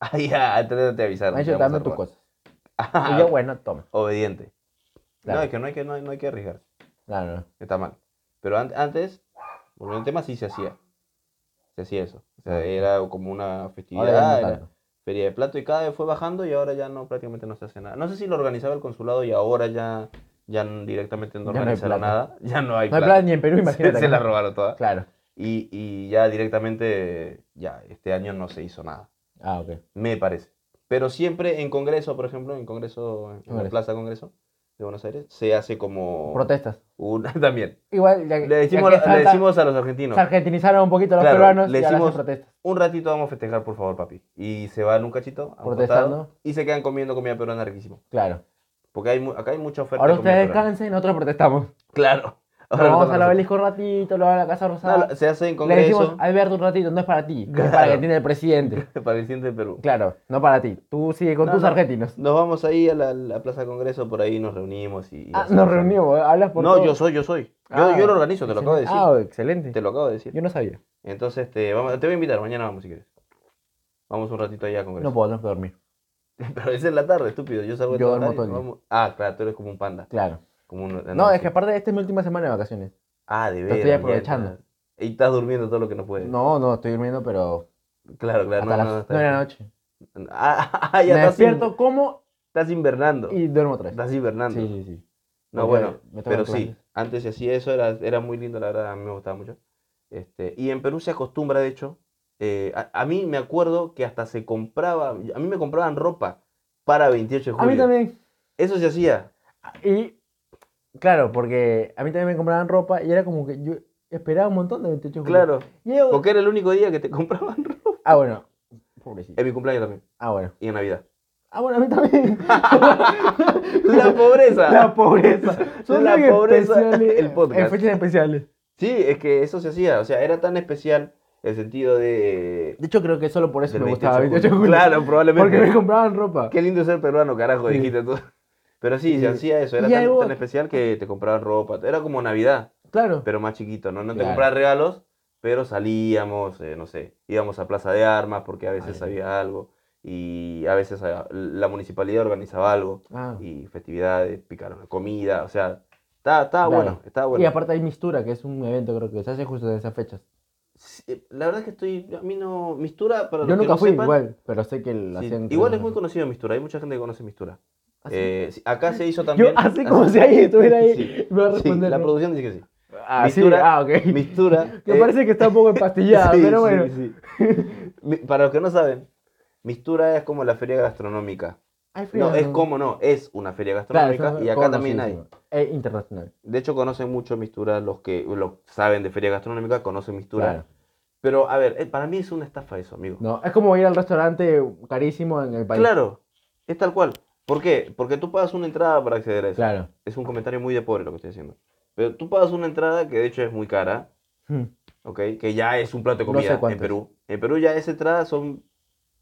[SPEAKER 1] Ah, ya, antes de te
[SPEAKER 2] Me
[SPEAKER 1] avisar.
[SPEAKER 2] han dicho, dame tus cosas.
[SPEAKER 1] Ah,
[SPEAKER 2] Y yo, bueno, toma.
[SPEAKER 1] Obediente.
[SPEAKER 2] Claro.
[SPEAKER 1] No, es que no hay que, no hay, no hay que arriesgar.
[SPEAKER 2] No, Ah, no, no.
[SPEAKER 1] Está mal. Pero an- antes, por el tema sí se hacía. Se hacía eso. O sea, era como una
[SPEAKER 2] Ah. Ahora ya no
[SPEAKER 1] festividad, era
[SPEAKER 2] tanto.
[SPEAKER 1] feria de plato y cada vez fue bajando y ahora ya no, prácticamente no se hace nada. No sé si lo organizaba el consulado y ahora ya, ya n- directamente no
[SPEAKER 2] Ya no hay
[SPEAKER 1] organizaron
[SPEAKER 2] plata.
[SPEAKER 1] nada. Ya no hay
[SPEAKER 2] No hay
[SPEAKER 1] plata.
[SPEAKER 2] plan ni en Perú, imagínate.
[SPEAKER 1] Se, se la
[SPEAKER 2] ¿no?
[SPEAKER 1] robaron toda.
[SPEAKER 2] Claro.
[SPEAKER 1] Y, y ya directamente, ya, este año no se hizo nada,
[SPEAKER 2] Ah, ok.
[SPEAKER 1] me parece. Pero siempre en Congreso, por ejemplo, en Congreso, en la
[SPEAKER 2] Congreso.
[SPEAKER 1] Plaza Congreso de Buenos Aires, se hace como...
[SPEAKER 2] Protestas.
[SPEAKER 1] una- también.
[SPEAKER 2] Igual, ya,
[SPEAKER 1] Le decimos,
[SPEAKER 2] ya
[SPEAKER 1] le
[SPEAKER 2] que Santa-
[SPEAKER 1] decimos a los argentinos,
[SPEAKER 2] se argentinizaron un poquito los
[SPEAKER 1] Claro,
[SPEAKER 2] peruanos
[SPEAKER 1] le
[SPEAKER 2] y ahora
[SPEAKER 1] decimos-
[SPEAKER 2] hacen protestas.
[SPEAKER 1] un ratito vamos a festejar, por favor, papi. Y se van un cachito a un
[SPEAKER 2] Protestando.
[SPEAKER 1] costado, y se quedan comiendo comida peruana riquísimo.
[SPEAKER 2] Claro.
[SPEAKER 1] Porque hay, mu- acá hay mucha oferta
[SPEAKER 2] Ahora
[SPEAKER 1] de comida
[SPEAKER 2] ustedes
[SPEAKER 1] peruana.
[SPEAKER 2] descansen, nosotros protestamos.
[SPEAKER 1] Claro.
[SPEAKER 2] Nos
[SPEAKER 1] Ahora nos
[SPEAKER 2] vamos
[SPEAKER 1] toca
[SPEAKER 2] a la
[SPEAKER 1] nosotros.
[SPEAKER 2] obelisco un ratito, luego a la Casa Rosada.
[SPEAKER 1] No, se hace en
[SPEAKER 2] le decimos,
[SPEAKER 1] Congreso
[SPEAKER 2] Alberto, un ratito, no es para ti, es para
[SPEAKER 1] Claro.
[SPEAKER 2] que tiene el presidente.
[SPEAKER 1] para el de Perú.
[SPEAKER 2] Claro, no para ti. Tú sigue con
[SPEAKER 1] No,
[SPEAKER 2] tus
[SPEAKER 1] no.
[SPEAKER 2] argentinos.
[SPEAKER 1] Nos vamos ahí a la, la Plaza Congreso, por ahí nos reunimos y... y
[SPEAKER 2] Ah,
[SPEAKER 1] hacemos
[SPEAKER 2] nos
[SPEAKER 1] algo.
[SPEAKER 2] reunimos, ¿eh? hablas por
[SPEAKER 1] No,
[SPEAKER 2] todo.
[SPEAKER 1] yo soy, yo soy. Yo,
[SPEAKER 2] Ah,
[SPEAKER 1] yo lo organizo, te lo acabo de decir.
[SPEAKER 2] Ah, excelente.
[SPEAKER 1] Te lo acabo de decir.
[SPEAKER 2] Yo no sabía.
[SPEAKER 1] Entonces, te, vamos, te voy a invitar, mañana vamos si quieres. Vamos un ratito allá a Congreso.
[SPEAKER 2] No puedo, tengo que dormir.
[SPEAKER 1] Pero es en la tarde, estúpido. Yo salgo de
[SPEAKER 2] Yo
[SPEAKER 1] trabajar
[SPEAKER 2] duermo todo
[SPEAKER 1] y
[SPEAKER 2] el día.
[SPEAKER 1] vamos- Ah, claro, tú eres como un panda.
[SPEAKER 2] Claro.
[SPEAKER 1] Como un-
[SPEAKER 2] No,
[SPEAKER 1] sí.
[SPEAKER 2] es que aparte esta es mi última semana de vacaciones.
[SPEAKER 1] Ah, de
[SPEAKER 2] Lo
[SPEAKER 1] veras.
[SPEAKER 2] estoy aprovechando.
[SPEAKER 1] mierda. Y estás durmiendo todo lo que no puedes.
[SPEAKER 2] No, no, estoy durmiendo, pero
[SPEAKER 1] Claro, claro.
[SPEAKER 2] hasta
[SPEAKER 1] Pues. no,
[SPEAKER 2] las
[SPEAKER 1] no,
[SPEAKER 2] 9
[SPEAKER 1] está
[SPEAKER 2] de la
[SPEAKER 1] bien.
[SPEAKER 2] noche.
[SPEAKER 1] Ah, ah, ya
[SPEAKER 2] Me
[SPEAKER 1] estás,
[SPEAKER 2] despierto,
[SPEAKER 1] in-
[SPEAKER 2] como
[SPEAKER 1] estás invernando.
[SPEAKER 2] y duermo otra vez.
[SPEAKER 1] Estás hibernando.
[SPEAKER 2] Sí, sí, sí.
[SPEAKER 1] No,
[SPEAKER 2] Porque
[SPEAKER 1] bueno,
[SPEAKER 2] me tocan
[SPEAKER 1] pero sí,
[SPEAKER 2] clases.
[SPEAKER 1] antes se hacía eso, era, era muy lindo, la verdad, a mí me gustaba mucho. Este, y en Perú se acostumbra, de hecho, eh, a, a mí me acuerdo que hasta se compraba, a mí me compraban ropa para 28 de
[SPEAKER 2] A
[SPEAKER 1] julio.
[SPEAKER 2] mí también.
[SPEAKER 1] Eso se hacía.
[SPEAKER 2] Y claro, porque a mí también me compraban ropa y era como que yo esperaba un montón de 28 de julio.
[SPEAKER 1] Claro.
[SPEAKER 2] Y yo-
[SPEAKER 1] Porque era el único día que te compraban ropa.
[SPEAKER 2] Ah, bueno. Pobrecito.
[SPEAKER 1] En mi cumpleaños también.
[SPEAKER 2] Ah, bueno.
[SPEAKER 1] Y en Navidad.
[SPEAKER 2] Ah, bueno, a mí también.
[SPEAKER 1] La pobreza.
[SPEAKER 2] La pobreza. Son
[SPEAKER 1] La
[SPEAKER 2] en
[SPEAKER 1] pobreza,
[SPEAKER 2] especiales,
[SPEAKER 1] el podcast.
[SPEAKER 2] En fechas especiales.
[SPEAKER 1] Sí, es que eso se hacía. O sea, era tan especial el sentido de.
[SPEAKER 2] De hecho, creo que solo por eso
[SPEAKER 1] del
[SPEAKER 2] me gustaba
[SPEAKER 1] 28
[SPEAKER 2] 28 de julio.
[SPEAKER 1] Claro, probablemente.
[SPEAKER 2] Porque me compraban ropa.
[SPEAKER 1] Qué lindo ser peruano, carajo,
[SPEAKER 2] Sí.
[SPEAKER 1] dijiste tú. Pero sí,
[SPEAKER 2] Sí.
[SPEAKER 1] se hacía eso. Era
[SPEAKER 2] Y
[SPEAKER 1] tan,
[SPEAKER 2] algo-
[SPEAKER 1] tan especial que te compraban ropa. Era como Navidad,
[SPEAKER 2] Claro.
[SPEAKER 1] pero más chiquito, ¿no? No te
[SPEAKER 2] Claro.
[SPEAKER 1] compraban regalos, pero salíamos, eh, no sé, íbamos a Plaza de Armas porque a veces
[SPEAKER 2] Ay.
[SPEAKER 1] había algo. Y a veces ah, la municipalidad organizaba algo.
[SPEAKER 2] Ah.
[SPEAKER 1] Y festividades, picaron la comida, o sea, estaba, estaba
[SPEAKER 2] Dale.
[SPEAKER 1] bueno, estaba bueno.
[SPEAKER 2] Y aparte hay Mistura, que es un evento creo que se hace justo en esas fechas.
[SPEAKER 1] Sí, eh, La verdad es que estoy. A mí no. Mistura, para
[SPEAKER 2] Yo
[SPEAKER 1] los que
[SPEAKER 2] nunca
[SPEAKER 1] no
[SPEAKER 2] fui
[SPEAKER 1] sepan,
[SPEAKER 2] igual, pero sé que lo
[SPEAKER 1] sí,
[SPEAKER 2] hacían.
[SPEAKER 1] igual es muy conocido Mistura, hay mucha gente que conoce Mistura.
[SPEAKER 2] Así.
[SPEAKER 1] Eh, sí, acá se hizo
[SPEAKER 2] Yo
[SPEAKER 1] también.
[SPEAKER 2] así como si alguien estuviera ahí,
[SPEAKER 1] Sí,
[SPEAKER 2] me va a
[SPEAKER 1] sí,
[SPEAKER 2] responder.
[SPEAKER 1] la
[SPEAKER 2] ¿no?
[SPEAKER 1] producción dice que sí.
[SPEAKER 2] ah, sí,
[SPEAKER 1] Mistura-
[SPEAKER 2] ah, ok.
[SPEAKER 1] Mistura.
[SPEAKER 2] Que
[SPEAKER 1] eh,
[SPEAKER 2] parece que está un poco empastillada,
[SPEAKER 1] sí,
[SPEAKER 2] pero
[SPEAKER 1] sí,
[SPEAKER 2] bueno.
[SPEAKER 1] sí. Mi- Para los que no saben, Mistura es como la feria gastronómica.
[SPEAKER 2] Ay, frío,
[SPEAKER 1] No, es como no, es una feria
[SPEAKER 2] Claro,
[SPEAKER 1] gastronómica
[SPEAKER 2] eso es
[SPEAKER 1] y acá también hay.
[SPEAKER 2] conocidísimo. Es internacional.
[SPEAKER 1] De hecho, conocen mucho Mistura, los que lo saben de feria gastronómica conocen Mistura.
[SPEAKER 2] Claro.
[SPEAKER 1] Pero, a ver, eh, para mí es una estafa eso, amigo.
[SPEAKER 2] No, es como ir al restaurante carísimo en el país.
[SPEAKER 1] Claro, es tal cual. ¿Por qué? Porque tú pagas una entrada para acceder a eso.
[SPEAKER 2] Claro.
[SPEAKER 1] Es un comentario muy de pobre lo que estoy haciendo. Pero tú pagas una entrada que de hecho es muy cara,
[SPEAKER 2] Hmm.
[SPEAKER 1] ¿ok? Que ya es un plato de
[SPEAKER 2] No
[SPEAKER 1] comida
[SPEAKER 2] sé cuánto
[SPEAKER 1] en Perú. En Perú ya esa entrada son,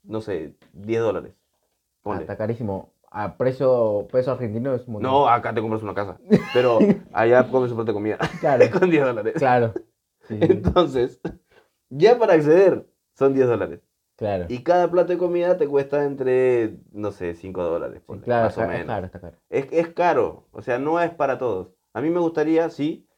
[SPEAKER 1] no sé, 10 dólares.
[SPEAKER 2] Ah,
[SPEAKER 1] Ponle.
[SPEAKER 2] está carísimo. A precio, peso argentino es muy
[SPEAKER 1] no, acá te compras una casa. Pero allá comes un plato de comida
[SPEAKER 2] Claro,
[SPEAKER 1] con 10 dólares.
[SPEAKER 2] claro. Sí, sí,
[SPEAKER 1] Entonces, ya para acceder son 10 dólares.
[SPEAKER 2] claro.
[SPEAKER 1] Y cada plato de comida te cuesta entre, no sé, 5 dólares.
[SPEAKER 2] Sí,
[SPEAKER 1] ponle,
[SPEAKER 2] claro,
[SPEAKER 1] más o
[SPEAKER 2] está,
[SPEAKER 1] menos.
[SPEAKER 2] claro, está caro.
[SPEAKER 1] Es, es caro, o sea, no es para todos. A mí me gustaría, sí,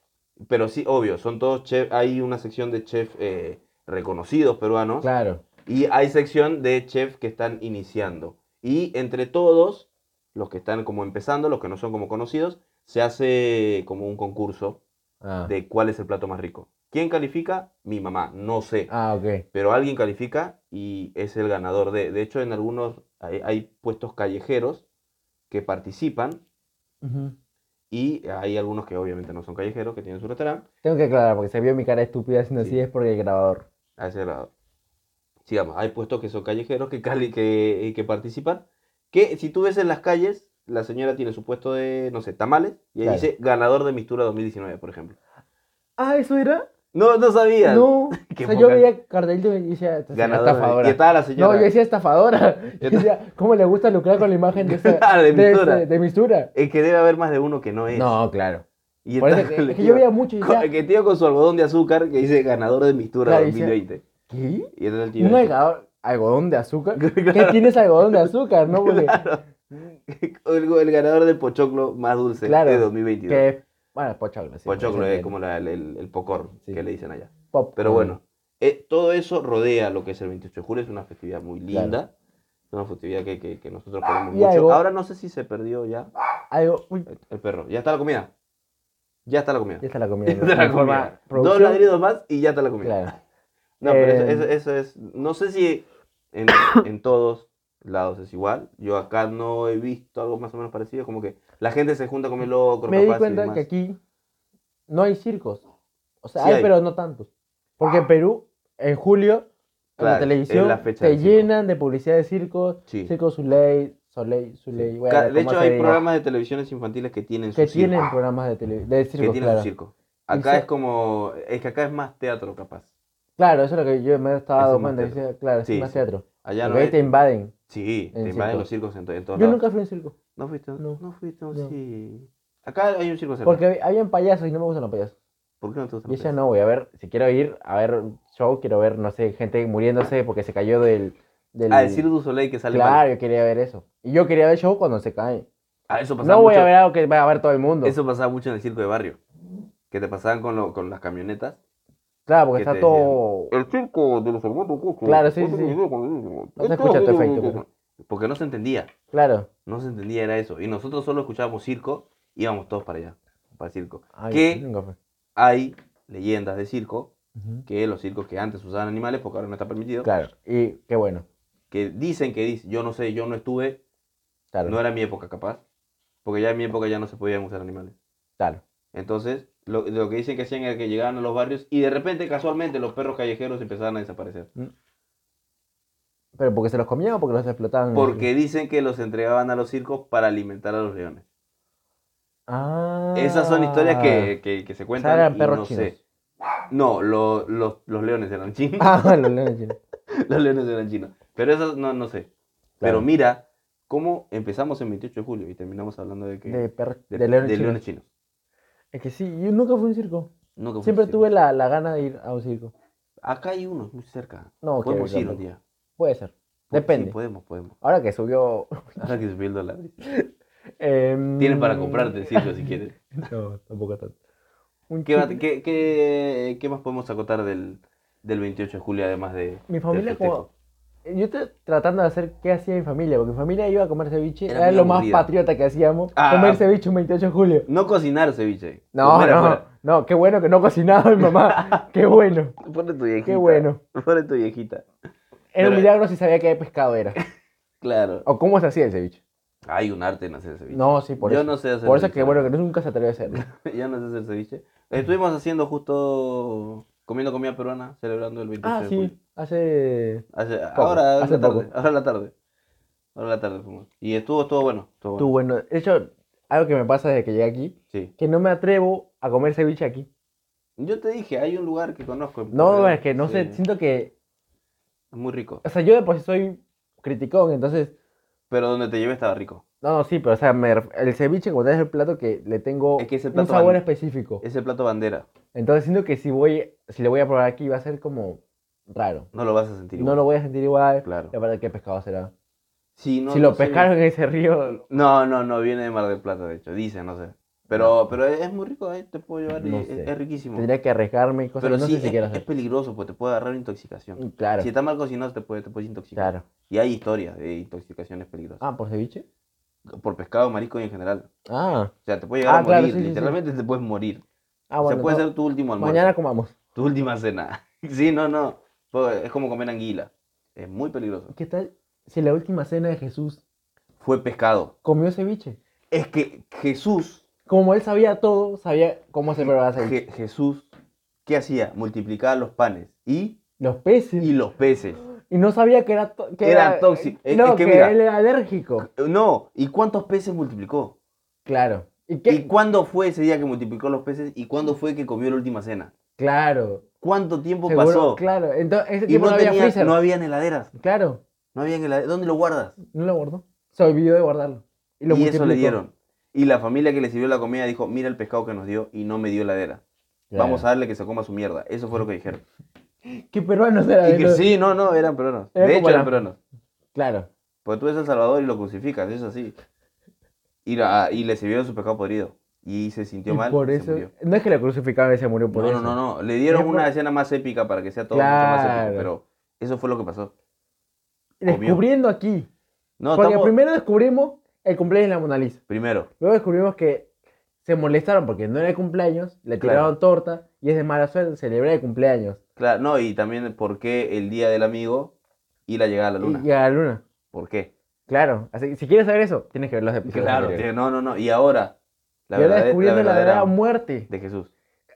[SPEAKER 1] pero sí, obvio, son todos chefs, hay una sección de chefs eh, reconocidos peruanos
[SPEAKER 2] Claro.
[SPEAKER 1] y hay sección de chefs que están iniciando. Y entre todos, los que están como empezando, los que no son como conocidos, se hace como un concurso
[SPEAKER 2] Ah,
[SPEAKER 1] de cuál es el plato más rico. ¿Quién califica? Mi mamá, no sé,
[SPEAKER 2] ah ok.
[SPEAKER 1] pero alguien califica y es el ganador de... De hecho, en algunos hay- hay puestos callejeros que participan
[SPEAKER 2] Ujú.
[SPEAKER 1] y hay algunos que obviamente no son callejeros, que tienen su restaurante.
[SPEAKER 2] Tengo que aclarar, porque se vio mi cara estúpida haciendo
[SPEAKER 1] Sí.
[SPEAKER 2] así, es porque el grabador.
[SPEAKER 1] A ese grado. Sigamos, hay puestos que son callejeros que, cali- que, que participan. Que si tú ves en las calles, la señora tiene su puesto de, no sé, tamales y ahí
[SPEAKER 2] Claro.
[SPEAKER 1] dice ganador de Mistura 2019, por ejemplo.
[SPEAKER 2] Ah, ¿eso era?
[SPEAKER 1] No, no sabía.
[SPEAKER 2] No. o
[SPEAKER 1] Qué
[SPEAKER 2] sea, yo
[SPEAKER 1] poca-
[SPEAKER 2] veía cartelito y decía, "Esta señora
[SPEAKER 1] ganador.
[SPEAKER 2] estafadora.
[SPEAKER 1] Y estaba la señora.
[SPEAKER 2] No, yo decía estafadora. Yo
[SPEAKER 1] ta-
[SPEAKER 2] decía, ¿cómo le gusta lucrar con la imagen de esa...
[SPEAKER 1] Ah, de Mistura.
[SPEAKER 2] ese- de Mistura.
[SPEAKER 1] Es eh, que debe haber más de uno que no es.
[SPEAKER 2] No, claro.
[SPEAKER 1] Y
[SPEAKER 2] Por eso
[SPEAKER 1] está-
[SPEAKER 2] que-
[SPEAKER 1] el
[SPEAKER 2] es que yo
[SPEAKER 1] tío-
[SPEAKER 2] veía mucho y
[SPEAKER 1] con-
[SPEAKER 2] decía,
[SPEAKER 1] el que tío con su algodón de azúcar que dice ganador de Mistura
[SPEAKER 2] Claro, y decía-
[SPEAKER 1] 2020.
[SPEAKER 2] ¿qué?
[SPEAKER 1] Y entonces el tío
[SPEAKER 2] ¿Un
[SPEAKER 1] dice,
[SPEAKER 2] alga- algodón de azúcar? ¿Qué
[SPEAKER 1] Claro.
[SPEAKER 2] tienes algodón de azúcar, no? Porque-
[SPEAKER 1] el, el ganador del pochoclo más dulce
[SPEAKER 2] Claro,
[SPEAKER 1] de 2022.
[SPEAKER 2] Que es, bueno, pochoclo. sí,
[SPEAKER 1] Pochoclo
[SPEAKER 2] sí,
[SPEAKER 1] es
[SPEAKER 2] sí.
[SPEAKER 1] como la- el, el- el pocor
[SPEAKER 2] Sí. Mm.
[SPEAKER 1] que le dicen allá.
[SPEAKER 2] Pop.
[SPEAKER 1] Pero bueno, eh, todo eso rodea lo que es el 28 de julio, es una festividad muy
[SPEAKER 2] Claro. Ah,
[SPEAKER 1] linda. Es una festividad que, que- que nosotros queremos
[SPEAKER 2] Y
[SPEAKER 1] mucho.
[SPEAKER 2] algo-
[SPEAKER 1] Ahora no sé si se perdió ya
[SPEAKER 2] Algo, uy,
[SPEAKER 1] el, el perro. Ya está la comida. Ya está la comida.
[SPEAKER 2] ya está la
[SPEAKER 1] Ya
[SPEAKER 2] comida.
[SPEAKER 1] está la
[SPEAKER 2] De forma
[SPEAKER 1] comida. Dos
[SPEAKER 2] producción,
[SPEAKER 1] ladridos más y ya está la comida.
[SPEAKER 2] Claro.
[SPEAKER 1] No, pero eso,
[SPEAKER 2] Eh,
[SPEAKER 1] eso- eso es. No sé si en, en todos lados es igual. Yo acá no he visto algo más o menos parecido. Como que la gente se junta con el locro.
[SPEAKER 2] Me di
[SPEAKER 1] capaz, y
[SPEAKER 2] cuenta
[SPEAKER 1] demás.
[SPEAKER 2] que aquí no hay circos. O sea,
[SPEAKER 1] Sí
[SPEAKER 2] hay,
[SPEAKER 1] hay.
[SPEAKER 2] pero no tantos. Porque en Perú, en julio, en la
[SPEAKER 1] Claro,
[SPEAKER 2] televisión,
[SPEAKER 1] es la fecha
[SPEAKER 2] te
[SPEAKER 1] del circo.
[SPEAKER 2] llenan de publicidad de circos.
[SPEAKER 1] Sí.
[SPEAKER 2] Circo Soleil, Soleil, Soleil. bueno,
[SPEAKER 1] Ca- de
[SPEAKER 2] como
[SPEAKER 1] hecho,
[SPEAKER 2] se
[SPEAKER 1] hay
[SPEAKER 2] diga,
[SPEAKER 1] programas de televisiones infantiles que tienen
[SPEAKER 2] que
[SPEAKER 1] su circo.
[SPEAKER 2] tienen programas de, tele, de circo.
[SPEAKER 1] que tienen
[SPEAKER 2] claro.
[SPEAKER 1] su circo. Acá
[SPEAKER 2] sí.
[SPEAKER 1] es como. Es que acá es más teatro, capaz.
[SPEAKER 2] Claro, eso es lo que yo me estaba
[SPEAKER 1] Eso
[SPEAKER 2] dando
[SPEAKER 1] es más
[SPEAKER 2] cuenta.
[SPEAKER 1] teatro.
[SPEAKER 2] decía, Claro, sí,
[SPEAKER 1] Sí,
[SPEAKER 2] más
[SPEAKER 1] sí.
[SPEAKER 2] teatro.
[SPEAKER 1] Allá no.
[SPEAKER 2] Porque ahí
[SPEAKER 1] hay-
[SPEAKER 2] te invaden.
[SPEAKER 1] Sí,
[SPEAKER 2] en
[SPEAKER 1] te invaden
[SPEAKER 2] circo.
[SPEAKER 1] los circos en, to- en todos
[SPEAKER 2] Yo
[SPEAKER 1] lados.
[SPEAKER 2] nunca fui a un circo.
[SPEAKER 1] No fuiste. No,
[SPEAKER 2] No.
[SPEAKER 1] fuiste, no,
[SPEAKER 2] No.
[SPEAKER 1] sí. Acá hay un circo cerca.
[SPEAKER 2] Porque hab- habían payasos y no me gustan los payasos.
[SPEAKER 1] ¿Por qué no te gusta?
[SPEAKER 2] Yo decía, no, voy a ver, si quiero ir a ver un show, quiero ver, no sé, gente muriéndose porque se cayó del... del...
[SPEAKER 1] A decir Ah, du Soleil que sale mal.
[SPEAKER 2] Claro, yo quería ver eso. Y yo quería ver show cuando se cae.
[SPEAKER 1] Ah, eso pasa
[SPEAKER 2] No voy
[SPEAKER 1] mucho.
[SPEAKER 2] a ver algo que va a ver todo el mundo.
[SPEAKER 1] Eso pasaba mucho en el circo de barrio. Que te pasaban con, lo- con las camionetas.
[SPEAKER 2] Claro, porque
[SPEAKER 1] ¿Qué
[SPEAKER 2] está
[SPEAKER 1] te
[SPEAKER 2] todo...
[SPEAKER 1] El circo de los hermanos Cusco.
[SPEAKER 2] Claro, sí,
[SPEAKER 1] Otro
[SPEAKER 2] sí, sí.
[SPEAKER 1] video con el mismo.
[SPEAKER 2] No se escucha tu efecto, pero-
[SPEAKER 1] Porque no se entendía.
[SPEAKER 2] Claro.
[SPEAKER 1] No se entendía, era eso. Y nosotros solo escuchábamos circo, íbamos todos para allá, para el circo.
[SPEAKER 2] Ay,
[SPEAKER 1] que
[SPEAKER 2] nunca fue.
[SPEAKER 1] hay leyendas de circo
[SPEAKER 2] Ujú.
[SPEAKER 1] que los circos que antes usaban animales, porque ahora no está permitido,
[SPEAKER 2] Claro, y qué bueno.
[SPEAKER 1] que dicen que dicen, yo no sé, yo no estuve,
[SPEAKER 2] Claro,
[SPEAKER 1] no era mi época capaz, porque ya en mi época ya no se podían usar animales.
[SPEAKER 2] claro.
[SPEAKER 1] Entonces, lo, lo que dicen que hacían era que llegaban a los barrios y de repente, casualmente, los perros callejeros empezaban a desaparecer.
[SPEAKER 2] ¿Pero porque se los comían o porque los explotaban?
[SPEAKER 1] Porque dicen que los entregaban a los circos para alimentar a los leones.
[SPEAKER 2] Ah.
[SPEAKER 1] Esas son historias que, que- que se
[SPEAKER 2] O sea,
[SPEAKER 1] cuentan.
[SPEAKER 2] eran
[SPEAKER 1] y
[SPEAKER 2] perros
[SPEAKER 1] no
[SPEAKER 2] chinos.
[SPEAKER 1] sé. No, lo- los- los leones eran chinos.
[SPEAKER 2] Ah, los leones chinos.
[SPEAKER 1] Los leones eran chinos. Pero eso no, no sé.
[SPEAKER 2] Claro.
[SPEAKER 1] Pero mira cómo empezamos el 28 de julio y terminamos hablando de que.
[SPEAKER 2] De, per... de,
[SPEAKER 1] de-
[SPEAKER 2] leones
[SPEAKER 1] de
[SPEAKER 2] chinos.
[SPEAKER 1] leones chinos.
[SPEAKER 2] Es que sí, yo nunca fui a un circo.
[SPEAKER 1] No, que fue
[SPEAKER 2] Siempre
[SPEAKER 1] un
[SPEAKER 2] tuve
[SPEAKER 1] circo.
[SPEAKER 2] la, la gana de ir a un circo.
[SPEAKER 1] Acá hay uno, muy cerca.
[SPEAKER 2] No, que
[SPEAKER 1] podemos
[SPEAKER 2] venga,
[SPEAKER 1] ir un
[SPEAKER 2] loco.
[SPEAKER 1] día.
[SPEAKER 2] Puede ser.
[SPEAKER 1] Po-
[SPEAKER 2] Depende.
[SPEAKER 1] Sí, podemos, podemos.
[SPEAKER 2] Ahora que subió.
[SPEAKER 1] Ahora que subí el dólar.
[SPEAKER 2] em,
[SPEAKER 1] Tienes para comprarte el circo si quieres.
[SPEAKER 2] No, tampoco tanto. Un
[SPEAKER 1] ¿Qué, va-
[SPEAKER 2] chicle.
[SPEAKER 1] qué- qué- qué más podemos acotar del, del 28 de julio además de.
[SPEAKER 2] Mi
[SPEAKER 1] del
[SPEAKER 2] familia como...
[SPEAKER 1] festejo?
[SPEAKER 2] Yo estoy tratando de hacer qué hacía mi familia, porque mi familia iba a comer ceviche,
[SPEAKER 1] Era
[SPEAKER 2] era,
[SPEAKER 1] muy
[SPEAKER 2] lo más
[SPEAKER 1] aburrida.
[SPEAKER 2] patriota que hacíamos,
[SPEAKER 1] Ah.
[SPEAKER 2] comer ceviche un 28 de julio.
[SPEAKER 1] No cocinar ceviche.
[SPEAKER 2] No,
[SPEAKER 1] Comer
[SPEAKER 2] no,
[SPEAKER 1] afuera.
[SPEAKER 2] no, qué bueno que no cocinaba mi mamá, qué bueno.
[SPEAKER 1] Pobre tu viejita.
[SPEAKER 2] bueno.
[SPEAKER 1] Pobre tu viejita.
[SPEAKER 2] Era un
[SPEAKER 1] Pero-
[SPEAKER 2] milagro si sabía qué pescado era,
[SPEAKER 1] Claro.
[SPEAKER 2] o cómo se hacía el ceviche.
[SPEAKER 1] Hay un arte en hacer ceviche.
[SPEAKER 2] No, sí, por
[SPEAKER 1] Yo
[SPEAKER 2] eso.
[SPEAKER 1] no sé hacer
[SPEAKER 2] Por eso es
[SPEAKER 1] ceviche,
[SPEAKER 2] que, bueno,
[SPEAKER 1] la
[SPEAKER 2] que nunca se atrevió a hacerlo.
[SPEAKER 1] ya no sé hacer ceviche. Estuvimos haciendo justo comiendo comida peruana, celebrando el 28
[SPEAKER 2] Ah,
[SPEAKER 1] de julio.
[SPEAKER 2] sí, hace...
[SPEAKER 1] Hace-
[SPEAKER 2] Poco,
[SPEAKER 1] ahora en
[SPEAKER 2] hace
[SPEAKER 1] la tarde.
[SPEAKER 2] poco.
[SPEAKER 1] Ahora en la tarde. Ahora en la tarde fuimos. Y estuvo, estuvo bueno. Estuvo
[SPEAKER 2] Tú,
[SPEAKER 1] bueno.
[SPEAKER 2] bueno, de hecho, algo que me pasa desde que llegué aquí,
[SPEAKER 1] Sí.
[SPEAKER 2] que no me atrevo a comer ceviche aquí.
[SPEAKER 1] Yo te dije, hay un lugar que conozco. en
[SPEAKER 2] No,
[SPEAKER 1] Puebla.
[SPEAKER 2] es que no
[SPEAKER 1] Sí.
[SPEAKER 2] sé, siento que...
[SPEAKER 1] Es muy rico.
[SPEAKER 2] O sea, yo de por sí soy criticón, entonces...
[SPEAKER 1] Pero donde te llevé estaba rico.
[SPEAKER 2] No, no, sí, pero o sea, me ref- el ceviche como tal es el plato que le tengo
[SPEAKER 1] Es que ese
[SPEAKER 2] un
[SPEAKER 1] plato
[SPEAKER 2] sabor
[SPEAKER 1] van-
[SPEAKER 2] específico.
[SPEAKER 1] Ese plato bandera.
[SPEAKER 2] Entonces siento que si voy, si lo voy a probar aquí va a ser como raro.
[SPEAKER 1] No lo vas a sentir.
[SPEAKER 2] No lo voy a sentir igual.
[SPEAKER 1] Claro.
[SPEAKER 2] Y aparte, ¿qué pescado será?
[SPEAKER 1] Sí, no,
[SPEAKER 2] si lo
[SPEAKER 1] no sé.
[SPEAKER 2] pescaron en ese río,
[SPEAKER 1] No, no, no, viene de Mar del Plata, de hecho. Dicen, no sé. Pero, pero es muy rico, ahí te puedo llevar y
[SPEAKER 2] No
[SPEAKER 1] es,
[SPEAKER 2] sé.
[SPEAKER 1] es riquísimo.
[SPEAKER 2] tendría que arriesgarme y cosas
[SPEAKER 1] Pero
[SPEAKER 2] que no
[SPEAKER 1] sí,
[SPEAKER 2] sé si
[SPEAKER 1] es,
[SPEAKER 2] quiero
[SPEAKER 1] es
[SPEAKER 2] hacer.
[SPEAKER 1] peligroso, porque te puede agarrar intoxicación.
[SPEAKER 2] Claro,
[SPEAKER 1] Si está mal cocinado, te puede, te puede intoxicar.
[SPEAKER 2] claro.
[SPEAKER 1] Y hay historias de intoxicaciones peligrosas.
[SPEAKER 2] Ah, ¿por ceviche?
[SPEAKER 1] Por pescado, marisco y en general.
[SPEAKER 2] Ah,
[SPEAKER 1] O sea, te puede llegar
[SPEAKER 2] Ah,
[SPEAKER 1] a
[SPEAKER 2] claro,
[SPEAKER 1] morir.
[SPEAKER 2] sí, sí, sí.
[SPEAKER 1] Literalmente te puedes morir.
[SPEAKER 2] ah
[SPEAKER 1] o
[SPEAKER 2] bueno.
[SPEAKER 1] sea, puede
[SPEAKER 2] no.
[SPEAKER 1] ser tu último almuerzo.
[SPEAKER 2] Mañana comamos.
[SPEAKER 1] Tu última cena. sí, no, no. Pues, Es como comer anguila. Es muy peligroso.
[SPEAKER 2] ¿Qué tal si la última cena de Jesús
[SPEAKER 1] Fue pescado.
[SPEAKER 2] comió ceviche?
[SPEAKER 1] Es que Jesús
[SPEAKER 2] Como él sabía todo, sabía cómo se preparaba ceviche.
[SPEAKER 1] Je- Jesús, ¿qué hacía? Multiplicaba los panes y,
[SPEAKER 2] Los peces.
[SPEAKER 1] y los peces.
[SPEAKER 2] Y no sabía que era, to- que
[SPEAKER 1] Era tóxico. Es-
[SPEAKER 2] No,
[SPEAKER 1] es que
[SPEAKER 2] que,
[SPEAKER 1] mira.
[SPEAKER 2] él era alérgico.
[SPEAKER 1] No, ¿y cuántos peces multiplicó?
[SPEAKER 2] Claro. ¿Y
[SPEAKER 1] ¿Y
[SPEAKER 2] qué?
[SPEAKER 1] cuándo fue ese día que multiplicó los peces? ¿Y cuándo fue que comió la última cena?
[SPEAKER 2] Claro.
[SPEAKER 1] ¿Cuánto tiempo
[SPEAKER 2] Seguro,
[SPEAKER 1] pasó?
[SPEAKER 2] Claro. Entonces, ese
[SPEAKER 1] Y
[SPEAKER 2] tiempo
[SPEAKER 1] no,
[SPEAKER 2] no había
[SPEAKER 1] tenía-
[SPEAKER 2] freezer.
[SPEAKER 1] no habían heladeras.
[SPEAKER 2] Claro.
[SPEAKER 1] No habían heladeras. ¿Dónde lo guardas?
[SPEAKER 2] No lo guardó. Se olvidó de guardarlo. Y, lo
[SPEAKER 1] y eso le
[SPEAKER 2] multiplicó.
[SPEAKER 1] dieron. Y la familia que le sirvió la comida dijo, mira el pescado que nos dio y no me dio heladera.
[SPEAKER 2] Claro.
[SPEAKER 1] Vamos a darle que se coma su mierda. Eso fue lo que dijeron.
[SPEAKER 2] Qué peruanos eran.
[SPEAKER 1] Y que sí, no, no, eran peruanos.
[SPEAKER 2] Era
[SPEAKER 1] de
[SPEAKER 2] como
[SPEAKER 1] hecho, eran
[SPEAKER 2] la-
[SPEAKER 1] peruanos.
[SPEAKER 2] Claro.
[SPEAKER 1] Porque tú ves a El Salvador y lo crucificas, es así. Y, la- y le sirvieron su pescado podrido. Y se sintió
[SPEAKER 2] Y
[SPEAKER 1] mal.
[SPEAKER 2] por
[SPEAKER 1] y se
[SPEAKER 2] eso.
[SPEAKER 1] murió.
[SPEAKER 2] No es que lo crucificaron y se murió por
[SPEAKER 1] no,
[SPEAKER 2] eso.
[SPEAKER 1] no, no, no. Le dieron
[SPEAKER 2] Es
[SPEAKER 1] una
[SPEAKER 2] por-
[SPEAKER 1] escena más épica para que sea todo mucho más
[SPEAKER 2] Claro.
[SPEAKER 1] épico. Pero eso fue lo que pasó. comió.
[SPEAKER 2] Descubriendo aquí.
[SPEAKER 1] No,
[SPEAKER 2] porque
[SPEAKER 1] estamos-
[SPEAKER 2] primero descubrimos el cumpleaños de la Mona Lisa.
[SPEAKER 1] primero.
[SPEAKER 2] Luego descubrimos que se molestaron porque no era el cumpleaños. Le
[SPEAKER 1] Claro.
[SPEAKER 2] tiraron torta. Y es de mala suerte celebrar el cumpleaños.
[SPEAKER 1] Claro, no, y también por qué el día del amigo y la llegada a la luna.
[SPEAKER 2] Y a la luna.
[SPEAKER 1] ¿Por qué?
[SPEAKER 2] Claro, así que si quieres saber eso, tienes que ver los episodios.
[SPEAKER 1] Claro,
[SPEAKER 2] anteriores.
[SPEAKER 1] tío, no, no, no. Y ahora, la,
[SPEAKER 2] y ahora
[SPEAKER 1] verdadera-
[SPEAKER 2] descubriendo la
[SPEAKER 1] verdadera
[SPEAKER 2] verdadera muerte.
[SPEAKER 1] de Jesús.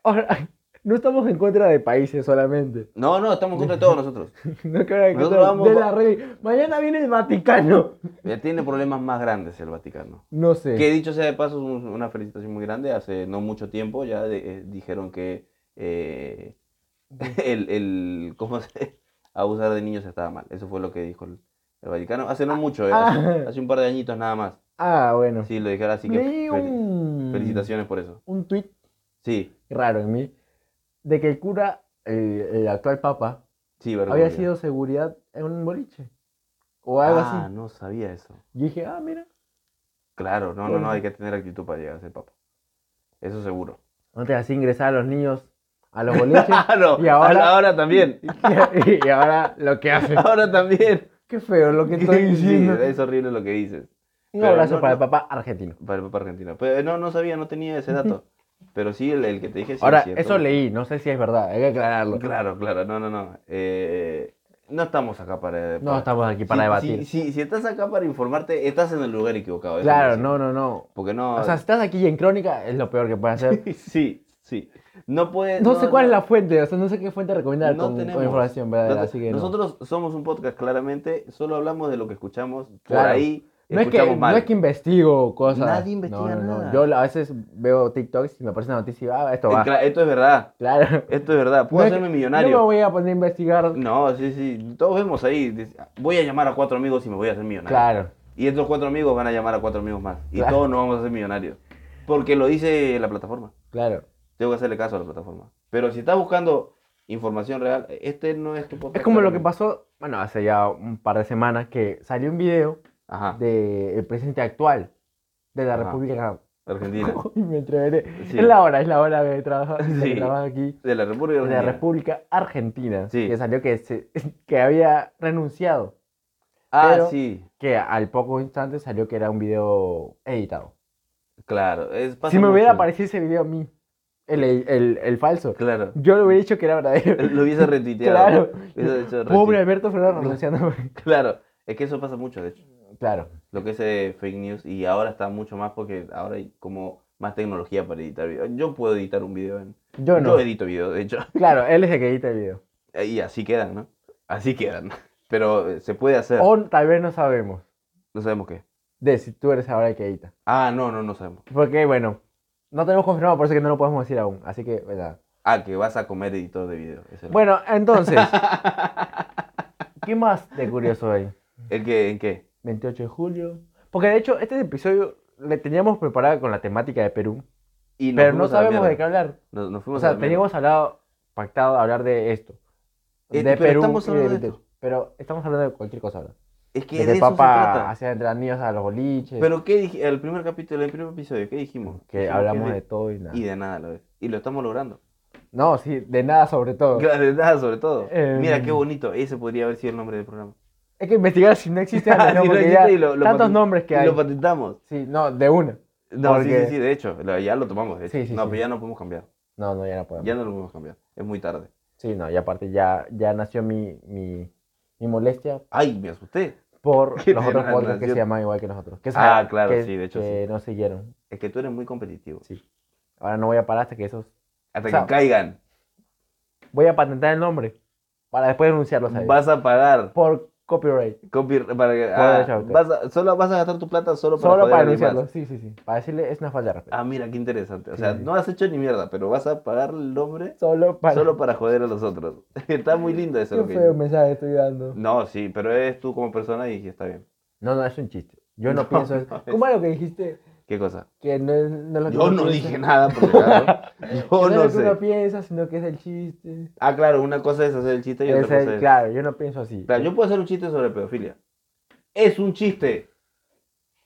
[SPEAKER 2] Ahora, no estamos en contra de países solamente.
[SPEAKER 1] No, no, estamos contra todos nosotros.
[SPEAKER 2] No creo que
[SPEAKER 1] Nosotros
[SPEAKER 2] contra
[SPEAKER 1] vamos-
[SPEAKER 2] de la rey. Mañana viene el Vaticano.
[SPEAKER 1] Ya tiene problemas más grandes el Vaticano.
[SPEAKER 2] No sé.
[SPEAKER 1] Que dicho sea de paso, es un- una felicitación muy grande. Hace no mucho tiempo ya de- eh, dijeron que eh, el, el- ¿cómo se? abusar de niños estaba mal. Eso fue lo que dijo el, el Vaticano. Hace no mucho, eh, hace,
[SPEAKER 2] Ah.
[SPEAKER 1] hace un par de añitos nada más.
[SPEAKER 2] Ah, bueno.
[SPEAKER 1] Sí, lo dijeron así que
[SPEAKER 2] Leí
[SPEAKER 1] fel-
[SPEAKER 2] un...
[SPEAKER 1] felicitaciones por eso.
[SPEAKER 2] un tweet
[SPEAKER 1] Sí,
[SPEAKER 2] raro en mí de que el cura, el, el actual papa,
[SPEAKER 1] sí, vergüenza.
[SPEAKER 2] había sido seguridad en un boliche. O algo
[SPEAKER 1] Ah,
[SPEAKER 2] así.
[SPEAKER 1] no sabía eso.
[SPEAKER 2] Y dije, ah, mira.
[SPEAKER 1] Claro, no, no,
[SPEAKER 2] Bueno.
[SPEAKER 1] no, hay que tener actitud para llegar a ser papa. Eso seguro.
[SPEAKER 2] Antes así ingresaban los niños a los boliches.
[SPEAKER 1] Claro,
[SPEAKER 2] y Ah, ahora-
[SPEAKER 1] ahora también.
[SPEAKER 2] y ahora lo que hacen.
[SPEAKER 1] Ahora también.
[SPEAKER 2] Qué feo lo que estoy
[SPEAKER 1] Sí,
[SPEAKER 2] diciendo.
[SPEAKER 1] es horrible lo que dices.
[SPEAKER 2] Un
[SPEAKER 1] pero
[SPEAKER 2] abrazo
[SPEAKER 1] no,
[SPEAKER 2] para
[SPEAKER 1] no.
[SPEAKER 2] el papá argentino.
[SPEAKER 1] Para el Papa argentino. Pero eh, no, no sabía, no tenía ese dato. Pero sí, el, el que te dije sí
[SPEAKER 2] Ahora,
[SPEAKER 1] es cierto.
[SPEAKER 2] eso leí, no sé si es verdad, hay que aclararlo.
[SPEAKER 1] Claro, claro, no, no, no. Eh, no estamos acá para.
[SPEAKER 2] No
[SPEAKER 1] para-
[SPEAKER 2] estamos aquí
[SPEAKER 1] Si-
[SPEAKER 2] para
[SPEAKER 1] si-
[SPEAKER 2] debatir.
[SPEAKER 1] Si, si estás acá para informarte, estás en el lugar equivocado. eso
[SPEAKER 2] claro,
[SPEAKER 1] sí.
[SPEAKER 2] no, no, no.
[SPEAKER 1] Porque no.
[SPEAKER 2] O sea, si estás aquí en crónica, es lo peor que puedes hacer.
[SPEAKER 1] sí, sí. No puedes.
[SPEAKER 2] No sé cuál es la fuente, o sea, no sé qué fuente recomendar
[SPEAKER 1] no
[SPEAKER 2] con, con
[SPEAKER 1] tenemos.
[SPEAKER 2] información, ¿verdad?
[SPEAKER 1] No te-
[SPEAKER 2] Así que no.
[SPEAKER 1] Nosotros somos un podcast, claramente. Solo hablamos de lo que escuchamos por
[SPEAKER 2] Claro.
[SPEAKER 1] ahí.
[SPEAKER 2] no, es que,
[SPEAKER 1] escuchamos mal.
[SPEAKER 2] no es que investigo cosas.
[SPEAKER 1] Nadie investiga
[SPEAKER 2] No, no, no.
[SPEAKER 1] nada.
[SPEAKER 2] Yo a veces veo TikToks y me aparece una noticia y ah, esto va.
[SPEAKER 1] Eh, cla- Esto es verdad.
[SPEAKER 2] Claro.
[SPEAKER 1] Esto es verdad. Puedo
[SPEAKER 2] No es
[SPEAKER 1] hacerme
[SPEAKER 2] que-
[SPEAKER 1] millonario.
[SPEAKER 2] No me voy a poner a investigar.
[SPEAKER 1] No, sí, sí. Todos vemos ahí. dice, Voy a llamar a cuatro amigos y me voy a hacer millonario.
[SPEAKER 2] Claro.
[SPEAKER 1] Y estos cuatro amigos van a llamar a cuatro amigos más. Y
[SPEAKER 2] Claro.
[SPEAKER 1] todos nos vamos a hacer millonarios. Porque lo dice la plataforma.
[SPEAKER 2] Claro.
[SPEAKER 1] Tengo que hacerle caso a la plataforma. Pero si estás buscando información real, este no es tu podcast.
[SPEAKER 2] Es como lo que
[SPEAKER 1] claramente.
[SPEAKER 2] pasó, bueno, hace ya un par de semanas que salió un video
[SPEAKER 1] Ajá.
[SPEAKER 2] del presidente actual de
[SPEAKER 1] Ah.
[SPEAKER 2] la
[SPEAKER 1] Ajá.
[SPEAKER 2] República.
[SPEAKER 1] Argentina.
[SPEAKER 2] Y me entreveré.
[SPEAKER 1] Sí.
[SPEAKER 2] Es la hora, es la hora de trabajar, de
[SPEAKER 1] Sí.
[SPEAKER 2] que trabajo aquí.
[SPEAKER 1] De la República
[SPEAKER 2] De la
[SPEAKER 1] Argentina.
[SPEAKER 2] República Argentina.
[SPEAKER 1] Sí.
[SPEAKER 2] Que salió que, se- que había renunciado.
[SPEAKER 1] ah,
[SPEAKER 2] pero-
[SPEAKER 1] sí.
[SPEAKER 2] Que al poco instante salió que era un video editado.
[SPEAKER 1] Claro. Es, pasa
[SPEAKER 2] si me hubiera
[SPEAKER 1] mucho.
[SPEAKER 2] aparecido ese video a mí, el, el- el falso,
[SPEAKER 1] Claro.
[SPEAKER 2] yo le hubiera dicho que era verdadero.
[SPEAKER 1] Lo hubiese retuiteado.
[SPEAKER 2] Claro.
[SPEAKER 1] Hubiese hecho retuite.
[SPEAKER 2] Pobre Alberto Fernández renunciando.
[SPEAKER 1] Claro. Es que eso pasa mucho, de hecho.
[SPEAKER 2] claro.
[SPEAKER 1] lo que es eh, fake news y ahora está mucho más porque ahora hay como más tecnología para editar videos. Yo puedo editar un video en...
[SPEAKER 2] Yo no.
[SPEAKER 1] Yo edito videos, de hecho.
[SPEAKER 2] Claro, él es el que edita el video.
[SPEAKER 1] Y así quedan, ¿no? Así quedan. Pero eh, se puede hacer.
[SPEAKER 2] O tal vez no sabemos
[SPEAKER 1] No sabemos qué.
[SPEAKER 2] de si tú eres ahora el que edita.
[SPEAKER 1] Ah, no, no, no sabemos.
[SPEAKER 2] Porque, bueno, no tenemos confirmado, por eso que no lo podemos decir aún. Así que, verdad.
[SPEAKER 1] Ah, que vas a comer editor de video. ese era.
[SPEAKER 2] Bueno, entonces. ¿Qué más de curioso hay?
[SPEAKER 1] ¿El que, ¿En qué?
[SPEAKER 2] 28 de julio. Porque de hecho, este episodio le teníamos preparado con la temática de Perú.
[SPEAKER 1] Y nos
[SPEAKER 2] pero no
[SPEAKER 1] fuimos a la
[SPEAKER 2] sabemos de qué
[SPEAKER 1] mierda.
[SPEAKER 2] hablar.
[SPEAKER 1] Nos, nos fuimos
[SPEAKER 2] O
[SPEAKER 1] a
[SPEAKER 2] sea,
[SPEAKER 1] la mierda.
[SPEAKER 2] teníamos hablado, pactado hablar de esto.
[SPEAKER 1] Eh,
[SPEAKER 2] De
[SPEAKER 1] pero
[SPEAKER 2] Perú.
[SPEAKER 1] estamos
[SPEAKER 2] y de
[SPEAKER 1] hablando de
[SPEAKER 2] 28. Pero estamos hablando de cualquier cosa ahora.
[SPEAKER 1] Es que de,
[SPEAKER 2] De que el
[SPEAKER 1] eso se
[SPEAKER 2] Papa
[SPEAKER 1] trata.
[SPEAKER 2] hacía entrar niños a los boliches.
[SPEAKER 1] Pero ¿qué dije? El primer capítulo, el primer episodio, ¿qué dijimos?
[SPEAKER 2] que
[SPEAKER 1] Dijimos
[SPEAKER 2] hablamos
[SPEAKER 1] que
[SPEAKER 2] de todo y nada.
[SPEAKER 1] Y de nada, lo ves. Y lo estamos logrando.
[SPEAKER 2] No, sí, de nada sobre todo.
[SPEAKER 1] Claro, de nada, sobre todo.
[SPEAKER 2] Eh,
[SPEAKER 1] Mira qué bonito. Ese podría haber sido el nombre del programa.
[SPEAKER 2] Hay que investigar si no existe
[SPEAKER 1] Ah,
[SPEAKER 2] antes, ¿no?
[SPEAKER 1] sí, lo
[SPEAKER 2] Porque
[SPEAKER 1] dijiste
[SPEAKER 2] ya
[SPEAKER 1] y lo- lo
[SPEAKER 2] tantos
[SPEAKER 1] patent-
[SPEAKER 2] nombres que
[SPEAKER 1] y
[SPEAKER 2] hay.
[SPEAKER 1] Lo patentamos.
[SPEAKER 2] Sí, no, de una.
[SPEAKER 1] No, sí,
[SPEAKER 2] Porque-
[SPEAKER 1] sí, sí, de hecho. lo- ya lo tomamos, de hecho.
[SPEAKER 2] Sí, sí,
[SPEAKER 1] no,
[SPEAKER 2] sí.
[SPEAKER 1] pero ya no podemos cambiar.
[SPEAKER 2] No, no, ya no podemos.
[SPEAKER 1] Ya no lo podemos cambiar. Es muy tarde.
[SPEAKER 2] Sí, no, y aparte ya, ya nació mi, mi, mi molestia
[SPEAKER 1] Ay, me asusté.
[SPEAKER 2] por
[SPEAKER 1] Que
[SPEAKER 2] los
[SPEAKER 1] te
[SPEAKER 2] otros
[SPEAKER 1] na-
[SPEAKER 2] podcasts que
[SPEAKER 1] nació-
[SPEAKER 2] se llaman igual que nosotros. Que
[SPEAKER 1] Ah,
[SPEAKER 2] sa-
[SPEAKER 1] claro,
[SPEAKER 2] que-
[SPEAKER 1] sí, de hecho,
[SPEAKER 2] Que no siguieron.
[SPEAKER 1] Es que tú eres muy competitivo.
[SPEAKER 2] Sí. Ahora no voy a parar hasta que esos...
[SPEAKER 1] Hasta
[SPEAKER 2] O sea,
[SPEAKER 1] que caigan.
[SPEAKER 2] Voy a patentar el nombre para después denunciarlos a ellos.
[SPEAKER 1] Vas a pagar.
[SPEAKER 2] Por copyright.
[SPEAKER 1] Copy, para que-
[SPEAKER 2] Para
[SPEAKER 1] ah,
[SPEAKER 2] el shout.
[SPEAKER 1] vas a- solo vas a gastar tu plata solo para
[SPEAKER 2] Solo
[SPEAKER 1] joder a
[SPEAKER 2] para
[SPEAKER 1] alguien más.
[SPEAKER 2] denunciarlos. Sí, sí, sí. Para decirle es una falta de respeto.
[SPEAKER 1] Ah, mira, qué interesante. O
[SPEAKER 2] Sí,
[SPEAKER 1] sea,
[SPEAKER 2] sí.
[SPEAKER 1] no has hecho ni mierda, pero vas a pagar el nombre
[SPEAKER 2] Solo para...
[SPEAKER 1] solo para joder a los otros. Está muy lindo eso.
[SPEAKER 2] Qué
[SPEAKER 1] lo que
[SPEAKER 2] feo mensaje estoy dando.
[SPEAKER 1] No, sí, pero eres tú como persona y está bien.
[SPEAKER 2] No, no, es un chiste. Yo no,
[SPEAKER 1] No,
[SPEAKER 2] pienso eso.
[SPEAKER 1] no es-
[SPEAKER 2] ¿Cómo es lo que dijiste?
[SPEAKER 1] ¿Qué cosa?
[SPEAKER 2] Que no es, no es lo que
[SPEAKER 1] Yo
[SPEAKER 2] uno
[SPEAKER 1] no
[SPEAKER 2] piensa.
[SPEAKER 1] dije nada, por si acaso.
[SPEAKER 2] Que
[SPEAKER 1] Yo no
[SPEAKER 2] no es lo que uno
[SPEAKER 1] sé.
[SPEAKER 2] piensa, sino que es el chiste.
[SPEAKER 1] Ah, claro, una cosa es hacer el chiste y otra
[SPEAKER 2] Es
[SPEAKER 1] cosa
[SPEAKER 2] el-
[SPEAKER 1] es...
[SPEAKER 2] claro, yo no pienso así.
[SPEAKER 1] Claro, yo puedo hacer un chiste sobre pedofilia. Es un chiste.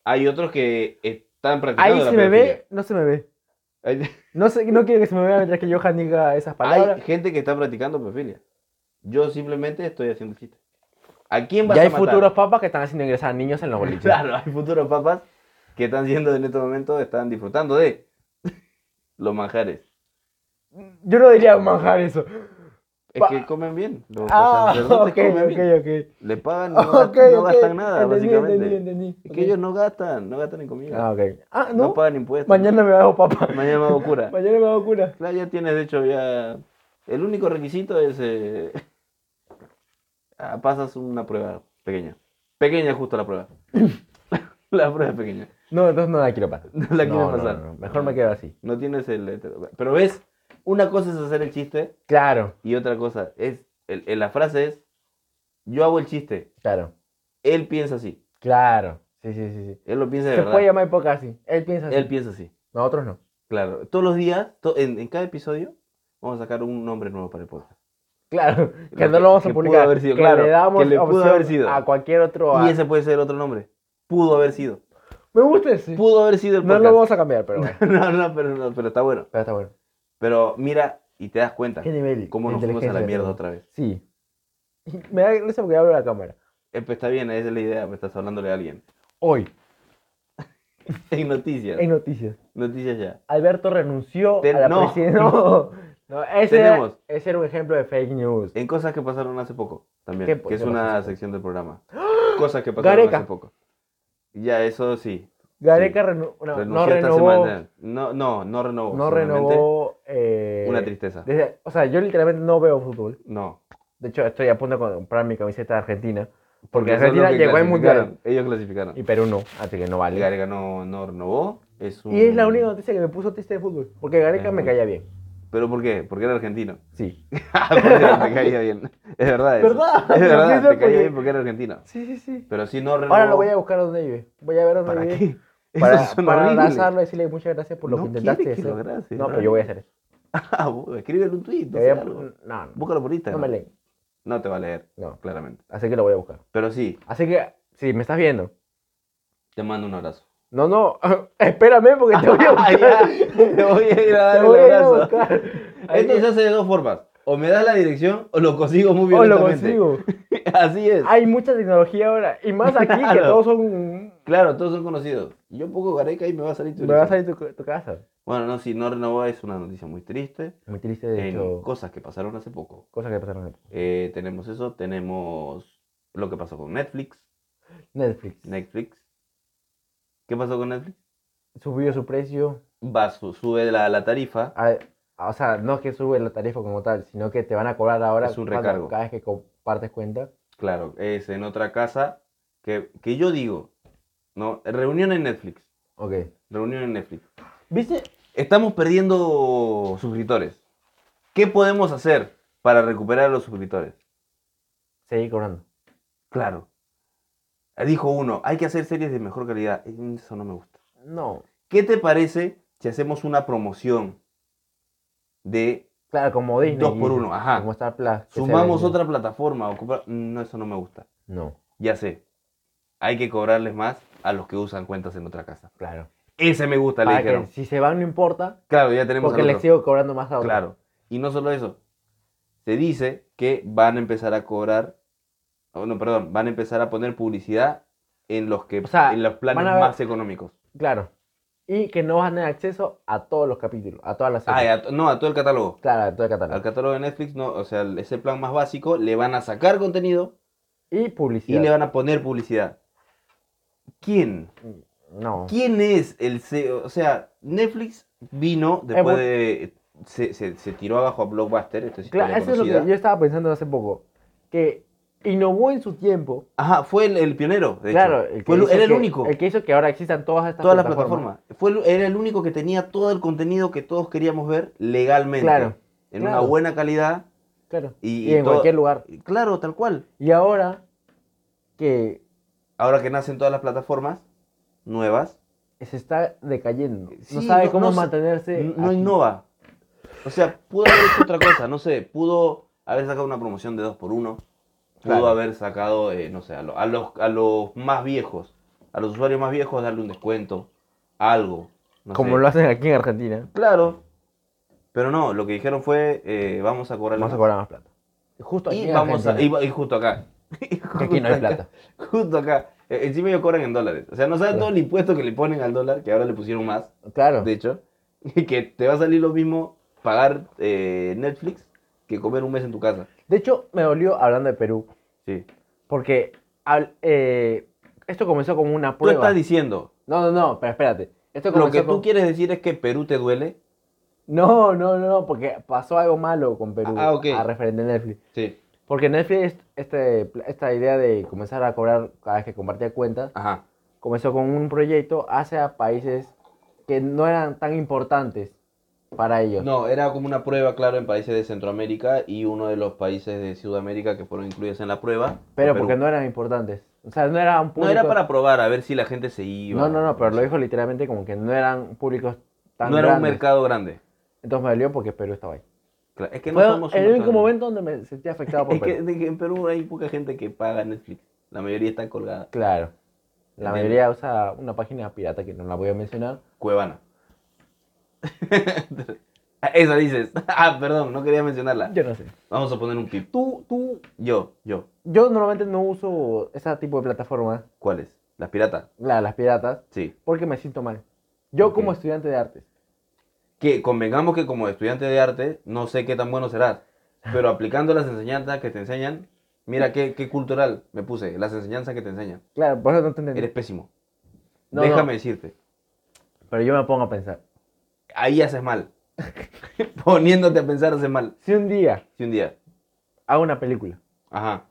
[SPEAKER 1] Hay otros que están practicando
[SPEAKER 2] Ahí
[SPEAKER 1] la
[SPEAKER 2] se me
[SPEAKER 1] pedofilia.
[SPEAKER 2] ve, no se me ve.
[SPEAKER 1] Hay,
[SPEAKER 2] No, sé, no quiero que se me vea mientras que Johan diga esas palabras.
[SPEAKER 1] hay gente que está practicando pedofilia. Yo simplemente estoy haciendo chistes. ¿A quién vas
[SPEAKER 2] ya
[SPEAKER 1] a
[SPEAKER 2] hay
[SPEAKER 1] matar?
[SPEAKER 2] futuros papas que están haciendo ingresar niños en los boliches.
[SPEAKER 1] Claro, hay futuros papas que están siendo en este momento, están disfrutando de los manjares.
[SPEAKER 2] Yo no diría manjar eso.
[SPEAKER 1] Es
[SPEAKER 2] Pa-
[SPEAKER 1] que comen bien. Los
[SPEAKER 2] Ah, ok,
[SPEAKER 1] sacerdotes
[SPEAKER 2] ok,
[SPEAKER 1] comen bien.
[SPEAKER 2] ok.
[SPEAKER 1] Le pagan, no,
[SPEAKER 2] Ok,
[SPEAKER 1] gast- no
[SPEAKER 2] ok.
[SPEAKER 1] gastan nada,
[SPEAKER 2] Entendí,
[SPEAKER 1] básicamente.
[SPEAKER 2] Entendí, entendí.
[SPEAKER 1] Es
[SPEAKER 2] ok.
[SPEAKER 1] que ellos no gastan, no gastan en comida.
[SPEAKER 2] Ah, ok. Ah,
[SPEAKER 1] no.
[SPEAKER 2] no.
[SPEAKER 1] pagan impuestos.
[SPEAKER 2] Mañana me hago papa.
[SPEAKER 1] Mañana me hago cura.
[SPEAKER 2] Mañana me hago cura.
[SPEAKER 1] Claro, ya tienes, de hecho, ya. El único requisito es. eh, ah, pasas una prueba pequeña. Pequeña, justo la prueba. la prueba es pequeña.
[SPEAKER 2] No, entonces no la quiero pasar.
[SPEAKER 1] No la quiero
[SPEAKER 2] No, no,
[SPEAKER 1] pasar.
[SPEAKER 2] no, Mejor me quedo así.
[SPEAKER 1] No tienes el. hetero- Pero ves, una cosa es hacer el chiste
[SPEAKER 2] Claro,
[SPEAKER 1] y otra cosa es. el- el- la frase es: Yo hago el chiste.
[SPEAKER 2] claro,
[SPEAKER 1] Él piensa así.
[SPEAKER 2] claro. Sí, sí, sí. sí.
[SPEAKER 1] Él lo piensa de
[SPEAKER 2] Se
[SPEAKER 1] verdad.
[SPEAKER 2] puede llamar hipocresía. Él piensa así.
[SPEAKER 1] Él piensa así.
[SPEAKER 2] Nosotros no.
[SPEAKER 1] Claro. Todos los días, to- en, en cada episodio, vamos a sacar un nombre nuevo para el podcast.
[SPEAKER 2] Claro, que
[SPEAKER 1] Lo
[SPEAKER 2] no
[SPEAKER 1] que-
[SPEAKER 2] lo vamos
[SPEAKER 1] que
[SPEAKER 2] a
[SPEAKER 1] pudo
[SPEAKER 2] publicar.
[SPEAKER 1] haber sido,
[SPEAKER 2] que
[SPEAKER 1] claro,
[SPEAKER 2] le damos
[SPEAKER 1] que le pudo
[SPEAKER 2] opción
[SPEAKER 1] haber sido.
[SPEAKER 2] a cualquier otro. a-
[SPEAKER 1] Y ese puede ser otro nombre. Pudo haber sido.
[SPEAKER 2] Me gusta ese.
[SPEAKER 1] Pudo haber sido el
[SPEAKER 2] No
[SPEAKER 1] podcast.
[SPEAKER 2] lo vamos a cambiar, pero bueno.
[SPEAKER 1] no, no, pero, no, pero está bueno.
[SPEAKER 2] Pero está bueno.
[SPEAKER 1] Pero mira y te das cuenta
[SPEAKER 2] ¿Qué nivel?
[SPEAKER 1] cómo
[SPEAKER 2] de
[SPEAKER 1] nos fuimos a la
[SPEAKER 2] inteligencia
[SPEAKER 1] mierda
[SPEAKER 2] tenemos?
[SPEAKER 1] otra vez.
[SPEAKER 2] Sí. Me da risa porque abro la cámara.
[SPEAKER 1] pues, Eh, pues, está bien, esa es la idea, me estás hablándole a alguien.
[SPEAKER 2] Hoy.
[SPEAKER 1] En noticias.
[SPEAKER 2] En noticias.
[SPEAKER 1] Noticias ya.
[SPEAKER 2] Alberto renunció
[SPEAKER 1] Ten-
[SPEAKER 2] a la
[SPEAKER 1] no.
[SPEAKER 2] presidencia. No, no, ese, era,
[SPEAKER 1] Tenemos.
[SPEAKER 2] ese era un ejemplo de fake news.
[SPEAKER 1] En cosas que pasaron hace poco también.
[SPEAKER 2] ¿Qué po-
[SPEAKER 1] que es
[SPEAKER 2] qué
[SPEAKER 1] una
[SPEAKER 2] pasó?
[SPEAKER 1] sección del programa. Cosas que pasaron
[SPEAKER 2] Gareca.
[SPEAKER 1] hace poco. Ya, eso sí.
[SPEAKER 2] Gareca renu- no,
[SPEAKER 1] Renunció
[SPEAKER 2] no
[SPEAKER 1] esta
[SPEAKER 2] renovó.
[SPEAKER 1] semana. No, no, no renovó.
[SPEAKER 2] No
[SPEAKER 1] solamente
[SPEAKER 2] renovó. eh,
[SPEAKER 1] Una tristeza.
[SPEAKER 2] desde- o sea, yo literalmente no veo fútbol.
[SPEAKER 1] No.
[SPEAKER 2] De hecho, estoy a punto de comprar mi camiseta de Argentina. Porque
[SPEAKER 1] eso es lo
[SPEAKER 2] Argentina
[SPEAKER 1] que
[SPEAKER 2] llegó al
[SPEAKER 1] clasificaron.
[SPEAKER 2] mundial.
[SPEAKER 1] Ellos clasificaron.
[SPEAKER 2] Y Perú no, así que no
[SPEAKER 1] El
[SPEAKER 2] vale.
[SPEAKER 1] Gareca no, no renovó. Es un-
[SPEAKER 2] Y es la única noticia que me puso triste de fútbol. Porque Gareca
[SPEAKER 1] Es
[SPEAKER 2] me
[SPEAKER 1] muy-
[SPEAKER 2] caía bien.
[SPEAKER 1] ¿Pero por qué? Porque era argentino.
[SPEAKER 2] Sí.
[SPEAKER 1] porque Ah, te caía bien. Es verdad. eso.
[SPEAKER 2] ¿Verdad?
[SPEAKER 1] Es
[SPEAKER 2] Lo
[SPEAKER 1] verdad.
[SPEAKER 2] pienso
[SPEAKER 1] Te caía
[SPEAKER 2] porque-
[SPEAKER 1] bien porque era argentino.
[SPEAKER 2] Sí, sí, sí.
[SPEAKER 1] Pero sí no renovó.
[SPEAKER 2] Ahora lo voy a buscar a donde vive. Voy a ver dónde
[SPEAKER 1] ¿Para
[SPEAKER 2] vive.
[SPEAKER 1] qué?
[SPEAKER 2] Para,
[SPEAKER 1] Eso suena
[SPEAKER 2] para
[SPEAKER 1] horrible.
[SPEAKER 2] abrazarlo y decirle muchas gracias por lo
[SPEAKER 1] No
[SPEAKER 2] que intentaste.
[SPEAKER 1] quiere que
[SPEAKER 2] hacer.
[SPEAKER 1] lo abrace,
[SPEAKER 2] no,
[SPEAKER 1] no.
[SPEAKER 2] pero yo voy a hacer eso.
[SPEAKER 1] Ah, bueno, escríbele un tweet.
[SPEAKER 2] Le voy a-
[SPEAKER 1] algo.
[SPEAKER 2] No, no,
[SPEAKER 1] Búscalo por
[SPEAKER 2] no
[SPEAKER 1] Instagram.
[SPEAKER 2] me leen.
[SPEAKER 1] No te va a leer,
[SPEAKER 2] No.
[SPEAKER 1] claramente.
[SPEAKER 2] Así que lo voy a buscar.
[SPEAKER 1] Pero sí,
[SPEAKER 2] Así que, si me estás viendo.
[SPEAKER 1] te mando un abrazo.
[SPEAKER 2] No, no, espérame porque te voy a
[SPEAKER 1] Ah,
[SPEAKER 2] buscar.
[SPEAKER 1] ya, Te voy a ir a
[SPEAKER 2] Te
[SPEAKER 1] dar
[SPEAKER 2] voy
[SPEAKER 1] un
[SPEAKER 2] a ir a
[SPEAKER 1] abrazo.
[SPEAKER 2] buscar. Ahí
[SPEAKER 1] Esto se hace de dos formas. O me das la dirección o lo consigo muy
[SPEAKER 2] Oh, lo
[SPEAKER 1] violentamente.
[SPEAKER 2] consigo.
[SPEAKER 1] Así es.
[SPEAKER 2] Hay mucha tecnología ahora. Y más aquí que
[SPEAKER 1] Claro.
[SPEAKER 2] todos son.
[SPEAKER 1] Claro, todos son conocidos. Yo pongo Gareca y me va a salir tu
[SPEAKER 2] Me va a
[SPEAKER 1] dirección.
[SPEAKER 2] salir tu, tu casa.
[SPEAKER 1] Bueno, no, si no renovó es una noticia muy triste.
[SPEAKER 2] Muy triste, de
[SPEAKER 1] En
[SPEAKER 2] hecho.
[SPEAKER 1] cosas que pasaron hace poco.
[SPEAKER 2] Cosas que pasaron en
[SPEAKER 1] Eh, tenemos eso, tenemos lo que pasó con Netflix.
[SPEAKER 2] Netflix.
[SPEAKER 1] Netflix. ¿Qué pasó con Netflix?
[SPEAKER 2] Subió su precio.
[SPEAKER 1] Va, su- sube la, la tarifa.
[SPEAKER 2] a- o sea, no es que sube la tarifa como tal, sino que te van a cobrar ahora
[SPEAKER 1] Es un
[SPEAKER 2] cuando-
[SPEAKER 1] recargo.
[SPEAKER 2] cada vez que compartes cuenta.
[SPEAKER 1] Claro, es en otra casa que, que yo digo, ¿no? Reunión en Netflix.
[SPEAKER 2] Ok.
[SPEAKER 1] Reunión en Netflix.
[SPEAKER 2] ¿Viste?
[SPEAKER 1] Estamos perdiendo suscriptores. ¿Qué podemos hacer para recuperar a los suscriptores?
[SPEAKER 2] Seguir cobrando.
[SPEAKER 1] Claro. Dijo uno, hay que hacer series de mejor calidad. Mm, Eso no me gusta.
[SPEAKER 2] No.
[SPEAKER 1] ¿Qué te parece si hacemos una promoción de
[SPEAKER 2] Claro, como Disney.
[SPEAKER 1] Dos por
[SPEAKER 2] y-
[SPEAKER 1] uno, ajá.
[SPEAKER 2] Como Star Plus. que se
[SPEAKER 1] sumamos
[SPEAKER 2] vendió.
[SPEAKER 1] otra plataforma? o compra- No, eso no me gusta.
[SPEAKER 2] No,
[SPEAKER 1] Ya sé. Hay que cobrarles más a los que usan cuentas en otra casa.
[SPEAKER 2] claro.
[SPEAKER 1] Ese me gusta, le
[SPEAKER 2] Para
[SPEAKER 1] dijeron.
[SPEAKER 2] Ah, que si se van no importa,
[SPEAKER 1] Claro, ya tenemos
[SPEAKER 2] porque
[SPEAKER 1] al
[SPEAKER 2] les
[SPEAKER 1] otro.
[SPEAKER 2] sigo cobrando más a otro.
[SPEAKER 1] Claro. Y no solo eso. Se dice que van a empezar a cobrar. oh, no, perdón. Van a empezar a poner publicidad en los que
[SPEAKER 2] O sea,
[SPEAKER 1] en los planes
[SPEAKER 2] van a ver-
[SPEAKER 1] más económicos.
[SPEAKER 2] Claro. Y que no van a tener acceso a todos los capítulos, a todas las
[SPEAKER 1] Ah, y
[SPEAKER 2] series.
[SPEAKER 1] a to- no, a todo el catálogo.
[SPEAKER 2] Claro, a todo el
[SPEAKER 1] Al
[SPEAKER 2] catálogo.
[SPEAKER 1] catálogo de Netflix, no, o sea, el- ese plan más básico, le van a sacar contenido
[SPEAKER 2] Y
[SPEAKER 1] y
[SPEAKER 2] publicidad.
[SPEAKER 1] le van a poner publicidad. ¿Quién?
[SPEAKER 2] No.
[SPEAKER 1] ¿Quién es el CEO? O sea, Netflix vino después
[SPEAKER 2] bu-
[SPEAKER 1] de. Se, se- se tiró abajo a Blockbuster, esto es
[SPEAKER 2] Claro,
[SPEAKER 1] historia
[SPEAKER 2] eso es lo
[SPEAKER 1] conocida.
[SPEAKER 2] que yo estaba pensando hace poco. Que innovó en su tiempo.
[SPEAKER 1] Ajá, fue el, el pionero, de
[SPEAKER 2] claro,
[SPEAKER 1] hecho.
[SPEAKER 2] el que
[SPEAKER 1] Fue el-
[SPEAKER 2] hizo
[SPEAKER 1] era el
[SPEAKER 2] que-
[SPEAKER 1] único.
[SPEAKER 2] El que hizo que ahora existan todas estas
[SPEAKER 1] todas las plataformas. Fue el- era el único que tenía todo el contenido que todos queríamos ver legalmente.
[SPEAKER 2] Claro,
[SPEAKER 1] En
[SPEAKER 2] claro.
[SPEAKER 1] una buena calidad.
[SPEAKER 2] Claro.
[SPEAKER 1] Y-
[SPEAKER 2] Y,
[SPEAKER 1] y
[SPEAKER 2] en
[SPEAKER 1] todo-
[SPEAKER 2] cualquier lugar.
[SPEAKER 1] Claro, tal cual.
[SPEAKER 2] Y ahora que
[SPEAKER 1] Ahora que nacen todas las plataformas nuevas,
[SPEAKER 2] se está decayendo. no
[SPEAKER 1] Sí,
[SPEAKER 2] sabe
[SPEAKER 1] no-
[SPEAKER 2] cómo
[SPEAKER 1] no sé-
[SPEAKER 2] mantenerse.
[SPEAKER 1] n- no
[SPEAKER 2] aquí.
[SPEAKER 1] innova. O sea, pudo haber hecho otra cosa, no sé, pudo haber sacado una promoción de 2x1, pudo
[SPEAKER 2] Claro.
[SPEAKER 1] haber sacado, eh, no sé, a, lo- a los, a los más viejos, a los usuarios más viejos darle un descuento, algo. no
[SPEAKER 2] Como
[SPEAKER 1] sé.
[SPEAKER 2] lo hacen aquí en Argentina.
[SPEAKER 1] Claro. Pero no, lo que dijeron fue, eh, vamos a cobrar
[SPEAKER 2] Vamos a cobrar más plata. Justo aquí
[SPEAKER 1] Y,
[SPEAKER 2] en
[SPEAKER 1] vamos a, y,
[SPEAKER 2] Argentina.
[SPEAKER 1] va- y justo acá. Y
[SPEAKER 2] aquí no hay
[SPEAKER 1] justo
[SPEAKER 2] plata.
[SPEAKER 1] acá, Justo acá. Eh, Encima ellos cobran en dólares. O sea, no saben
[SPEAKER 2] Claro.
[SPEAKER 1] todo el impuesto que le ponen al dólar, que ahora le pusieron más,
[SPEAKER 2] Claro.
[SPEAKER 1] de hecho. Y que te va a salir lo mismo pagar eh, Netflix que comer un mes en tu casa.
[SPEAKER 2] De hecho, me dolió hablando de Perú.
[SPEAKER 1] Sí.
[SPEAKER 2] Porque al- eh, esto comenzó como una
[SPEAKER 1] Tú
[SPEAKER 2] prueba.
[SPEAKER 1] estás diciendo,
[SPEAKER 2] No, no, no, pero espérate. Esto
[SPEAKER 1] lo
[SPEAKER 2] comenzó
[SPEAKER 1] que tú
[SPEAKER 2] con-
[SPEAKER 1] quieres decir es que Perú te duele.
[SPEAKER 2] No, no, no, no, porque pasó algo malo con Perú
[SPEAKER 1] Ah, ok.
[SPEAKER 2] a referente a Netflix.
[SPEAKER 1] Sí.
[SPEAKER 2] Porque Netflix, este, esta idea de comenzar a cobrar cada vez que compartía cuentas,
[SPEAKER 1] Ajá.
[SPEAKER 2] comenzó con un proyecto hacia países que no eran tan importantes para ellos.
[SPEAKER 1] No, era como una prueba, claro, en países de Centroamérica y uno de los países de Sudamérica que fueron incluidos en la prueba.
[SPEAKER 2] pero
[SPEAKER 1] Perú.
[SPEAKER 2] porque no eran importantes. O sea, no era un
[SPEAKER 1] No
[SPEAKER 2] público...
[SPEAKER 1] era para probar a ver si la gente se iba.
[SPEAKER 2] No, no, no, pero lo dijo literalmente como que no eran públicos tan
[SPEAKER 1] No era un
[SPEAKER 2] grandes.
[SPEAKER 1] mercado grande.
[SPEAKER 2] Entonces me dolió porque Perú estaba ahí.
[SPEAKER 1] Claro, es que no
[SPEAKER 2] Fue
[SPEAKER 1] somos un
[SPEAKER 2] el
[SPEAKER 1] mercado
[SPEAKER 2] único
[SPEAKER 1] grande.
[SPEAKER 2] momento donde me sentí afectado por
[SPEAKER 1] Es que,
[SPEAKER 2] Perú.
[SPEAKER 1] de que en Perú hay poca gente que paga Netflix. La mayoría está colgada.
[SPEAKER 2] Claro. La
[SPEAKER 1] Entiendo.
[SPEAKER 2] mayoría usa una página pirata que no la voy a mencionar.
[SPEAKER 1] Cuevana. Esa dices. Ah, perdón, no quería mencionarla.
[SPEAKER 2] Yo no sé.
[SPEAKER 1] Vamos a poner un pip.
[SPEAKER 2] Tú, tú,
[SPEAKER 1] Yo, yo.
[SPEAKER 2] Yo normalmente no uso ese tipo de plataformas
[SPEAKER 1] ¿Cuál es? Las piratas,
[SPEAKER 2] la- las piratas,
[SPEAKER 1] sí.
[SPEAKER 2] porque me siento mal. Yo como
[SPEAKER 1] Ok.
[SPEAKER 2] estudiante de artes.
[SPEAKER 1] Que convengamos que como estudiante de arte, no sé qué tan bueno serás, pero aplicando las enseñanzas que te enseñan, mira qué, qué cultural me puse, las enseñanzas que te enseñan.
[SPEAKER 2] Claro, por eso no te entendí.
[SPEAKER 1] Eres pésimo.
[SPEAKER 2] No, no,
[SPEAKER 1] Déjame decirte,
[SPEAKER 2] pero yo me pongo a pensar.
[SPEAKER 1] ahí haces mal. Poniéndote a pensar haces mal.
[SPEAKER 2] Si un día
[SPEAKER 1] Si un día,
[SPEAKER 2] hago una película
[SPEAKER 1] ajá,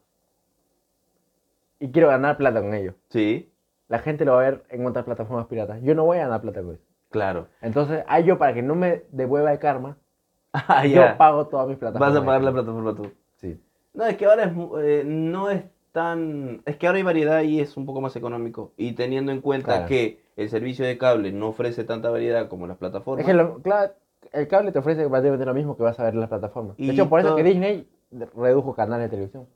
[SPEAKER 2] y quiero ganar plata con ello,
[SPEAKER 1] sí,
[SPEAKER 2] la gente lo va a ver en otras plataformas piratas. Yo no voy a ganar plata con eso.
[SPEAKER 1] claro.
[SPEAKER 2] Entonces, a yo para que no me devuelva el karma,
[SPEAKER 1] Ah,
[SPEAKER 2] yo
[SPEAKER 1] ya.
[SPEAKER 2] pago todas mis plataformas.
[SPEAKER 1] Vas a pagar la plataforma tú.
[SPEAKER 2] Sí.
[SPEAKER 1] No, es que ahora es, mu- eh, no es tan... Es que ahora hay variedad y es un poco más económico. Y teniendo en cuenta
[SPEAKER 2] Claro.
[SPEAKER 1] que el servicio de cable no ofrece tanta variedad como las plataformas.
[SPEAKER 2] Es que lo- claro, el cable te ofrece prácticamente lo mismo que vas a ver en las plataformas.
[SPEAKER 1] Y
[SPEAKER 2] de hecho, por eso
[SPEAKER 1] todo-
[SPEAKER 2] que Disney redujo canales de televisión.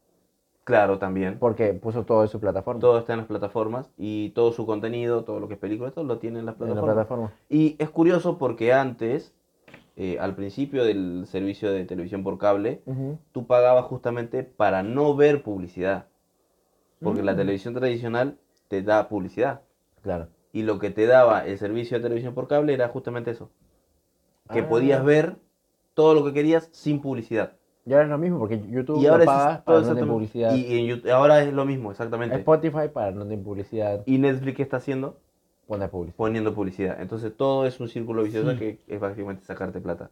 [SPEAKER 1] Claro, también.
[SPEAKER 2] Porque puso todo en su plataforma.
[SPEAKER 1] Todo está en las plataformas y todo su contenido, todo lo que es película, todo lo tiene en las
[SPEAKER 2] en la
[SPEAKER 1] plataformas.
[SPEAKER 2] plataforma.
[SPEAKER 1] Y es curioso porque antes, eh, al principio del servicio de televisión por cable,
[SPEAKER 2] Ujú.
[SPEAKER 1] tú pagabas justamente para no ver publicidad. Porque la
[SPEAKER 2] Mm.
[SPEAKER 1] televisión tradicional te da publicidad.
[SPEAKER 2] Claro.
[SPEAKER 1] Y lo que te daba el servicio de televisión por cable era justamente eso. Que
[SPEAKER 2] Ah.
[SPEAKER 1] podías ver todo lo que querías sin publicidad.
[SPEAKER 2] Y ahora es lo mismo porque YouTube
[SPEAKER 1] Y ahora
[SPEAKER 2] lo
[SPEAKER 1] es
[SPEAKER 2] pagas
[SPEAKER 1] todo
[SPEAKER 2] para no tener
[SPEAKER 1] exactamente-
[SPEAKER 2] publicidad.
[SPEAKER 1] Y, y en YouTube- ahora es lo mismo, exactamente.
[SPEAKER 2] Spotify para no tener publicidad.
[SPEAKER 1] Y Netflix, ¿qué está haciendo?
[SPEAKER 2] Poner publicidad.
[SPEAKER 1] Poniendo publicidad. Entonces todo es un círculo vicioso
[SPEAKER 2] Sí.
[SPEAKER 1] que es básicamente sacarte plata.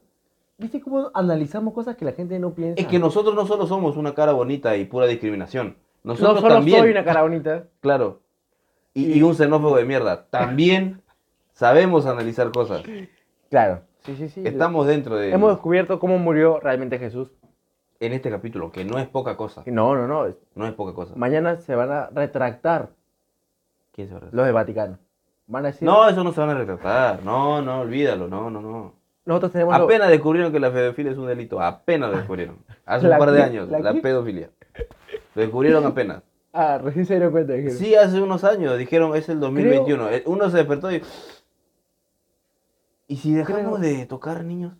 [SPEAKER 2] ¿Viste cómo analizamos cosas que la gente no piensa?
[SPEAKER 1] Es que nosotros no solo somos una cara bonita y pura discriminación.
[SPEAKER 2] No
[SPEAKER 1] Nosotros
[SPEAKER 2] solo
[SPEAKER 1] también.
[SPEAKER 2] soy una cara bonita.
[SPEAKER 1] Claro. Y, y un xenófobo de mierda. También sabemos analizar cosas.
[SPEAKER 2] Claro. Sí, sí, sí.
[SPEAKER 1] Estamos dentro de.
[SPEAKER 2] Hemos descubierto cómo murió realmente Jesús.
[SPEAKER 1] En este capítulo, que no es poca cosa.
[SPEAKER 2] No, no, no.
[SPEAKER 1] No es poca cosa.
[SPEAKER 2] Mañana se van a retractar
[SPEAKER 1] ¿Quién se va a retractar?
[SPEAKER 2] los de Vaticano. Van a decir,
[SPEAKER 1] No, eso no se van a retratar. No, no, olvídalo. No, no, no.
[SPEAKER 2] nosotros tenemos lo-
[SPEAKER 1] Apenas descubrieron que la pedofilia es un delito. Apenas lo descubrieron. Hace
[SPEAKER 2] ¿La
[SPEAKER 1] un par de
[SPEAKER 2] qué?
[SPEAKER 1] años.
[SPEAKER 2] ¿La
[SPEAKER 1] La
[SPEAKER 2] qué?
[SPEAKER 1] pedofilia. Lo descubrieron apenas.
[SPEAKER 2] Ah, recién se dieron cuenta. dijeron.
[SPEAKER 1] Sí, hace unos años. Dijeron, es el 2021. Eh, Uno se despertó y... ¿Y si dejamos de tocar niños?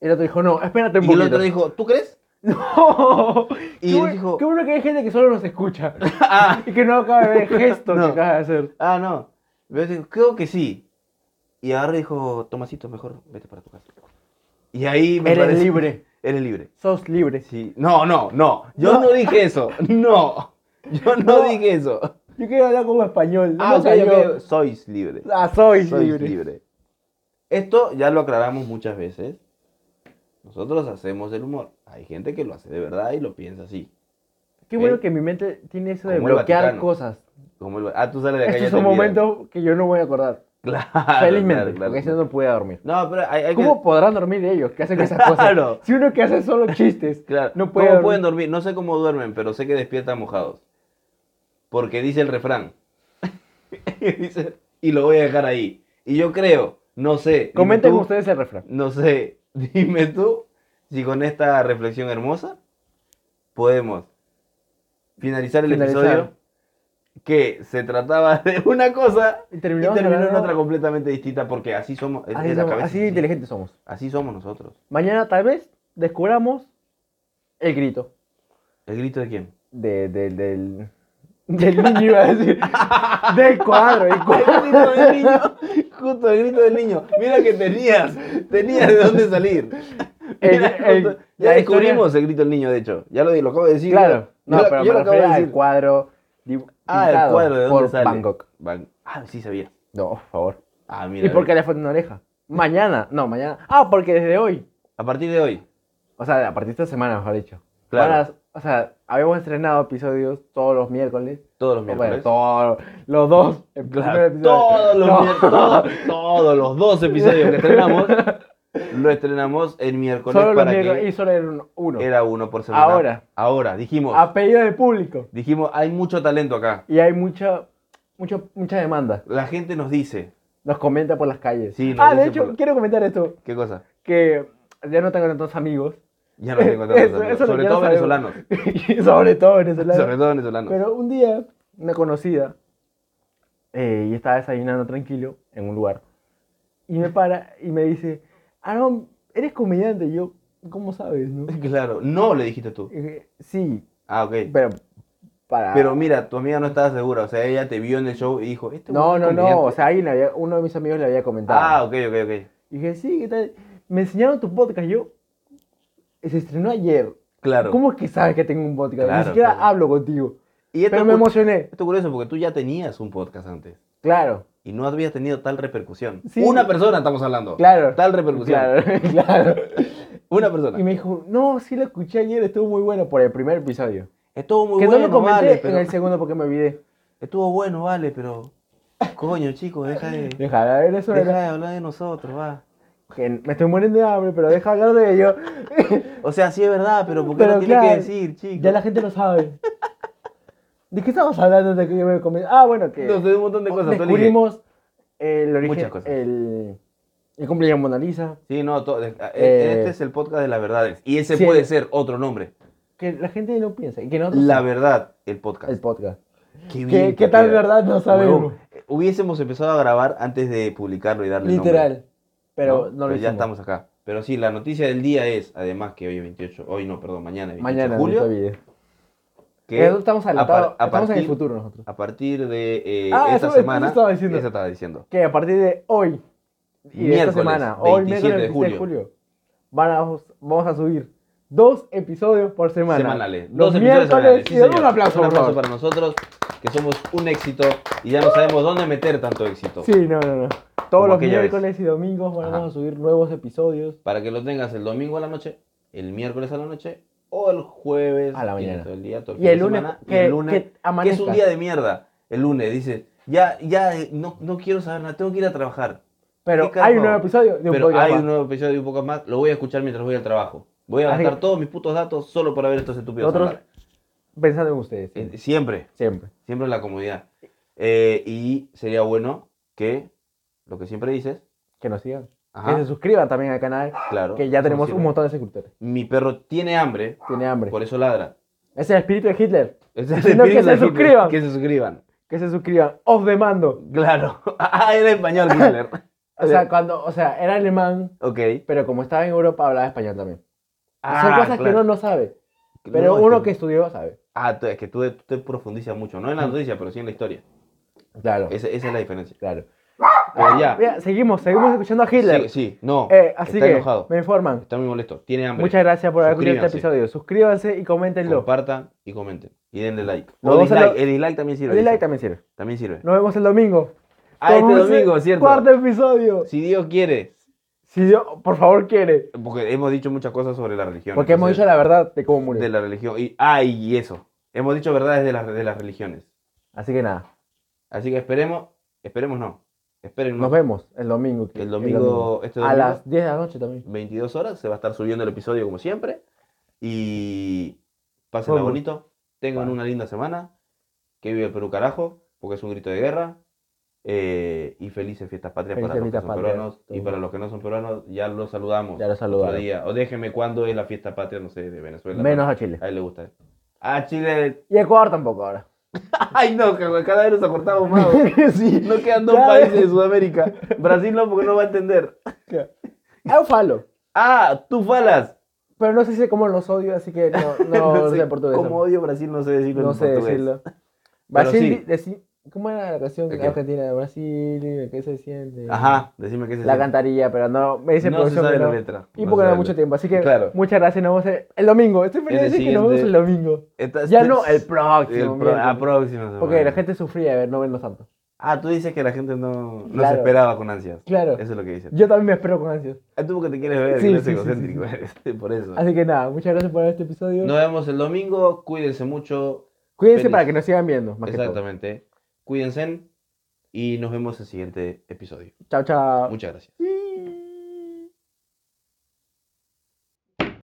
[SPEAKER 2] El otro dijo, no, espérate un
[SPEAKER 1] Y el
[SPEAKER 2] poquito.
[SPEAKER 1] otro dijo, ¿tú crees?
[SPEAKER 2] no.
[SPEAKER 1] Y
[SPEAKER 2] qué,
[SPEAKER 1] él
[SPEAKER 2] bueno-
[SPEAKER 1] dijo-
[SPEAKER 2] qué bueno que hay gente que solo nos escucha.
[SPEAKER 1] ah,
[SPEAKER 2] y que no acaba de ver el gesto
[SPEAKER 1] No.
[SPEAKER 2] que acaba de hacer.
[SPEAKER 1] ah, no. Pero dijo, creo que sí. Y ahora dijo, Tomasito, mejor vete para tu casa. Y ahí me
[SPEAKER 2] Eres
[SPEAKER 1] parece-
[SPEAKER 2] libre.
[SPEAKER 1] Eres libre.
[SPEAKER 2] Sos libre.
[SPEAKER 1] Sí. No, no, no. Yo
[SPEAKER 2] No.
[SPEAKER 1] no, dije eso. No. Yo no,
[SPEAKER 2] No.
[SPEAKER 1] dije eso.
[SPEAKER 2] Yo quiero hablar como español. No
[SPEAKER 1] ah,
[SPEAKER 2] me
[SPEAKER 1] ok,
[SPEAKER 2] salió.
[SPEAKER 1] ok, Sois libre.
[SPEAKER 2] Ah, soy
[SPEAKER 1] Sois
[SPEAKER 2] libre.
[SPEAKER 1] libre. Esto ya lo aclaramos muchas veces. Nosotros hacemos el humor. Hay gente que lo hace de verdad y lo piensa así.
[SPEAKER 2] Qué bueno
[SPEAKER 1] Ok.
[SPEAKER 2] que mi mente tiene eso de
[SPEAKER 1] Como el
[SPEAKER 2] bloquear
[SPEAKER 1] Vaticano.
[SPEAKER 2] cosas.
[SPEAKER 1] Como el- Ah, tú sales de acá y
[SPEAKER 2] Estos
[SPEAKER 1] ya te
[SPEAKER 2] son
[SPEAKER 1] olvidas.
[SPEAKER 2] momentos que yo no voy a acordar.
[SPEAKER 1] Ah, Claro,
[SPEAKER 2] Felizmente,
[SPEAKER 1] claro, claro.
[SPEAKER 2] porque si no, no pude dormir.
[SPEAKER 1] No, pero hay, hay que-
[SPEAKER 2] ¿Cómo podrán dormir ellos que hacen esas
[SPEAKER 1] Claro.
[SPEAKER 2] cosas? Si uno que hace solo chistes,
[SPEAKER 1] Claro,
[SPEAKER 2] no
[SPEAKER 1] ¿cómo
[SPEAKER 2] puede dormir.
[SPEAKER 1] pueden dormir? No sé cómo duermen, pero sé que despiertan mojados. Porque dice el refrán. Dice, y lo voy a dejar ahí. Y yo creo, no sé. dime
[SPEAKER 2] comenten
[SPEAKER 1] tú,
[SPEAKER 2] ustedes el refrán.
[SPEAKER 1] No sé, dime tú si con esta reflexión hermosa podemos finalizar el
[SPEAKER 2] Finalizar.
[SPEAKER 1] episodio que se trataba de una cosa
[SPEAKER 2] Y
[SPEAKER 1] y
[SPEAKER 2] terminamos
[SPEAKER 1] terminó en
[SPEAKER 2] hablando-
[SPEAKER 1] otra completamente distinta porque así somos. es-
[SPEAKER 2] Así,
[SPEAKER 1] es la
[SPEAKER 2] somos-
[SPEAKER 1] cabeza,
[SPEAKER 2] Ah, así
[SPEAKER 1] sí.
[SPEAKER 2] de inteligentes somos.
[SPEAKER 1] Así somos nosotros.
[SPEAKER 2] Mañana tal vez descubramos el grito
[SPEAKER 1] ¿El grito de quién?
[SPEAKER 2] de- de- del, del niño, iba a decir. del cuadro. El
[SPEAKER 1] El
[SPEAKER 2] cuadro.
[SPEAKER 1] grito del niño, justo el grito del niño. Mira que tenías, tenías de dónde salir.
[SPEAKER 2] El-
[SPEAKER 1] Mira,
[SPEAKER 2] el-
[SPEAKER 1] justo-
[SPEAKER 2] la
[SPEAKER 1] ya descubrimos el grito del niño, de hecho. Ya lo, di- lo acabo de decir.
[SPEAKER 2] Claro,
[SPEAKER 1] yo
[SPEAKER 2] no,
[SPEAKER 1] lo-
[SPEAKER 2] pero
[SPEAKER 1] yo
[SPEAKER 2] me
[SPEAKER 1] lo acabo de
[SPEAKER 2] refería al
[SPEAKER 1] decir.
[SPEAKER 2] cuadro di-
[SPEAKER 1] Ah, el
[SPEAKER 2] pintado
[SPEAKER 1] cuadro, ¿de dónde
[SPEAKER 2] por
[SPEAKER 1] sale?
[SPEAKER 2] Van Gogh.
[SPEAKER 1] Van- Ah, sí sabía.
[SPEAKER 2] No, por favor.
[SPEAKER 1] Ah, mira.
[SPEAKER 2] ¿Y por qué le fue una oreja? Mañana, no, mañana. Ah, porque desde hoy.
[SPEAKER 1] A partir de hoy.
[SPEAKER 2] O sea, a partir de esta semana, mejor dicho.
[SPEAKER 1] Claro.
[SPEAKER 2] Van a- o sea, habíamos estrenado episodios todos los miércoles.
[SPEAKER 1] Todos los
[SPEAKER 2] Bueno,
[SPEAKER 1] miércoles.
[SPEAKER 2] todos los dos. el primer
[SPEAKER 1] Claro,
[SPEAKER 2] episodio.
[SPEAKER 1] todos, los
[SPEAKER 2] No.
[SPEAKER 1] mier- todos, todos los dos episodios que estrenamos, lo estrenamos el miércoles
[SPEAKER 2] Solo los
[SPEAKER 1] para
[SPEAKER 2] miércoles.
[SPEAKER 1] que
[SPEAKER 2] Y solo era un- uno.
[SPEAKER 1] era uno por semana.
[SPEAKER 2] Ahora. Ah.
[SPEAKER 1] Ahora, dijimos.
[SPEAKER 2] A pedido del público.
[SPEAKER 1] Dijimos, hay mucho talento acá.
[SPEAKER 2] Y hay mucha, mucho, mucha demanda.
[SPEAKER 1] La gente nos dice.
[SPEAKER 2] Nos comenta por las calles.
[SPEAKER 1] Sí, nos
[SPEAKER 2] ah, de
[SPEAKER 1] dice
[SPEAKER 2] hecho,
[SPEAKER 1] por la-
[SPEAKER 2] quiero comentar esto.
[SPEAKER 1] ¿Qué cosa?
[SPEAKER 2] Que ya no tengo tantos amigos.
[SPEAKER 1] Ya no tengo tantos
[SPEAKER 2] Eso-
[SPEAKER 1] amigos.
[SPEAKER 2] eso lo
[SPEAKER 1] Sobre
[SPEAKER 2] ya
[SPEAKER 1] todo
[SPEAKER 2] lo sabemos.
[SPEAKER 1] venezolanos.
[SPEAKER 2] Sobre todo venezolanos.
[SPEAKER 1] Sobre todo venezolanos.
[SPEAKER 2] Pero un día, una conocida, eh, y estaba desayunando tranquilo en un lugar, y me para y me dice, Aaron, eres comediante. Y yo, ¿cómo sabes? No?
[SPEAKER 1] Claro. No, le dijiste tú.
[SPEAKER 2] Eh, sí,
[SPEAKER 1] Ah, ok.
[SPEAKER 2] pero para...
[SPEAKER 1] Pero mira, tu amiga no estaba segura, o sea, ella te vio en el show y dijo, este
[SPEAKER 2] no,
[SPEAKER 1] güey
[SPEAKER 2] no,
[SPEAKER 1] es
[SPEAKER 2] no, o
[SPEAKER 1] comediante".
[SPEAKER 2] sea, alguien le había- uno de mis amigos le había comentado.
[SPEAKER 1] Ah, ok, ok, ok.
[SPEAKER 2] Y dije, sí, ¿qué tal? Me enseñaron tu podcast, yo... Se estrenó ayer.
[SPEAKER 1] Claro.
[SPEAKER 2] ¿Cómo es que sabes que tengo un podcast? Ni
[SPEAKER 1] Claro,
[SPEAKER 2] siquiera
[SPEAKER 1] claro.
[SPEAKER 2] hablo contigo.
[SPEAKER 1] Y esto,
[SPEAKER 2] Pero
[SPEAKER 1] es
[SPEAKER 2] me
[SPEAKER 1] cu-
[SPEAKER 2] emocioné.
[SPEAKER 1] esto es curioso porque tú ya tenías un podcast antes
[SPEAKER 2] Claro,
[SPEAKER 1] y no habías tenido tal repercusión.
[SPEAKER 2] Sí.
[SPEAKER 1] Una persona estamos hablando.
[SPEAKER 2] claro.
[SPEAKER 1] Tal repercusión.
[SPEAKER 2] Claro, claro.
[SPEAKER 1] Una persona.
[SPEAKER 2] Y me dijo, no, sí lo escuché ayer, estuvo muy bueno por el primer episodio.
[SPEAKER 1] Estuvo muy
[SPEAKER 2] que
[SPEAKER 1] bueno,
[SPEAKER 2] no lo comenté
[SPEAKER 1] vale,
[SPEAKER 2] en
[SPEAKER 1] pero...
[SPEAKER 2] el segundo porque me olvidé.
[SPEAKER 1] Estuvo bueno, vale, pero... Coño, chicos, deja de...
[SPEAKER 2] Deja de hablar de eso,
[SPEAKER 1] Deja
[SPEAKER 2] ¿verdad?
[SPEAKER 1] de hablar de nosotros, va.
[SPEAKER 2] Que me estoy muriendo de hambre, pero deja de hablar de ello.
[SPEAKER 1] O sea, sí es verdad, pero ¿por qué
[SPEAKER 2] Pero
[SPEAKER 1] lo tienes
[SPEAKER 2] claro,
[SPEAKER 1] que decir, chicos?
[SPEAKER 2] ya la gente lo sabe. ¿De qué estamos hablando antes de que yo me comen- Ah, bueno, que
[SPEAKER 1] No, sé, un montón de cosas. tú elige.
[SPEAKER 2] descubrimos el origen,
[SPEAKER 1] Muchas cosas.
[SPEAKER 2] el, el cumpleaños de Mona Lisa.
[SPEAKER 1] Sí, no, to- de- a-
[SPEAKER 2] Eh,
[SPEAKER 1] este es el podcast de las verdades. Y ese
[SPEAKER 2] sí.
[SPEAKER 1] puede ser otro nombre.
[SPEAKER 2] Que la gente no piensa y que nosotros
[SPEAKER 1] La verdad, el podcast.
[SPEAKER 2] el podcast.
[SPEAKER 1] Qué, bien
[SPEAKER 2] ¿Qué,
[SPEAKER 1] que
[SPEAKER 2] qué tal
[SPEAKER 1] queda.
[SPEAKER 2] verdad no sabemos?
[SPEAKER 1] Huevón, eh, hubiésemos empezado a grabar antes de publicarlo y darle el nombre,
[SPEAKER 2] Literal. Pero no,
[SPEAKER 1] ya
[SPEAKER 2] lo hicimos.
[SPEAKER 1] estamos acá. Pero sí, la noticia del día es, además que hoy es 28, hoy no, perdón, mañana es 28
[SPEAKER 2] Mañana,
[SPEAKER 1] de julio,
[SPEAKER 2] Julio.
[SPEAKER 1] que
[SPEAKER 2] estamos adelantados.
[SPEAKER 1] par- a
[SPEAKER 2] estamos en el
[SPEAKER 1] partir-
[SPEAKER 2] futuro nosotros.
[SPEAKER 1] a partir de eh,
[SPEAKER 2] Ah, eso-
[SPEAKER 1] esta
[SPEAKER 2] eso
[SPEAKER 1] semana,
[SPEAKER 2] estaba diciendo.
[SPEAKER 1] eso estaba diciendo.
[SPEAKER 2] Que a partir de hoy y de esta
[SPEAKER 1] Miércoles,
[SPEAKER 2] semana,
[SPEAKER 1] 27
[SPEAKER 2] hoy miércoles
[SPEAKER 1] de
[SPEAKER 2] 26
[SPEAKER 1] julio.
[SPEAKER 2] de julio, van a- vamos a subir dos episodios por semana.
[SPEAKER 1] Semanales,
[SPEAKER 2] Los
[SPEAKER 1] dos episodios
[SPEAKER 2] miércoles.
[SPEAKER 1] semanales, sí,
[SPEAKER 2] y dame
[SPEAKER 1] señor.
[SPEAKER 2] un aplauso,
[SPEAKER 1] Un
[SPEAKER 2] por
[SPEAKER 1] aplauso
[SPEAKER 2] favor.
[SPEAKER 1] para nosotros, que somos un éxito y ya no sabemos dónde meter tanto éxito.
[SPEAKER 2] Sí, no, no, no. Todos
[SPEAKER 1] Como
[SPEAKER 2] los
[SPEAKER 1] aquella vez.
[SPEAKER 2] miércoles y domingos vamos
[SPEAKER 1] Ajá.
[SPEAKER 2] a subir nuevos episodios.
[SPEAKER 1] Para que lo tengas el domingo a la noche, el miércoles a la noche o el jueves
[SPEAKER 2] A la mañana.
[SPEAKER 1] tienes todo el día, todo
[SPEAKER 2] Y
[SPEAKER 1] fin
[SPEAKER 2] el
[SPEAKER 1] de
[SPEAKER 2] lunes,
[SPEAKER 1] semana, y
[SPEAKER 2] que-
[SPEAKER 1] el lunes,
[SPEAKER 2] que
[SPEAKER 1] que es
[SPEAKER 2] amanezca.
[SPEAKER 1] un día de mierda. El lunes dices, ya, ya, eh, no, no quiero saber nada, tengo que ir a trabajar.
[SPEAKER 2] Pero
[SPEAKER 1] Qué
[SPEAKER 2] hay
[SPEAKER 1] cagado.
[SPEAKER 2] un nuevo episodio de un
[SPEAKER 1] Pero
[SPEAKER 2] podcast
[SPEAKER 1] hay
[SPEAKER 2] más.
[SPEAKER 1] un nuevo episodio de un poco más, lo voy a escuchar mientras voy al trabajo. Voy a
[SPEAKER 2] Así
[SPEAKER 1] gastar
[SPEAKER 2] que-
[SPEAKER 1] todos mis putos datos solo para ver estos estúpidos.
[SPEAKER 2] Nosotros-
[SPEAKER 1] hablar.
[SPEAKER 2] Pensando en ustedes.
[SPEAKER 1] Eh, Siempre.
[SPEAKER 2] Siempre.
[SPEAKER 1] Siempre la comodidad. Eh, y sería bueno que, lo que siempre dices,
[SPEAKER 2] Que nos sigan.
[SPEAKER 1] Ajá.
[SPEAKER 2] Que se suscriban también al canal.
[SPEAKER 1] claro.
[SPEAKER 2] Que ya
[SPEAKER 1] eso
[SPEAKER 2] tenemos
[SPEAKER 1] sirve.
[SPEAKER 2] un montón de suscriptores.
[SPEAKER 1] Mi perro tiene hambre,
[SPEAKER 2] Tiene hambre.
[SPEAKER 1] por eso ladra.
[SPEAKER 2] Es el espíritu de Hitler.
[SPEAKER 1] Es el
[SPEAKER 2] Sino
[SPEAKER 1] espíritu
[SPEAKER 2] que se
[SPEAKER 1] de Hitler,
[SPEAKER 2] suscriban.
[SPEAKER 1] Que se suscriban.
[SPEAKER 2] Que se suscriban. Os demando.
[SPEAKER 1] Claro. Ah, era español, Hitler.
[SPEAKER 2] O sea, cuando, o sea, era alemán,
[SPEAKER 1] ok.
[SPEAKER 2] pero como estaba en Europa hablaba español también.
[SPEAKER 1] Ah,
[SPEAKER 2] Son cosas que
[SPEAKER 1] claro.
[SPEAKER 2] uno no sabe.
[SPEAKER 1] No,
[SPEAKER 2] Pero
[SPEAKER 1] es
[SPEAKER 2] uno que estudió sabe.
[SPEAKER 1] Ah, tú- es que tú, tú te profundizas mucho. No en la noticia, pero sí en la historia.
[SPEAKER 2] Claro.
[SPEAKER 1] Esa, esa es la diferencia.
[SPEAKER 2] Claro.
[SPEAKER 1] Pero ya.
[SPEAKER 2] Ah, Mira, seguimos, seguimos escuchando a Hitler.
[SPEAKER 1] Sí, sí, no.
[SPEAKER 2] Eh, así
[SPEAKER 1] está
[SPEAKER 2] que
[SPEAKER 1] enojado.
[SPEAKER 2] me informan.
[SPEAKER 1] Está muy molesto. Tiene hambre.
[SPEAKER 2] Muchas gracias por haber escuchado este
[SPEAKER 1] Suscríbanse.
[SPEAKER 2] episodio. Suscríbanse y coméntenlo.
[SPEAKER 1] Compartan y comenten. Y denle like.
[SPEAKER 2] Nos
[SPEAKER 1] O
[SPEAKER 2] vemos en
[SPEAKER 1] dislike.
[SPEAKER 2] la-
[SPEAKER 1] El dislike también sirve.
[SPEAKER 2] El like
[SPEAKER 1] dice.
[SPEAKER 2] también sirve.
[SPEAKER 1] También sirve.
[SPEAKER 2] Nos vemos el domingo.
[SPEAKER 1] Ah, este
[SPEAKER 2] Con ese
[SPEAKER 1] domingo, ¿cierto?
[SPEAKER 2] Cuarto episodio.
[SPEAKER 1] Si Dios quiere.
[SPEAKER 2] Si Dios, por favor, quiere.
[SPEAKER 1] Porque hemos dicho muchas cosas sobre la religión.
[SPEAKER 2] Porque hemos dicho
[SPEAKER 1] entonces,
[SPEAKER 2] la verdad de cómo murió.
[SPEAKER 1] de la religión. Y, ah, y eso. Hemos dicho verdades de, las de las religiones.
[SPEAKER 2] Así que nada.
[SPEAKER 1] Así que esperemos. Esperemos no. Esperen
[SPEAKER 2] Nos vemos el domingo.
[SPEAKER 1] El domingo, este
[SPEAKER 2] A
[SPEAKER 1] domingo.
[SPEAKER 2] las 10 de la noche también.
[SPEAKER 1] 22 horas. Se va a estar subiendo el episodio como siempre. Y pásenla
[SPEAKER 2] Vamos.
[SPEAKER 1] bonito. Tengan
[SPEAKER 2] Vale.
[SPEAKER 1] una linda semana. Que vive el Perú carajo. Porque es un grito de guerra. eh, y felices fiestas patrias
[SPEAKER 2] Felices
[SPEAKER 1] para los que
[SPEAKER 2] fiestas
[SPEAKER 1] son
[SPEAKER 2] patrias.
[SPEAKER 1] peruanos. Y para los que no son peruanos, ya los saludamos.
[SPEAKER 2] Ya los
[SPEAKER 1] otro
[SPEAKER 2] saludamos.
[SPEAKER 1] día. O déjenme cuándo es la fiesta patria, no sé, de Venezuela.
[SPEAKER 2] Menos a Chile.
[SPEAKER 1] A él le gusta. Ah, Chile.
[SPEAKER 2] Y Ecuador tampoco ahora.
[SPEAKER 1] Ay, no, que güey, cada vez nos acortamos más. güey.
[SPEAKER 2] sí.
[SPEAKER 1] No quedan dos
[SPEAKER 2] Ya
[SPEAKER 1] países
[SPEAKER 2] ves.
[SPEAKER 1] de Sudamérica. Brasil no, porque no va a entender.
[SPEAKER 2] Yo falo.
[SPEAKER 1] Ah, tú falas.
[SPEAKER 2] Pero no sé si cómo los odio, así que no, no, sé, portugués.
[SPEAKER 1] Como odio Brasil, no sé decirlo
[SPEAKER 2] no
[SPEAKER 1] en
[SPEAKER 2] sé
[SPEAKER 1] portugués.
[SPEAKER 2] decirlo.
[SPEAKER 1] sí.
[SPEAKER 2] Brasil, deci- ¿cómo era la canción
[SPEAKER 1] ¿De
[SPEAKER 2] de
[SPEAKER 1] qué?
[SPEAKER 2] Argentina de Brasil? ¿Qué se siente?
[SPEAKER 1] Ajá, decime qué se
[SPEAKER 2] La
[SPEAKER 1] siente.
[SPEAKER 2] cantaría, pero no, me dice
[SPEAKER 1] No se
[SPEAKER 2] producción
[SPEAKER 1] sabe
[SPEAKER 2] que
[SPEAKER 1] la
[SPEAKER 2] no.
[SPEAKER 1] letra.
[SPEAKER 2] Y
[SPEAKER 1] No se
[SPEAKER 2] porque no
[SPEAKER 1] sabe
[SPEAKER 2] hay mucho
[SPEAKER 1] la-
[SPEAKER 2] tiempo, así que
[SPEAKER 1] Claro.
[SPEAKER 2] muchas gracias, nos vemos el, el domingo. Estoy feliz de
[SPEAKER 1] el
[SPEAKER 2] decir que nos vemos el
[SPEAKER 1] siguiente-
[SPEAKER 2] domingo.
[SPEAKER 1] Esta-
[SPEAKER 2] Ya
[SPEAKER 1] este
[SPEAKER 2] no,
[SPEAKER 1] es
[SPEAKER 2] el próximo.
[SPEAKER 1] el pro-
[SPEAKER 2] miércoles.
[SPEAKER 1] ah, próximo semana.
[SPEAKER 2] Porque la gente sufría de ver, no vernos tanto.
[SPEAKER 1] Ah, tú dices que la gente no, no se
[SPEAKER 2] Claro.
[SPEAKER 1] esperaba con ansias.
[SPEAKER 2] Claro.
[SPEAKER 1] Eso es lo que dices.
[SPEAKER 2] Yo también me espero con ansias.
[SPEAKER 1] Ah, tú porque te quieres ver,
[SPEAKER 2] Sí,
[SPEAKER 1] que no eres
[SPEAKER 2] sí, sí,
[SPEAKER 1] egocéntrico eres, Por eso.
[SPEAKER 2] Así que nada, muchas gracias por ver este episodio.
[SPEAKER 1] Nos vemos el domingo. Cuídense mucho.
[SPEAKER 2] Cuídense
[SPEAKER 1] feliz.
[SPEAKER 2] para que nos sigan viendo. Más
[SPEAKER 1] Exactamente. Cuídense y nos vemos en el siguiente episodio.
[SPEAKER 2] Que todo. Chao, chao.
[SPEAKER 1] Muchas gracias.
[SPEAKER 2] Y-